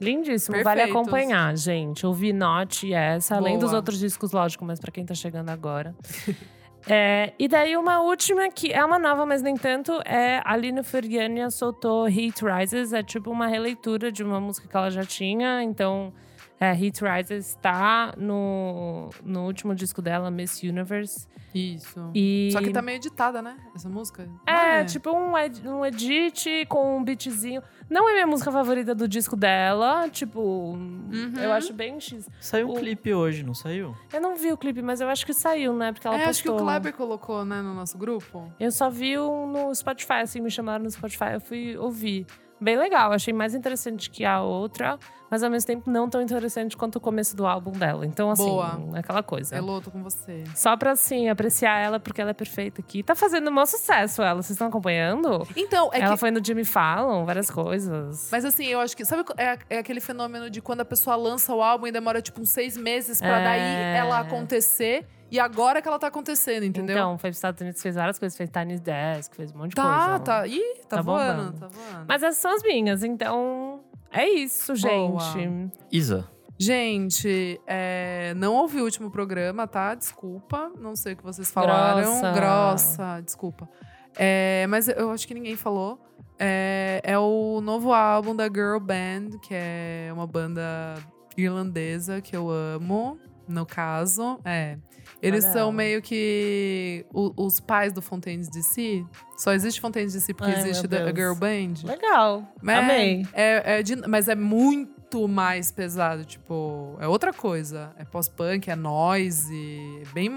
[SPEAKER 2] Lindíssimo, vale
[SPEAKER 3] Perfeitos.
[SPEAKER 2] acompanhar, gente. Ouvi Not e essa, além
[SPEAKER 3] Boa.
[SPEAKER 2] dos outros discos, lógico, mas pra quem tá chegando agora. É, e daí uma última que é uma nova, mas nem tanto, é a Lina Fergiania soltou Heat Rises, é tipo uma releitura de uma música que ela já tinha, então é, Heat Rises tá no, no último disco dela, Miss Universe.
[SPEAKER 3] Isso.
[SPEAKER 2] E
[SPEAKER 3] Só que tá meio editada, né? Essa música.
[SPEAKER 2] é, tipo um, ed- um edit com um beatzinho. Não é minha música favorita do disco dela. Tipo,
[SPEAKER 3] Uhum.
[SPEAKER 2] eu acho bem X.
[SPEAKER 1] Saiu um
[SPEAKER 2] O-
[SPEAKER 1] clipe hoje, não saiu?
[SPEAKER 2] Eu não vi o clipe, mas eu acho que saiu, né? Porque ela
[SPEAKER 3] É,
[SPEAKER 2] postou.
[SPEAKER 3] acho que o Kleber colocou, né, no nosso grupo.
[SPEAKER 2] Eu só vi um no Spotify, assim, me chamaram no Spotify, eu fui ouvir. bem legal. Achei mais interessante que a outra, mas ao mesmo tempo não tão interessante quanto o começo do álbum dela. Então, assim,
[SPEAKER 3] Boa.
[SPEAKER 2] aquela coisa.
[SPEAKER 3] Elô, tô É com você.
[SPEAKER 2] Só pra, assim, apreciar ela, porque ela é perfeita aqui. Tá fazendo um maior sucesso ela. Vocês estão acompanhando?
[SPEAKER 3] Então, é
[SPEAKER 2] ela
[SPEAKER 3] que.
[SPEAKER 2] foi no Jimmy Fallon, várias coisas.
[SPEAKER 3] Mas assim, eu acho que. Sabe, é, é aquele fenômeno de quando a pessoa lança o álbum e demora, tipo, uns seis meses pra
[SPEAKER 2] É.
[SPEAKER 3] daí ela acontecer. E agora que ela tá acontecendo, entendeu?
[SPEAKER 2] Então, foi pros Estados Unidos, fez várias coisas. Fez Tiny Desk, fez um monte de
[SPEAKER 3] tá,
[SPEAKER 2] coisa.
[SPEAKER 3] tá. Ih, tá,
[SPEAKER 2] Tá
[SPEAKER 3] voando,
[SPEAKER 2] bombando.
[SPEAKER 3] tá voando.
[SPEAKER 2] Mas essas são as minhas, então... É isso,
[SPEAKER 3] Boa.
[SPEAKER 2] gente.
[SPEAKER 1] Isa,
[SPEAKER 3] Gente, é, não ouvi o último programa, tá? Desculpa. Não sei o que vocês falaram.
[SPEAKER 2] Grossa.
[SPEAKER 3] Grossa, desculpa. É, mas eu acho que ninguém falou. É, é o novo álbum da Girl Band, que é uma banda irlandesa que eu amo, no caso. É. Eles
[SPEAKER 2] Olha
[SPEAKER 3] são
[SPEAKER 2] ela.
[SPEAKER 3] meio que o- os pais do Fontaines DC. Só existe Fontaines DC porque
[SPEAKER 2] Ai, meu
[SPEAKER 3] existe da- a
[SPEAKER 2] Deus.
[SPEAKER 3] Girl Band.
[SPEAKER 2] Legal.
[SPEAKER 3] Mas
[SPEAKER 2] Amei.
[SPEAKER 3] Né? É, é din- mas é muito mais pesado, tipo, é outra coisa. É pós-punk, é noise, é bem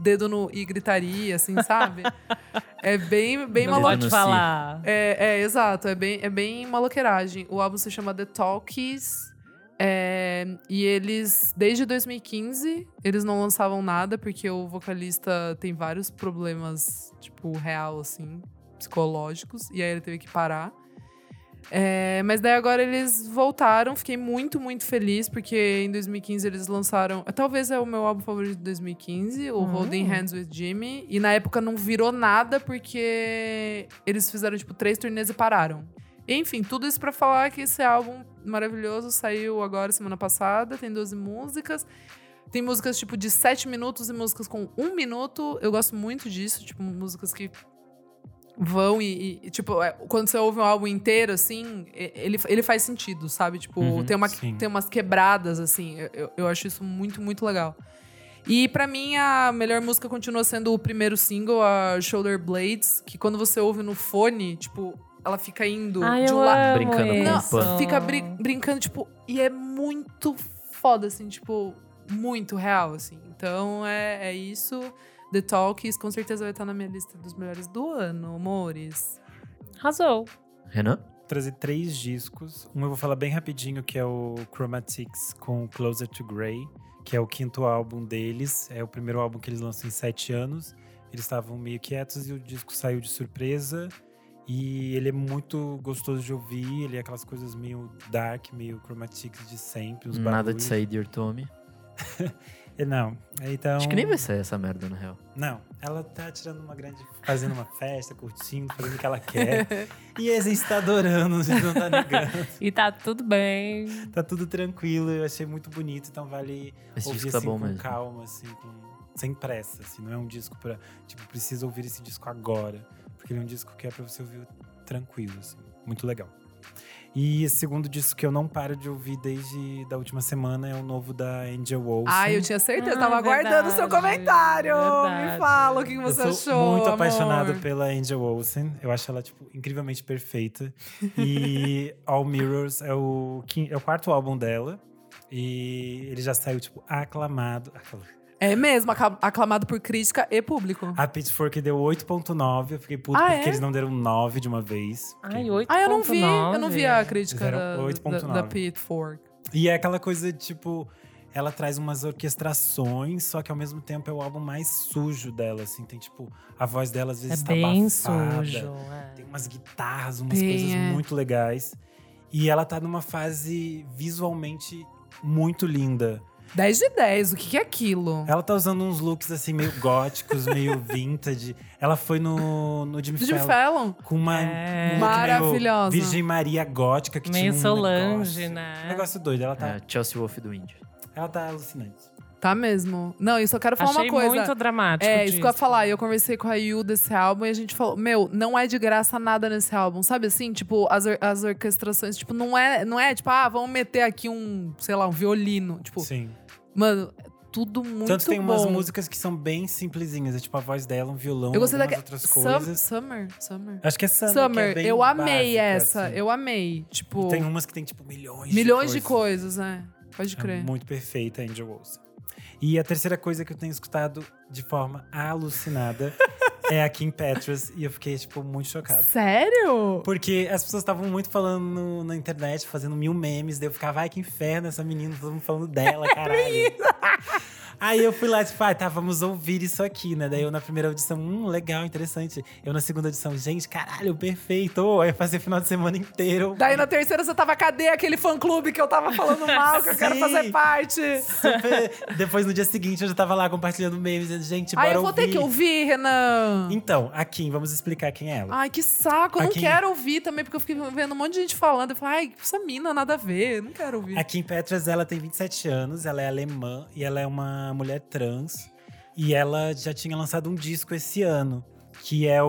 [SPEAKER 3] dedo no e gritaria, assim, sabe? é bem, bem
[SPEAKER 2] Não
[SPEAKER 1] maluco.
[SPEAKER 3] maluco.
[SPEAKER 4] assim,
[SPEAKER 2] pode falar.
[SPEAKER 3] É, é, exato, é bem, é bem maloqueiragem. O álbum se chama The Talkies. é, e eles, desde 2015, eles não lançavam nada, porque o vocalista tem vários problemas, tipo, real, assim, psicológicos. E aí ele teve que parar. É, mas daí agora eles voltaram, fiquei muito, muito feliz, porque em 2015 eles lançaram. Talvez é o meu álbum favorito de 2015, o
[SPEAKER 2] Hum.
[SPEAKER 3] Holding Hands with Jimmy. E na época não virou nada, porque eles fizeram, tipo, três turnês e pararam. Enfim, tudo isso pra falar que esse álbum maravilhoso saiu agora semana passada, tem 12 músicas. Tem músicas tipo de 7 minutos e músicas com 1 minuto. Eu gosto muito disso, tipo, músicas que vão e, e, tipo, é, quando você ouve um álbum inteiro, assim, e- ele, ele faz sentido, sabe? Tipo,
[SPEAKER 1] Uhum,
[SPEAKER 3] tem, uma,
[SPEAKER 4] sim.
[SPEAKER 3] tem umas quebradas, assim. Eu- Eu, eu acho isso muito, muito legal. E pra mim, a melhor música continua sendo o primeiro single, a Shoulder Blades, que quando você ouve no fone, tipo, ela fica indo
[SPEAKER 2] Ai,
[SPEAKER 3] de
[SPEAKER 2] eu
[SPEAKER 3] um lado.
[SPEAKER 2] amo
[SPEAKER 1] Brincando com
[SPEAKER 2] isso.
[SPEAKER 1] o
[SPEAKER 3] Não, fica brin- brincando, tipo, e é muito foda, assim, tipo, muito real, assim. Então é, é isso. The Talks com certeza vai estar na minha lista dos melhores do ano, amores.
[SPEAKER 2] Arrasou.
[SPEAKER 1] Renan?
[SPEAKER 4] trazer três discos. Um eu vou falar bem rapidinho, que é o Chromatics com o Closer to Grey, que é o quinto álbum deles. É o primeiro álbum que eles lançam em sete anos. Eles estavam meio quietos e o disco saiu de surpresa. E ele é muito gostoso de ouvir. Ele é aquelas coisas meio dark, meio Chromatics de sempre. Os
[SPEAKER 1] Nada de
[SPEAKER 4] barulhos. Então,
[SPEAKER 1] sair de Tommy.
[SPEAKER 4] É, Não. Então...
[SPEAKER 1] Acho que nem vai sair essa merda, na real.
[SPEAKER 4] Não, ela tá tirando uma grande. fazendo uma festa, curtindo, fazendo o que ela quer. e a gente tá adorando, a gente não tá negando.
[SPEAKER 2] E tá tudo bem.
[SPEAKER 4] tá tudo tranquilo, eu achei muito bonito, então vale
[SPEAKER 1] Esse
[SPEAKER 4] ouvir
[SPEAKER 1] disco tá
[SPEAKER 4] assim,
[SPEAKER 1] bom
[SPEAKER 4] com
[SPEAKER 1] mesmo.
[SPEAKER 4] calma, assim, com- sem pressa, assim, não é um disco pra, tipo, precisa ouvir esse disco agora, porque ele é um disco que é pra você ouvir tranquilo, assim, muito legal. E esse segundo disco que eu não paro de ouvir desde da última semana é o novo da Angel Olsen.
[SPEAKER 3] Ai, eu tinha certeza,
[SPEAKER 2] Ah,
[SPEAKER 3] tava aguardando o seu
[SPEAKER 2] verdade,
[SPEAKER 3] comentário. Me
[SPEAKER 2] verdade.
[SPEAKER 3] fala o que que
[SPEAKER 4] Eu
[SPEAKER 3] você
[SPEAKER 4] sou
[SPEAKER 3] achou.
[SPEAKER 4] muito
[SPEAKER 3] amor.
[SPEAKER 4] apaixonado pela Angel Olsen. Eu acho ela, tipo, incrivelmente perfeita. E All Mirrors é o, quin- é o quarto álbum dela. E ele já saiu, tipo, aclamado. aclamado.
[SPEAKER 3] É mesmo, aca- aclamado por crítica e público.
[SPEAKER 4] A Pitchfork deu 8.9. Eu fiquei puto
[SPEAKER 3] Ah,
[SPEAKER 4] porque
[SPEAKER 3] é?
[SPEAKER 4] eles não deram 9 de uma vez.
[SPEAKER 2] Ai,
[SPEAKER 4] Fiquei-
[SPEAKER 2] 8.
[SPEAKER 3] Ah, eu não vi. Eu não vi a crítica
[SPEAKER 4] Fizeram
[SPEAKER 3] da, da,
[SPEAKER 4] 8.9.
[SPEAKER 3] da Pitchfork.
[SPEAKER 4] E é aquela coisa, tipo... Ela traz umas orquestrações, só que ao mesmo tempo é o álbum mais sujo dela, assim. Tem, tipo, a voz dela às
[SPEAKER 2] É
[SPEAKER 4] vezes tá
[SPEAKER 2] bem
[SPEAKER 4] abafada.
[SPEAKER 2] sujo.
[SPEAKER 4] Tem
[SPEAKER 2] é.
[SPEAKER 4] umas guitarras, umas
[SPEAKER 3] Tem,
[SPEAKER 4] coisas
[SPEAKER 3] é.
[SPEAKER 4] muito legais. E ela tá numa fase visualmente muito linda.
[SPEAKER 3] 10 de 10, o que, que é aquilo?
[SPEAKER 4] Ela tá usando uns looks assim, meio góticos, meio vintage. Ela foi no, no Jimmy
[SPEAKER 3] Jimmy
[SPEAKER 4] Fallon.
[SPEAKER 3] Fallon?
[SPEAKER 4] Com uma.
[SPEAKER 2] É.
[SPEAKER 4] um look meio
[SPEAKER 3] Maravilhosa.
[SPEAKER 4] Virgem Maria gótica que
[SPEAKER 2] Meio
[SPEAKER 4] tinha um
[SPEAKER 2] Solange,
[SPEAKER 4] negócio.
[SPEAKER 2] né?
[SPEAKER 4] Um negócio doido. Ela tá,
[SPEAKER 1] É, Chelsea Wolf do Indy.
[SPEAKER 4] ela tá alucinante.
[SPEAKER 3] Tá mesmo. Não, isso eu quero falar
[SPEAKER 2] Achei
[SPEAKER 3] uma coisa.
[SPEAKER 2] muito
[SPEAKER 4] Ah,
[SPEAKER 2] dramático.
[SPEAKER 3] É, isso que eu ia
[SPEAKER 2] disso.
[SPEAKER 3] falar. Eu conversei com a Yu desse álbum e a gente falou: Meu, não é de graça nada nesse álbum, sabe assim? Tipo, as, or- as orquestrações, tipo, não é, não é tipo, ah, vamos meter aqui um, sei lá, um violino. Tipo,
[SPEAKER 4] Sim.
[SPEAKER 3] mano, é tudo muito
[SPEAKER 4] Tanto tem
[SPEAKER 3] bom.
[SPEAKER 4] umas músicas que são bem simplesinhas. É tipo a voz dela, um violão,
[SPEAKER 3] Eu gostei
[SPEAKER 4] algumas
[SPEAKER 3] daquela.
[SPEAKER 4] outras
[SPEAKER 3] Sum-
[SPEAKER 4] coisas.
[SPEAKER 3] Summer? Summer?
[SPEAKER 4] Acho que é Summer. que é
[SPEAKER 3] Summer,
[SPEAKER 4] bem
[SPEAKER 3] eu amei
[SPEAKER 4] básica,
[SPEAKER 3] essa.
[SPEAKER 4] assim. um
[SPEAKER 3] Eu amei. Tipo,
[SPEAKER 4] E tem umas que tem, tipo, milhões,
[SPEAKER 3] milhões de
[SPEAKER 4] de
[SPEAKER 3] coisas,
[SPEAKER 4] coisas.
[SPEAKER 3] né? Pode
[SPEAKER 4] É
[SPEAKER 3] crer.
[SPEAKER 4] muito perfeita a Angel Olsen. E a terceira coisa que eu tenho escutado de forma alucinada é a Kim Petras. E eu fiquei, tipo, muito chocado.
[SPEAKER 3] Sério?
[SPEAKER 4] Porque as pessoas estavam muito falando no- na internet, fazendo mil memes. Daí eu ficava, ai, que inferno essa menina, todo mundo falando dela,
[SPEAKER 3] É
[SPEAKER 4] caralho. Aí eu fui lá, tipo, ai, tá, vamos ouvir isso aqui, né? Daí eu na primeira audição, hum, legal, interessante. Eu na segunda audição, gente, caralho, perfeito. Aí eu passei o final de semana inteiro.
[SPEAKER 3] Daí na terceira você tava, cadê aquele fã-clube que eu tava falando mal, que eu quero
[SPEAKER 4] Sim.
[SPEAKER 3] fazer parte?
[SPEAKER 4] Super- Depois, no dia seguinte, eu já tava lá compartilhando memes, dizendo, gente, bora
[SPEAKER 3] Aí Ah, eu vou ter que ouvir, Renan.
[SPEAKER 4] Tipo, Então, a Kim, vamos explicar quem é ela.
[SPEAKER 3] Ai, que saco, eu não
[SPEAKER 4] Aqui-
[SPEAKER 3] quero ouvir também, porque eu fiquei vendo um monte de gente falando. Eu falei, ai, essa mina, nada a ver, não quero ouvir.
[SPEAKER 4] A Kim Petras, ela tem 27 anos, ela é alemã e ela é uma mulher trans. E ela já tinha lançado um disco esse ano, que é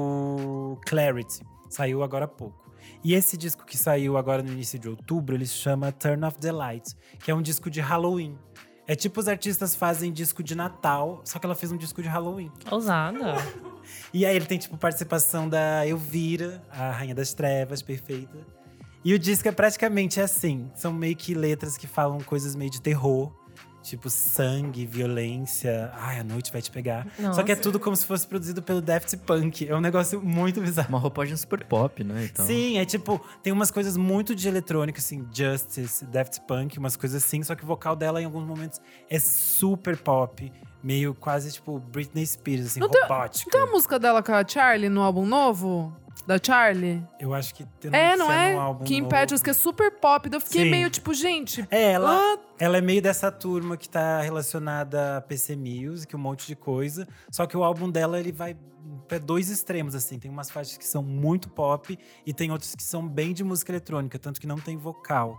[SPEAKER 4] o Clarity. Saiu agora há pouco. E esse disco que saiu agora no início de outubro, ele se chama Turn Off the Light, que é um disco de Halloween. É tipo os artistas fazem disco de Natal, só que ela fez um disco de Halloween.
[SPEAKER 2] Ousada.
[SPEAKER 4] E aí ele tem, tipo, participação da Elvira, a Rainha das Trevas, perfeita. E o disco é praticamente assim. São meio que letras que falam coisas meio de terror. Tipo, sangue, violência. Ai, a noite vai te pegar. Só que é
[SPEAKER 2] Nossa.
[SPEAKER 4] tudo como se fosse produzido pelo Daft Punk. É um negócio muito bizarro.
[SPEAKER 1] Uma roupagem super pop, né? Então,
[SPEAKER 4] Sim, é tipo, tem umas coisas muito de eletrônica, assim, Justice, Daft Punk, umas coisas assim, só que o vocal dela em alguns momentos é super pop, meio quase tipo Britney Spears, assim,
[SPEAKER 3] Não Então, tem-
[SPEAKER 4] robótica.
[SPEAKER 3] Tem a música dela com a Charlie no álbum novo? Da Charlie?
[SPEAKER 4] Eu acho que tem
[SPEAKER 3] é,
[SPEAKER 4] se
[SPEAKER 3] não
[SPEAKER 4] num um álbum
[SPEAKER 3] é? Que
[SPEAKER 4] novo.
[SPEAKER 3] impede os Ah. que é super pop. Daí eu fiquei
[SPEAKER 4] Sim.
[SPEAKER 3] meio tipo, gente.
[SPEAKER 4] É, ela, ela é meio dessa turma que tá relacionada a PC Music, um monte de coisa. Só que o álbum dela, ele vai pra dois extremos, assim. Tem umas faixas que são muito pop e tem outras que são bem de música eletrônica, tanto que não tem vocal.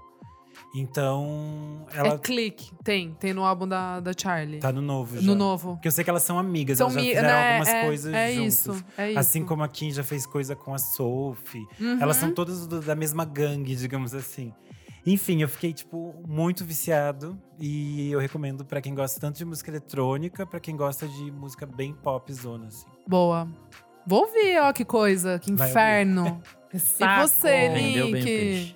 [SPEAKER 4] Então, ela
[SPEAKER 3] É clique. Tem, tem no álbum da, da Charlie.
[SPEAKER 4] tá no novo já.
[SPEAKER 3] no novo.
[SPEAKER 4] Porque eu sei que elas são amigas, elas já
[SPEAKER 3] mi-
[SPEAKER 4] fizeram
[SPEAKER 3] né,
[SPEAKER 4] algumas
[SPEAKER 3] é,
[SPEAKER 4] coisas
[SPEAKER 3] É
[SPEAKER 4] juntas.
[SPEAKER 3] isso, é isso.
[SPEAKER 4] Assim como a Kim já fez coisa com a Sophie.
[SPEAKER 3] Uhum.
[SPEAKER 4] Elas são todas do- da mesma gangue, digamos assim. Enfim, eu fiquei, tipo, muito viciado. E eu recomendo pra quem gosta tanto de música eletrônica, pra quem gosta de música bem pop zona, assim.
[SPEAKER 3] Boa. Vou ouvir, ó, que coisa, que
[SPEAKER 4] Vai
[SPEAKER 3] inferno.
[SPEAKER 2] Saco.
[SPEAKER 3] você, Lin?
[SPEAKER 1] vendeu bem o
[SPEAKER 3] Link.
[SPEAKER 1] peixe.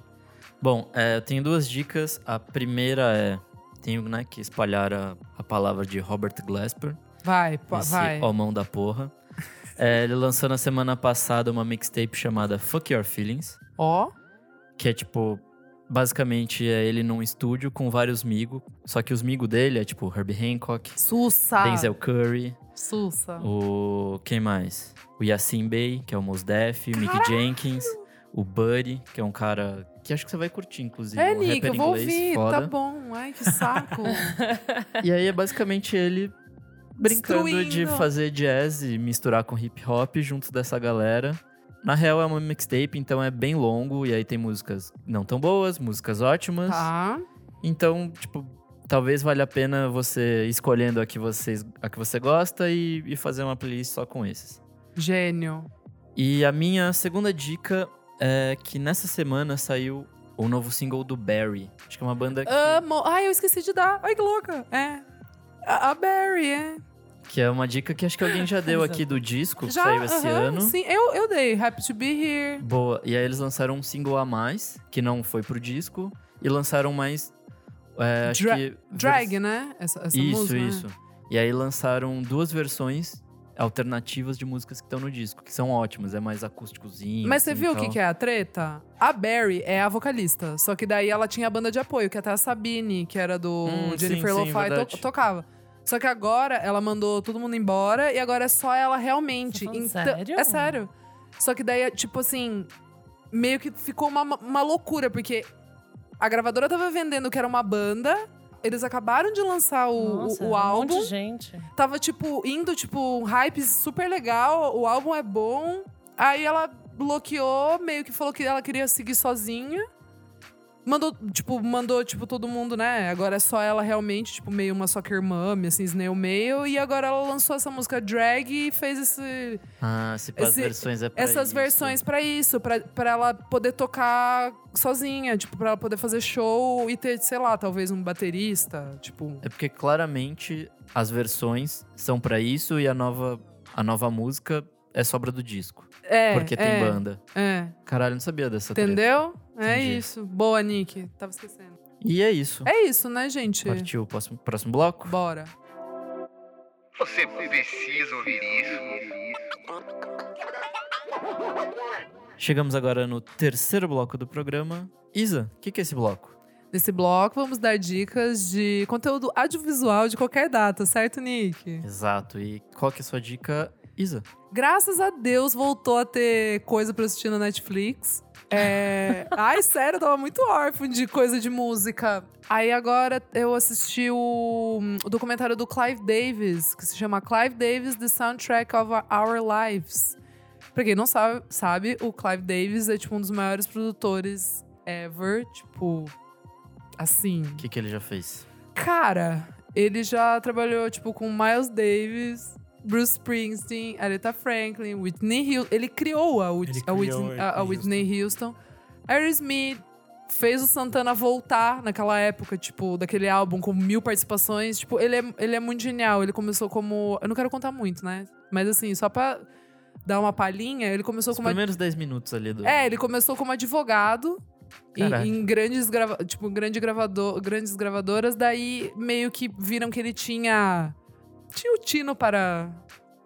[SPEAKER 1] Bom, é, eu tenho duas dicas. A primeira é. Tenho né, que espalhar a, a palavra de Robert Glasper,
[SPEAKER 3] Vai, pô,
[SPEAKER 1] esse
[SPEAKER 3] vai.
[SPEAKER 1] homão da porra. É, ele lançou na semana passada uma mixtape chamada Fuck Your Feelings.
[SPEAKER 3] Ó,
[SPEAKER 1] Que é tipo. Basicamente é ele num estúdio com vários migos. Só que os migos dele é tipo Herbie Hancock,
[SPEAKER 3] Sussa.
[SPEAKER 1] Denzel Curry,
[SPEAKER 3] Sussa.
[SPEAKER 1] o. Quem mais? O Yassin Bey, que é o Mos Def, o Mick Jenkins, o Buddy, que é um cara que acho que você vai curtir, inclusive.
[SPEAKER 3] É,
[SPEAKER 1] um
[SPEAKER 3] Nick,
[SPEAKER 1] rapper
[SPEAKER 3] eu vou
[SPEAKER 1] inglês
[SPEAKER 3] ouvir,
[SPEAKER 1] foda.
[SPEAKER 3] tá bom. Ai, que saco.
[SPEAKER 1] E aí é basicamente ele brincando de
[SPEAKER 3] Destruindo.
[SPEAKER 1] fazer jazz e misturar com hip hop junto dessa galera. Na real é uma mixtape, então é bem longo e aí tem músicas não tão boas, músicas ótimas.
[SPEAKER 3] tá.
[SPEAKER 1] Então, tipo, talvez valha a pena você escolhendo a que, vocês, a que você gosta e, e fazer uma playlist só com esses.
[SPEAKER 3] Gênio.
[SPEAKER 1] E a minha segunda dica é que nessa semana saiu o novo single do Barry. Acho que é uma banda que,
[SPEAKER 3] Amo. Ai, eu esqueci de dar. Ai, que louca. É. A, a Barry, é.
[SPEAKER 1] que é uma dica que acho que alguém já deu aqui do disco que
[SPEAKER 3] Já,
[SPEAKER 1] saiu esse
[SPEAKER 3] aham,
[SPEAKER 1] ano.
[SPEAKER 3] Sim, eu, eu dei. Happy to be here.
[SPEAKER 1] Boa. E aí eles lançaram um single a mais, que não foi pro disco, e lançaram mais. É, acho
[SPEAKER 3] Dra-
[SPEAKER 1] que
[SPEAKER 3] Drag,
[SPEAKER 1] vers-
[SPEAKER 3] né? Essa, essa
[SPEAKER 1] Isso,
[SPEAKER 3] música. né?
[SPEAKER 1] isso. E aí lançaram duas versões alternativas de músicas que estão no disco, que são ótimas, é mais acústicozinho.
[SPEAKER 3] Mas você
[SPEAKER 1] assim,
[SPEAKER 3] viu o
[SPEAKER 1] tal.
[SPEAKER 3] que, que é a treta? A Barry é a vocalista. Só que daí ela tinha a banda de apoio, que até a Sabine, que era do
[SPEAKER 1] Hum,
[SPEAKER 3] Jennifer
[SPEAKER 1] sim, sim,
[SPEAKER 3] Lo-Fi, to-
[SPEAKER 1] verdade.
[SPEAKER 3] tocava. Só que agora ela mandou todo mundo embora e agora é só ela realmente.
[SPEAKER 2] Você tá falando
[SPEAKER 3] Então-
[SPEAKER 2] sério?
[SPEAKER 3] É sério. Só que daí, é, tipo assim, meio que ficou uma, uma loucura, porque a gravadora tava vendendo que era uma banda. Eles acabaram de lançar o,
[SPEAKER 2] Nossa,
[SPEAKER 3] o, o álbum.
[SPEAKER 2] Um monte de gente.
[SPEAKER 3] Tava, tipo, indo, tipo, um hype super legal, o álbum é bom. Aí ela bloqueou, meio que falou que ela queria seguir sozinha. Mandou, tipo, mandou, tipo, todo mundo, né? Agora é só ela realmente, tipo, meio uma soccer mommy, assim, snail mail. E agora ela lançou essa música drag e fez esse,
[SPEAKER 1] Ah, se pá, as
[SPEAKER 3] Esse-
[SPEAKER 1] versões é pra
[SPEAKER 3] essas
[SPEAKER 1] isso.
[SPEAKER 3] versões pra isso, pra, pra ela poder tocar sozinha, tipo, pra ela poder fazer show e ter, sei lá, talvez um baterista, tipo.
[SPEAKER 1] É porque claramente as versões são pra isso e a nova, a nova música é sobra do disco.
[SPEAKER 3] É,
[SPEAKER 1] porque tem
[SPEAKER 3] é,
[SPEAKER 1] banda.
[SPEAKER 3] É.
[SPEAKER 1] Caralho, não sabia dessa treta.
[SPEAKER 3] Entendeu? É
[SPEAKER 1] Entendi.
[SPEAKER 3] isso. Boa, Nick. Tava esquecendo.
[SPEAKER 1] E é isso.
[SPEAKER 3] É isso, né, gente?
[SPEAKER 1] Partiu o próximo, próximo bloco?
[SPEAKER 3] Bora.
[SPEAKER 6] Você precisa ouvir isso.
[SPEAKER 1] Chegamos agora no terceiro bloco do programa. Isa, o que, que é esse bloco?
[SPEAKER 3] Nesse bloco, vamos dar dicas de conteúdo audiovisual de qualquer data, certo, Nick?
[SPEAKER 1] Exato. E qual que é a sua dica, Isa?
[SPEAKER 3] Graças a Deus voltou a ter coisa pra assistir na Netflix. É... Ai, sério, eu tava muito órfão de coisa de música. Aí agora eu assisti o, o documentário do Clive Davis, que se chama Clive Davis, The Soundtrack of Our Lives. Pra quem não sabe, sabe o Clive Davis é tipo um dos maiores produtores ever. Tipo, assim.
[SPEAKER 1] O que, que ele já fez?
[SPEAKER 3] Cara, ele já trabalhou, tipo, com Miles Davis, Bruce Springsteen, Aretha Franklin, Whitney Houston. Ele criou a, Whit-
[SPEAKER 4] Ele
[SPEAKER 3] a
[SPEAKER 4] criou
[SPEAKER 3] Whitney,
[SPEAKER 4] a
[SPEAKER 3] a- a Whitney Houston. Aerosmith fez o Santana voltar naquela época, tipo, daquele álbum com mil participações. Tipo, ele é, ele é muito genial. Ele começou como... Eu não quero contar muito, né? Mas assim, só pra dar uma palhinha, ele começou
[SPEAKER 1] Os
[SPEAKER 3] como...
[SPEAKER 1] primeiros 10 minutos ali do.
[SPEAKER 3] É, ele começou como advogado em,
[SPEAKER 1] Caralho.
[SPEAKER 3] em grandes grava tipo, grande gravador, grandes gravadoras, daí meio que viram que ele tinha tinha o tino para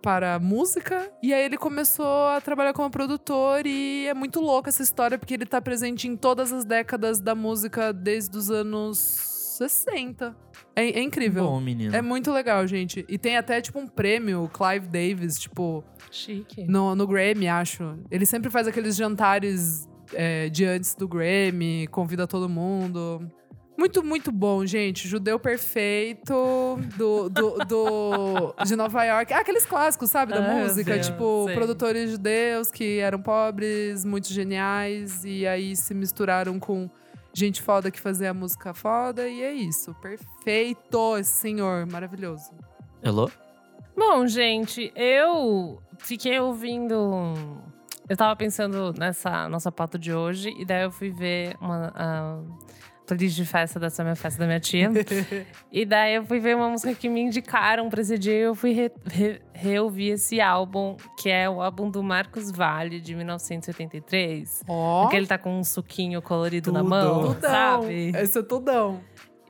[SPEAKER 3] para música e aí ele começou a trabalhar como produtor e é muito louca essa história porque ele tá presente em todas as décadas da música desde os anos 60. É, é incrível.
[SPEAKER 1] Bom, né? menino.
[SPEAKER 3] É muito legal, gente. E tem até, tipo, um prêmio, o Clive Davis, tipo,
[SPEAKER 2] Chique.
[SPEAKER 3] no, no Grammy, acho. Ele sempre faz aqueles jantares é, de antes do Grammy, convida todo mundo. Muito, muito bom, gente. Judeu Perfeito do, do, do- de Nova York. Ah, aqueles clássicos, sabe? Da
[SPEAKER 2] Ah, meu
[SPEAKER 3] música.
[SPEAKER 2] Deus,
[SPEAKER 3] tipo,
[SPEAKER 2] sei.
[SPEAKER 3] produtores judeus que eram pobres, muito geniais. E aí se misturaram com gente foda que fazia música foda. E é isso. Perfeito, senhor. Maravilhoso.
[SPEAKER 1] Hello?
[SPEAKER 2] Bom, gente, eu fiquei ouvindo. Eu tava pensando nessa nossa pauta de hoje, e daí eu fui ver uma a playlist de festa dessa minha festa da minha tia. e daí eu fui ver uma música que me indicaram pra esse dia e eu fui re- re- reouvir esse álbum, que é o álbum do Marcos Valle, de 1983.
[SPEAKER 3] Ó.
[SPEAKER 2] Porque ele tá com um suquinho colorido na
[SPEAKER 4] Tudo.
[SPEAKER 2] mão,
[SPEAKER 3] Tudão.
[SPEAKER 2] sabe?
[SPEAKER 3] Esse é tudão.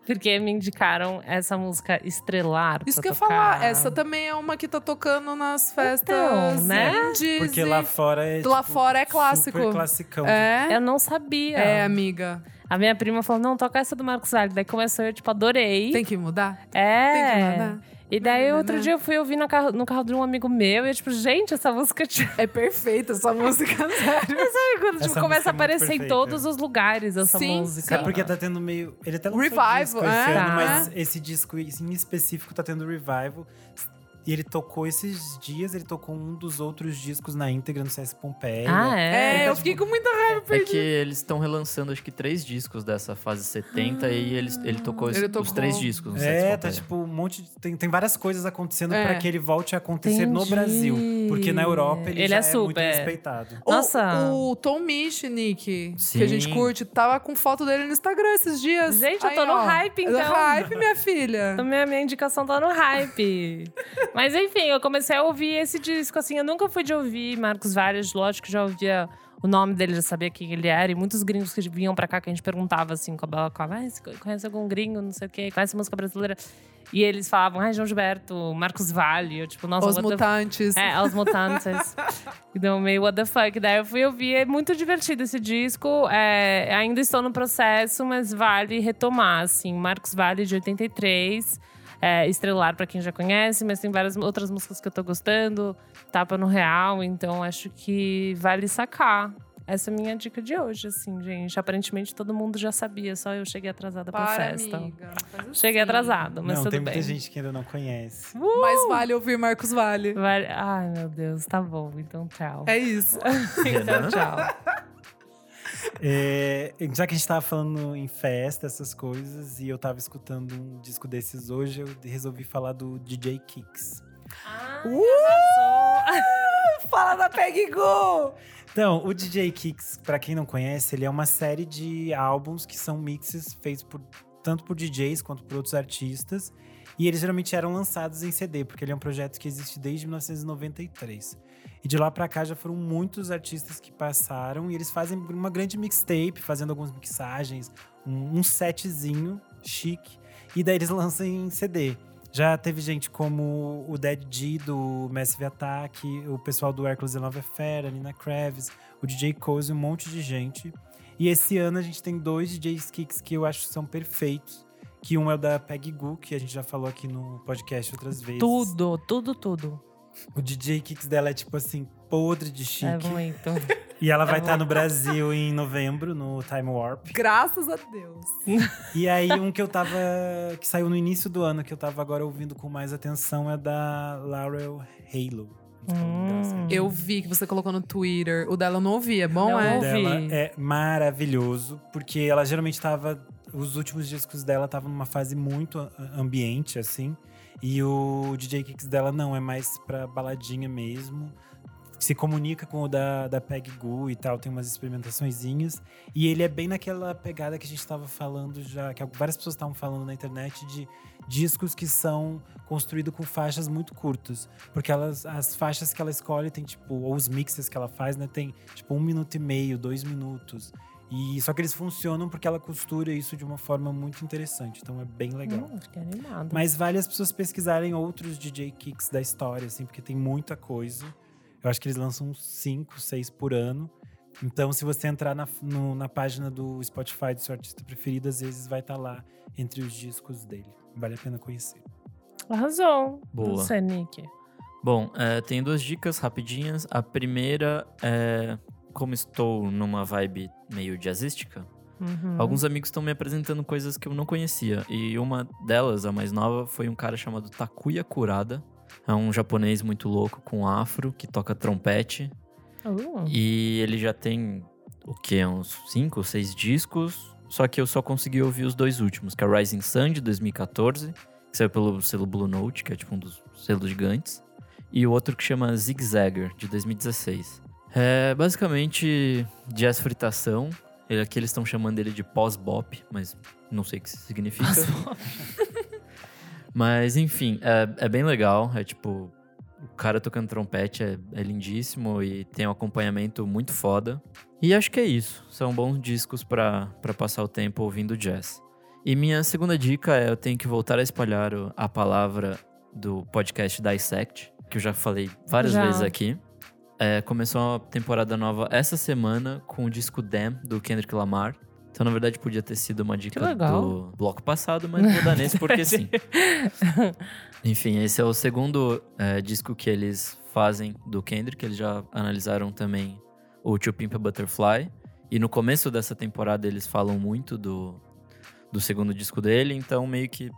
[SPEAKER 2] Porque me indicaram essa música Estrelar.
[SPEAKER 3] Isso
[SPEAKER 2] pra
[SPEAKER 3] que eu ia
[SPEAKER 2] tocar. Então,
[SPEAKER 3] falar, essa também é uma que tá tocando nas festas
[SPEAKER 2] né?
[SPEAKER 3] indies
[SPEAKER 4] Porque
[SPEAKER 3] e-
[SPEAKER 4] lá fora é.
[SPEAKER 3] Lá
[SPEAKER 4] tipo,
[SPEAKER 3] fora é clássico.
[SPEAKER 4] Super classicão. tipo,
[SPEAKER 3] É,
[SPEAKER 2] Eu não sabia.
[SPEAKER 3] é, amiga.
[SPEAKER 2] A minha prima falou: não, toca essa do Marcos Valle. Daí começou eu, tipo, adorei.
[SPEAKER 3] Tem que mudar? Tem que
[SPEAKER 2] é.
[SPEAKER 3] mudar?
[SPEAKER 2] e daí
[SPEAKER 3] Né,
[SPEAKER 2] outro
[SPEAKER 3] né,
[SPEAKER 2] dia eu fui ouvir no carro, no carro de um amigo meu e eu, tipo, gente, essa música. Tipo,
[SPEAKER 3] É perfeita essa música, sério.
[SPEAKER 2] quando, tipo, começa a
[SPEAKER 4] Essa música é muito
[SPEAKER 2] aparecer em
[SPEAKER 4] perfeita.
[SPEAKER 2] todos os lugares essa
[SPEAKER 3] Sim,
[SPEAKER 2] música.
[SPEAKER 4] É porque tá tendo meio. Ele até lançou
[SPEAKER 3] Revival,
[SPEAKER 4] disco esse
[SPEAKER 3] é.
[SPEAKER 4] ano,
[SPEAKER 2] Tá.
[SPEAKER 4] mas esse disco em específico tá tendo revival. E ele tocou esses dias, ele tocou um dos outros discos na íntegra no CS Pompeia.
[SPEAKER 2] Ah, é?
[SPEAKER 3] É, eu fiquei com muita raiva,
[SPEAKER 1] É
[SPEAKER 3] perdi.
[SPEAKER 1] que eles estão relançando acho que três discos dessa fase 70 e eles, ele tocou os-
[SPEAKER 3] Ele
[SPEAKER 1] os
[SPEAKER 3] tocou.
[SPEAKER 1] três discos. no Sets
[SPEAKER 4] É, tá
[SPEAKER 1] Pompeia.
[SPEAKER 4] tipo um monte de. Tem, tem várias coisas acontecendo
[SPEAKER 3] É.
[SPEAKER 4] pra que ele volte a acontecer no
[SPEAKER 2] Entendi.
[SPEAKER 4] Brasil. Porque na Europa ele,
[SPEAKER 2] Ele
[SPEAKER 4] já
[SPEAKER 2] é
[SPEAKER 4] é, muito
[SPEAKER 2] super.
[SPEAKER 4] respeitado.
[SPEAKER 3] O-
[SPEAKER 2] tipo, Nossa.
[SPEAKER 3] O, Tom Misch, Nick,
[SPEAKER 1] Sim.
[SPEAKER 3] que a gente curte, tava com foto dele no Instagram esses dias.
[SPEAKER 2] Gente, eu tô
[SPEAKER 3] Aí,
[SPEAKER 2] no
[SPEAKER 3] ó.
[SPEAKER 2] hype,
[SPEAKER 3] No
[SPEAKER 2] então.
[SPEAKER 3] hype, minha filha.
[SPEAKER 2] Então, Minha, minha indicação tá no hype. Mas enfim, eu comecei a ouvir esse disco, assim, eu nunca fui de ouvir Marcos Vares, lógico, que já ouvia o nome dele, já sabia quem ele era. E muitos gringos que vinham pra cá, que a gente perguntava, assim, com a Bela Cova, ah, você conhece algum gringo, não sei o quê, conhece música brasileira? E eles falavam, ah, João Gilberto, Marcos Vale. Eu, tipo, nossa,
[SPEAKER 3] Os
[SPEAKER 2] what the
[SPEAKER 3] Mutantes.
[SPEAKER 2] é, Os Mutantes. Então, meio what the fuck. Daí eu fui ouvir, é muito divertido esse disco. É, ainda estou no processo, mas vale retomar, assim. Marcos Vale, de 83. É, Estrelar, pra quem já conhece, mas tem várias outras músicas que eu tô gostando. Tapa no Real, então acho que vale sacar. Essa é a minha dica de hoje, assim, gente. Aparentemente todo mundo já sabia, só eu cheguei atrasada pra
[SPEAKER 3] Para,
[SPEAKER 2] festa.
[SPEAKER 3] amiga. Faz assim.
[SPEAKER 2] Cheguei atrasada, mas
[SPEAKER 4] não,
[SPEAKER 2] tudo
[SPEAKER 4] tem
[SPEAKER 2] bem. Uh!
[SPEAKER 4] muita gente que ainda não conhece.
[SPEAKER 3] Mas vale ouvir Marcos Vale.
[SPEAKER 2] Vale- Ai, meu Deus, tá bom, então tchau.
[SPEAKER 3] É isso.
[SPEAKER 2] Então, tchau.
[SPEAKER 4] É, já que a gente tava falando em festa, essas coisas, e eu tava escutando um disco desses hoje, eu resolvi falar do DJ Kicks.
[SPEAKER 3] Uh! Fala da Peg Go!
[SPEAKER 4] Então, o DJ Kicks, pra quem não conhece, ele é uma série de álbuns que são mixes feitos por tanto por DJs quanto por outros artistas. E eles geralmente eram lançados em CD, porque ele é um projeto que existe desde 1993. E de lá pra cá já foram muitos artistas que passaram e eles fazem uma grande mixtape, fazendo algumas mixagens, um, um setzinho chique. E daí eles lançam em CD. Já teve gente como o Dead D do Massive Attack, o pessoal do Hercules and Love Affair, a Nina Kravis, o DJ Cozy, um monte de gente. E esse ano a gente tem dois DJs Kicks que eu acho que são perfeitos. Que um é o da Peg Gu, que a gente já falou aqui no podcast outras vezes.
[SPEAKER 2] Tudo, tudo, tudo.
[SPEAKER 4] O DJ Kicks dela é tipo assim, podre de chique.
[SPEAKER 2] É muito.
[SPEAKER 4] E ela vai estar no Brasil em novembro, no Time Warp.
[SPEAKER 3] Graças a Deus.
[SPEAKER 4] E aí, um que eu tava. que saiu no início do ano, que eu tava agora ouvindo com mais atenção, é da Laurel Halo.
[SPEAKER 2] Hum.
[SPEAKER 3] Eu vi que você colocou no Twitter. O dela eu não ouvi, é bom?
[SPEAKER 2] Não,
[SPEAKER 3] é?
[SPEAKER 4] O dela
[SPEAKER 2] ouvi.
[SPEAKER 4] é maravilhoso, porque ela geralmente tava. Os últimos discos dela estavam numa fase muito a- ambiente, assim. E o DJ Kicks dela não, é mais pra baladinha mesmo. Se comunica com o da, da Peg Gu e tal, tem umas experimentaçõezinhas. E ele é bem naquela pegada que a gente tava falando já, que várias pessoas estavam falando na internet de discos que são construídos com faixas muito curtas. Porque elas, as faixas que ela escolhe tem, tipo, ou os mixes que ela faz, né? Tem tipo um minuto e meio, dois minutos. E só que eles funcionam porque ela costura isso de uma forma muito interessante. Então é bem legal.
[SPEAKER 2] Hum, fiquei animada.
[SPEAKER 4] Mas vale as pessoas pesquisarem outros DJ kicks da história, assim, porque tem muita coisa. Eu acho que eles lançam uns 5, 6 por ano. Então, se você entrar na, no- na página do Spotify do seu artista preferido, às vezes vai estar lá entre os discos dele. Vale a pena conhecer.
[SPEAKER 2] Arrasou.
[SPEAKER 1] Boa.
[SPEAKER 2] Você, Nick.
[SPEAKER 1] Bom, é, tem duas dicas rapidinhas. A primeira é. Como estou numa vibe meio jazzística,
[SPEAKER 2] Uhum.
[SPEAKER 1] alguns amigos estão me apresentando coisas que eu não conhecia. E uma delas, a mais nova, foi um cara chamado Takuya Kurada. É um japonês muito louco com afro que toca trompete.
[SPEAKER 2] Uh,
[SPEAKER 1] E ele já tem o que? Uns cinco, seis discos. Só que eu só consegui ouvir os dois últimos, que é Rising Sun de 2014, que saiu pelo selo Blue Note, que é tipo um dos selos gigantes, e o outro que chama Zig Zagger de 2016. É basicamente jazz fritação. Ele- Aqui eles estão chamando ele de pós-bop, mas não sei o que isso significa. mas enfim, é, é bem legal. É tipo, o cara tocando trompete é, é lindíssimo e tem um acompanhamento muito foda. E acho que é isso. São bons discos pra pra passar o tempo ouvindo jazz. E minha segunda dica é: eu tenho que voltar a espalhar o- a palavra do podcast Dissect, que eu já falei várias
[SPEAKER 2] Já.
[SPEAKER 1] vezes aqui. É, começou uma temporada nova essa semana com o disco Damn, do Kendrick Lamar. Então, na verdade, podia ter sido uma dica
[SPEAKER 2] legal.
[SPEAKER 1] do bloco passado, mas vou dar nesse porque sim. Enfim, esse é o segundo eh, disco que eles fazem do Kendrick. Eles já analisaram também o To Pimp a Butterfly. E no começo dessa temporada eles falam muito do, do segundo disco dele. Então, meio que,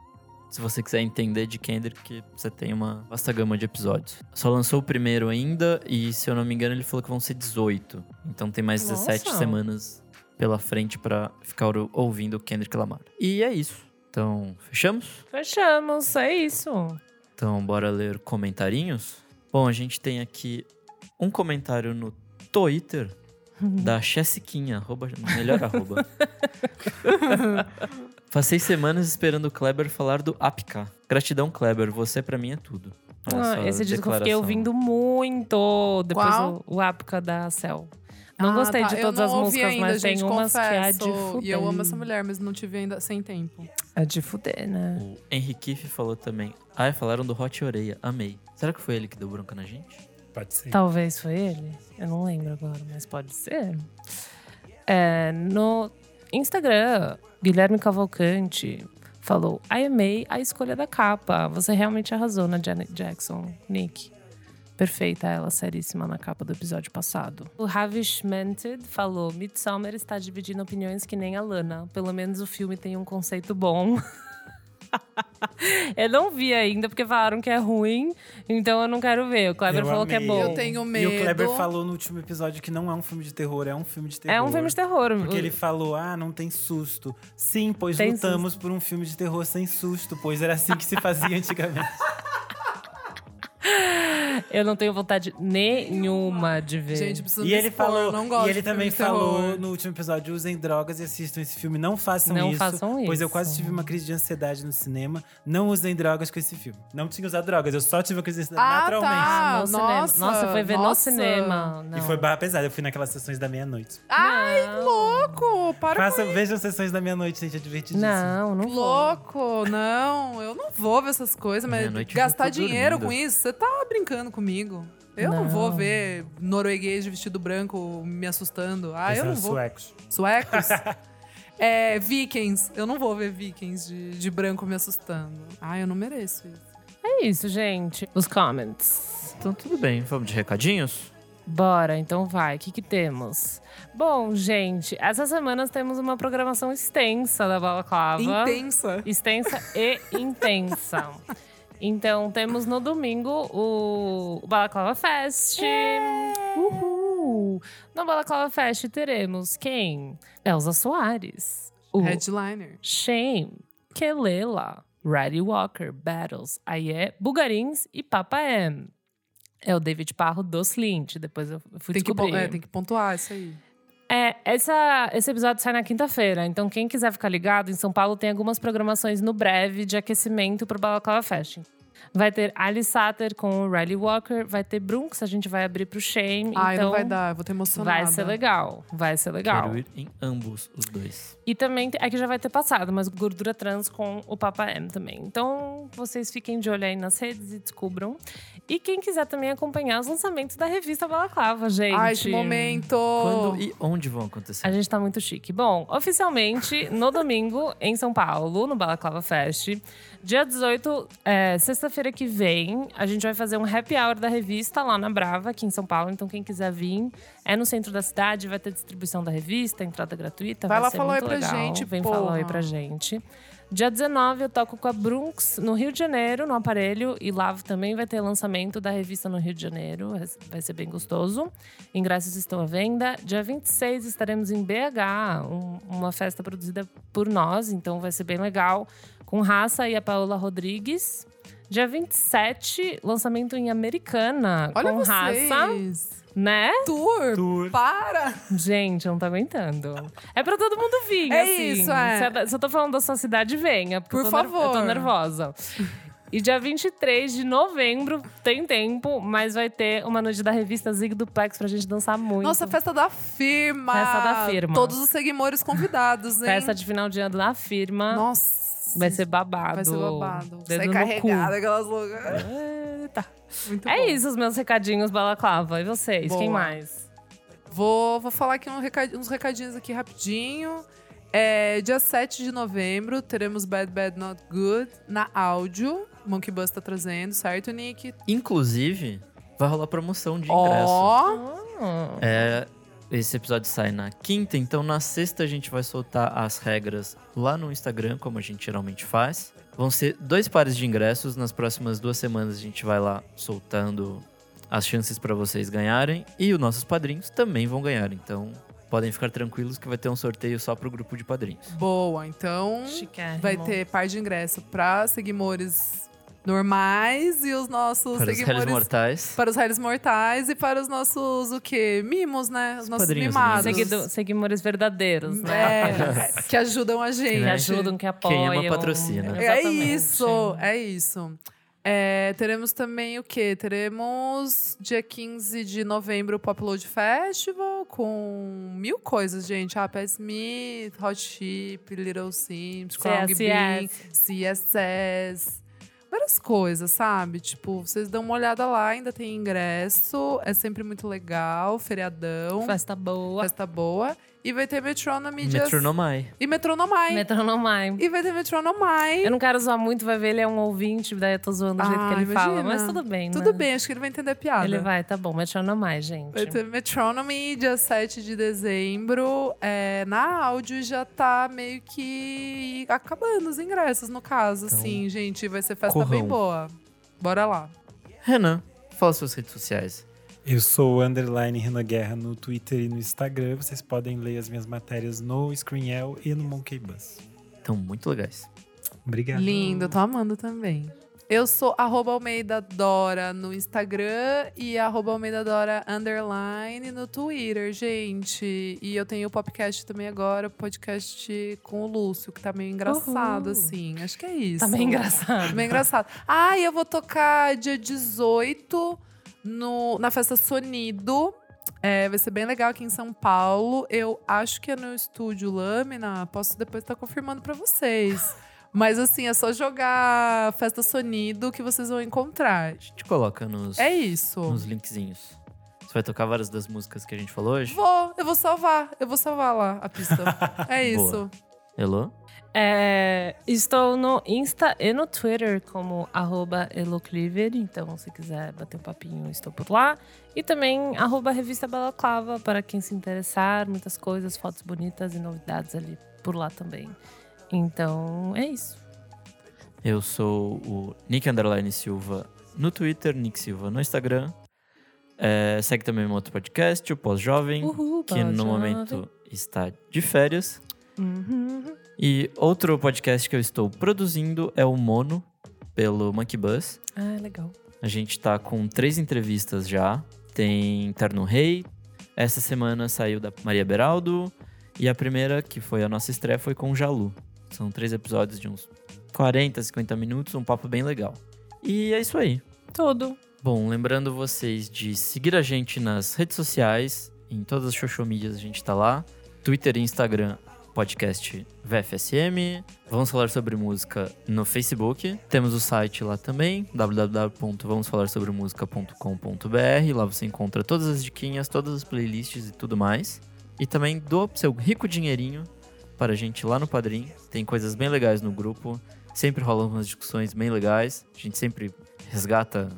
[SPEAKER 1] se você quiser entender de Kendrick, você tem uma vasta gama de episódios. Só lançou o primeiro ainda e, se eu não me engano, ele falou que vão ser 18. Então tem mais 17
[SPEAKER 2] Nossa.
[SPEAKER 1] semanas pela frente pra ficar o- ouvindo o Kendrick Lamar. E é isso. Então, fechamos?
[SPEAKER 2] Fechamos, é isso.
[SPEAKER 1] Então, bora ler comentarinhos? Bom, a gente tem aqui um comentário no Twitter
[SPEAKER 2] Uhum.
[SPEAKER 1] da Chessiquinha, arroba, melhor arroba. Passei semanas esperando o Kleber falar do APK. Gratidão, Kleber, você pra mim é tudo. Olha
[SPEAKER 2] Ah,
[SPEAKER 1] essa
[SPEAKER 2] esse disco eu fiquei
[SPEAKER 1] declaração.
[SPEAKER 2] ouvindo muito. Depois
[SPEAKER 3] Qual?
[SPEAKER 2] o, o Apica da Cel. Não
[SPEAKER 3] Ah,
[SPEAKER 2] gostei
[SPEAKER 3] tá.
[SPEAKER 2] de
[SPEAKER 3] Eu
[SPEAKER 2] todas
[SPEAKER 3] não
[SPEAKER 2] as
[SPEAKER 3] ouvi
[SPEAKER 2] músicas,
[SPEAKER 3] ainda,
[SPEAKER 2] mas
[SPEAKER 3] gente,
[SPEAKER 2] tem umas
[SPEAKER 3] confesso.
[SPEAKER 2] que é de fuder.
[SPEAKER 3] E eu amo essa mulher, mas não tive ainda sem tempo.
[SPEAKER 2] É de fuder, né?
[SPEAKER 1] O Henrique falou também. Ah, falaram do Hot Oreia, amei. Será que foi ele que deu bronca na gente?
[SPEAKER 4] Pode ser.
[SPEAKER 2] Talvez foi ele. Eu não lembro agora, mas pode ser. É, no Instagram, Guilherme Cavalcante falou: I amei a escolha da capa. Você realmente arrasou na Janet Jackson, Nick. Perfeita ela, seríssima, na capa do episódio passado. O Ravish Mented falou: Midsommar está dividindo opiniões que nem a Lana. Pelo menos o filme tem um conceito bom. eu não vi ainda, porque falaram que é ruim, então eu não quero ver. O Kleber
[SPEAKER 4] Eu
[SPEAKER 2] falou que é
[SPEAKER 4] amei.
[SPEAKER 2] bom.
[SPEAKER 3] Eu tenho
[SPEAKER 4] E
[SPEAKER 3] medo.
[SPEAKER 4] o Kleber falou no último episódio que não é um filme de terror, é um filme de terror.
[SPEAKER 2] É um filme de terror.
[SPEAKER 4] Porque ele falou, ah, não tem susto. Sim, pois
[SPEAKER 2] Tem
[SPEAKER 4] lutamos por um filme de terror sem susto, pois era assim que se fazia antigamente.
[SPEAKER 2] Eu não tenho vontade nenhuma de ver.
[SPEAKER 3] Gente, precisa
[SPEAKER 4] E
[SPEAKER 3] me
[SPEAKER 4] ele
[SPEAKER 3] expor, eu
[SPEAKER 4] falou,
[SPEAKER 3] não gosto
[SPEAKER 4] e ele
[SPEAKER 3] de
[SPEAKER 4] também
[SPEAKER 3] filme de
[SPEAKER 4] falou
[SPEAKER 3] terror.
[SPEAKER 4] no último episódio, usem drogas e assistam esse filme, não façam
[SPEAKER 2] Não
[SPEAKER 4] isso.
[SPEAKER 2] façam
[SPEAKER 4] Pois eu
[SPEAKER 2] isso.
[SPEAKER 4] quase tive uma crise de ansiedade no cinema. Não usem drogas com esse filme. Não tinha usado drogas, eu só tive uma crise de ansiedade
[SPEAKER 3] Ah,
[SPEAKER 4] naturalmente.
[SPEAKER 3] tá.
[SPEAKER 2] Ah, no cinema.
[SPEAKER 3] nossa,
[SPEAKER 2] Nossa, foi ver no
[SPEAKER 3] nossa.
[SPEAKER 2] cinema. Não.
[SPEAKER 4] E foi barra pesada, eu fui naquelas sessões da meia-noite.
[SPEAKER 3] Ai,
[SPEAKER 2] Não.
[SPEAKER 3] Ah, louco! Para
[SPEAKER 4] Façam, vejam sessões da meia-noite, gente, é divertidíssimo.
[SPEAKER 2] Não, não vou.
[SPEAKER 3] Louco, não, eu não vou ver essas coisas, mas
[SPEAKER 1] Meia-noite eu É, já
[SPEAKER 3] gastar
[SPEAKER 1] tô
[SPEAKER 3] dinheiro
[SPEAKER 1] dormindo.
[SPEAKER 3] com isso, você tá brincando comigo. Eu não,
[SPEAKER 2] Não.
[SPEAKER 3] vou ver norueguês de vestido branco me assustando. Ah,
[SPEAKER 4] Esses
[SPEAKER 3] eu
[SPEAKER 4] são
[SPEAKER 3] não
[SPEAKER 4] os
[SPEAKER 3] vou.
[SPEAKER 4] suecos.
[SPEAKER 3] Suecos? é, vikings. Eu não vou ver vikings de, de branco me assustando. Ah, eu não mereço isso.
[SPEAKER 2] É isso, gente. Os comments.
[SPEAKER 1] Então tudo bem, vamos de recadinhos?
[SPEAKER 2] Bora, então vai. O que, que temos? Bom, gente, essas semanas temos uma programação extensa da Balaclava.
[SPEAKER 3] Intensa.
[SPEAKER 2] Extensa Tá e intensa. Então, temos no domingo o Balaclava Fest. Uhul! No Balaclava Fest teremos quem? Elza Soares. O
[SPEAKER 3] Headliner.
[SPEAKER 2] Shame, Kelela, Riley Walker, Battles, Aie, Bugarins e Papa M. É o David Parro dos Lynch, depois eu fui
[SPEAKER 3] Tem que, pon-
[SPEAKER 2] descobrir.
[SPEAKER 3] é, tem que pontuar isso aí.
[SPEAKER 2] É, essa, esse episódio sai na quinta-feira, então quem quiser ficar ligado, em São Paulo tem algumas programações no breve de aquecimento pro Balaclava Fashion. Vai ter Ali Satter com o Riley Walker, vai ter Brunks, a gente vai abrir pro Shame.
[SPEAKER 3] Ai,
[SPEAKER 2] então
[SPEAKER 3] não vai dar, eu vou ter emocionada.
[SPEAKER 2] vai ser legal, vai ser legal.
[SPEAKER 1] Quero ir em ambos os dois.
[SPEAKER 2] E também, é que já vai ter passado, mas gordura trans com o Papa M também. Então, vocês fiquem de olho aí nas redes e descubram. E quem quiser também acompanhar os lançamentos da revista Balaclava, gente.
[SPEAKER 3] Ai, que momento!
[SPEAKER 1] Quando e onde vão acontecer?
[SPEAKER 2] Oh. A gente tá muito chique. Bom, oficialmente, no domingo, em São Paulo, no Balaclava Fest, dia 18, é, sexta-feira que vem, a gente vai fazer um happy hour da revista lá na Brava, aqui em São Paulo. Então, quem quiser vir, é no centro da cidade, vai ter distribuição da revista, entrada gratuita.
[SPEAKER 3] Vai lá
[SPEAKER 2] Então ser
[SPEAKER 3] falar
[SPEAKER 2] muito
[SPEAKER 3] oi pra
[SPEAKER 2] legal.
[SPEAKER 3] gente,
[SPEAKER 2] Vem
[SPEAKER 3] porra.
[SPEAKER 2] falar oi pra gente. Dia 19, eu toco com a Brunx no Rio de Janeiro, no aparelho. E lá também vai ter lançamento da revista no Rio de Janeiro. Vai ser bem gostoso. Ingressos estão à venda. Dia 26, estaremos em BH, um- uma festa produzida por nós. Então vai ser bem legal. Com Raça e a Paola Rodrigues. Dia 27, lançamento em Americana.
[SPEAKER 3] Olha
[SPEAKER 2] com Raça,
[SPEAKER 3] vocês!
[SPEAKER 2] né?
[SPEAKER 3] Tour,
[SPEAKER 4] Tour.
[SPEAKER 3] para!
[SPEAKER 2] Gente, eu não tô aguentando. É pra todo mundo vir,
[SPEAKER 3] É
[SPEAKER 2] assim.
[SPEAKER 3] isso, é.
[SPEAKER 2] Se eu- Se eu tô falando da sua cidade, venha. porque
[SPEAKER 3] Por
[SPEAKER 2] eu tô nerv- Eu tô
[SPEAKER 3] favor.
[SPEAKER 2] nervosa. E dia 23 de novembro, tem tempo, mas vai ter uma noite da revista Zig Duplex pra gente dançar muito.
[SPEAKER 3] Nossa, festa da firma!
[SPEAKER 2] Festa da firma.
[SPEAKER 3] Todos os seguidores convidados, hein?
[SPEAKER 2] Festa de final de ano da firma.
[SPEAKER 3] Nossa!
[SPEAKER 2] Vai ser babado.
[SPEAKER 3] Vai ser babado.
[SPEAKER 2] Dedo
[SPEAKER 3] Sai
[SPEAKER 2] no
[SPEAKER 3] carregada, aquelas loucas.
[SPEAKER 2] cu. Eita.
[SPEAKER 3] Muito
[SPEAKER 2] É
[SPEAKER 3] bom.
[SPEAKER 2] isso, os meus recadinhos, balaclava. E vocês, quem
[SPEAKER 3] Boa.
[SPEAKER 2] mais?
[SPEAKER 3] Vou, vou falar aqui um recad- uns recadinhos aqui rapidinho. É, dia 7 de novembro, teremos Bad Bad Not Good na áudio. Monkey Bus tá trazendo, certo, Nick?
[SPEAKER 1] Inclusive, vai rolar promoção de ingresso.
[SPEAKER 3] Ó!
[SPEAKER 2] Hum.
[SPEAKER 1] É, esse episódio sai na quinta, então na sexta a gente vai soltar as regras lá no Instagram, como a gente geralmente faz. Vão ser dois pares de ingressos. Nas próximas duas semanas a gente vai lá soltando as chances para vocês ganharem. E os nossos padrinhos também vão ganhar. Então podem ficar tranquilos que vai ter um sorteio só pro grupo de padrinhos.
[SPEAKER 3] Boa, então
[SPEAKER 2] Chiquérrimo.
[SPEAKER 3] vai ter par de ingresso pra seguidores normais e os nossos
[SPEAKER 1] Para os réis
[SPEAKER 3] seguidores
[SPEAKER 1] mortais.
[SPEAKER 3] Para os réis mortais e para os nossos, o quê? Mimos, né? Os,
[SPEAKER 1] Os
[SPEAKER 3] nossos
[SPEAKER 1] padrinhos,
[SPEAKER 3] mimados.
[SPEAKER 1] né?
[SPEAKER 2] Seguido, seguidores verdadeiros, né?
[SPEAKER 3] Hum, É, que ajudam a gente.
[SPEAKER 2] que
[SPEAKER 1] né?
[SPEAKER 2] ajudam, que
[SPEAKER 1] Quem ama,
[SPEAKER 2] apoiam.
[SPEAKER 1] patrocina.
[SPEAKER 3] É
[SPEAKER 2] Exatamente.
[SPEAKER 3] isso, é isso. É, teremos também o quê? Teremos dia 15 de novembro o Pop Load Festival com mil coisas, gente. Ah, Pat Smith, Hot Chip, Little Sims, Krong Bean,
[SPEAKER 2] CSS.
[SPEAKER 3] CSS. Várias coisas, sabe? Tipo, vocês dão uma olhada lá, ainda tem ingresso. É sempre muito legal, feriadão,
[SPEAKER 2] Festa tá boa.
[SPEAKER 3] festa boa. E vai ter Metronomy dias-
[SPEAKER 1] Metronomai.
[SPEAKER 3] e Metronomai.
[SPEAKER 2] Metronomai.
[SPEAKER 3] tá E vai ter Metronomai.
[SPEAKER 2] Eu não quero zoar muito, vai ver, ele é um ouvinte, daí eu tô zoando do jeito
[SPEAKER 3] Ah,
[SPEAKER 2] que ele fala.
[SPEAKER 3] imagina.
[SPEAKER 2] Mas tudo bem, né?
[SPEAKER 3] Tudo bem, acho que ele vai entender a piada.
[SPEAKER 2] Ele vai, tá bom, Metronomai, gente.
[SPEAKER 3] Vai ter Metronomy, dia 7 de dezembro. É, na áudio já tá meio que acabando os ingressos, no caso,
[SPEAKER 1] Então,
[SPEAKER 3] assim, gente. Vai ser festa bem
[SPEAKER 1] corram.
[SPEAKER 3] boa. Bora lá.
[SPEAKER 1] Renan, fala suas redes sociais.
[SPEAKER 4] Eu sou o Underline Renan Guerra no Twitter e no Instagram. Vocês podem ler as minhas matérias no Screenel e no Monkey Bus.
[SPEAKER 1] Estão muito legais.
[SPEAKER 4] Obrigado.
[SPEAKER 3] Lindo, tô amando também. Eu sou arroba Almeida Dora no Instagram e arroba Almeida Dora underline no Twitter, gente. E eu tenho o podcast também agora, o podcast com o Lúcio, que tá meio engraçado,
[SPEAKER 2] Uhul.
[SPEAKER 3] assim. Acho que é isso.
[SPEAKER 2] Tá bem engraçado.
[SPEAKER 3] Bem engraçado. Ah, e eu vou tocar dia 18 no, na festa Sonido. É, vai ser bem legal aqui em São Paulo. Eu acho que é no estúdio Lâmina. Posso depois estar confirmando pra vocês. Mas assim, é só jogar festa Sonido que vocês vão
[SPEAKER 1] A
[SPEAKER 3] encontrar.
[SPEAKER 1] gente coloca nos,
[SPEAKER 3] É isso.
[SPEAKER 1] nos linkzinhos. Você vai tocar várias das músicas que a gente falou hoje?
[SPEAKER 3] Vou, eu vou salvar. Eu vou salvar lá a pista. É isso.
[SPEAKER 1] Boa. Elô?
[SPEAKER 2] É, estou no Insta e no Twitter como arroba elocliver, então se quiser bater um papinho, estou por lá. E também arroba revista Balaclava, para quem se interessar, muitas coisas, fotos bonitas e novidades ali por lá também. Então é isso.
[SPEAKER 1] Eu sou o Nick Underline Silva no Twitter, Nick Silva no Instagram. É, segue também meu outro podcast, o Pós-Jovem,
[SPEAKER 2] Uhul,
[SPEAKER 1] que no
[SPEAKER 2] Balaclava.
[SPEAKER 1] momento está de férias.
[SPEAKER 2] Uhum.
[SPEAKER 1] E outro podcast que eu estou produzindo é o Mono, pelo Monkey Bus.
[SPEAKER 2] Ah, legal.
[SPEAKER 1] A gente tá com três entrevistas já. Tem Terno Rei, essa semana saiu da Maria Beraldo, e a primeira, que foi a nossa estreia, foi com o Jalu. São três episódios de uns 40, 50 minutos, um papo bem legal. E é isso aí.
[SPEAKER 2] Tudo.
[SPEAKER 1] Bom, lembrando vocês de seguir a gente nas redes sociais, em todas as social medias a gente tá lá. Twitter e Instagram, podcast VFSM. Vamos falar sobre música no Facebook. Temos o site lá também, www.vamosfalarsobremusica.com.br. Lá você encontra todas as diquinhas, todas as playlists e tudo mais. E também doa seu rico dinheirinho para a gente lá no Padrim. Tem coisas bem legais no grupo. Sempre rolam umas discussões bem legais. A gente sempre resgata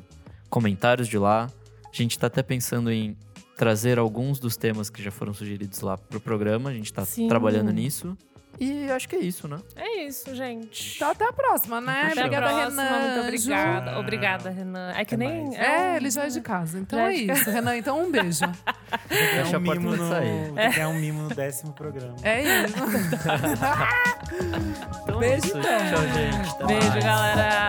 [SPEAKER 1] comentários de lá. A gente tá até pensando em trazer alguns dos temas que já foram sugeridos lá pro programa. A gente tá
[SPEAKER 2] Sim.
[SPEAKER 1] trabalhando nisso. E acho que é isso, né?
[SPEAKER 2] É isso, gente.
[SPEAKER 3] Então até a próxima, né?
[SPEAKER 1] Até a
[SPEAKER 3] obrigada,
[SPEAKER 2] próxima,
[SPEAKER 3] Renan.
[SPEAKER 2] Muito obrigada.
[SPEAKER 4] Ju.
[SPEAKER 2] Obrigada, Renan. É que
[SPEAKER 4] Até
[SPEAKER 2] nem.
[SPEAKER 4] mais.
[SPEAKER 3] É,
[SPEAKER 2] um-
[SPEAKER 3] ele já é de casa. Então
[SPEAKER 2] Já é
[SPEAKER 3] é
[SPEAKER 2] de
[SPEAKER 3] isso. Renan, então um beijo.
[SPEAKER 4] É
[SPEAKER 1] Fecha
[SPEAKER 4] um
[SPEAKER 1] a porta
[SPEAKER 4] mimo
[SPEAKER 1] pra sair.
[SPEAKER 4] no, é um mimo no décimo programa.
[SPEAKER 3] É isso.
[SPEAKER 1] Então é
[SPEAKER 3] Beijo,
[SPEAKER 1] isso.
[SPEAKER 3] então.
[SPEAKER 1] Tchau, gente. Até
[SPEAKER 2] Beijo,
[SPEAKER 1] mais.
[SPEAKER 2] galera.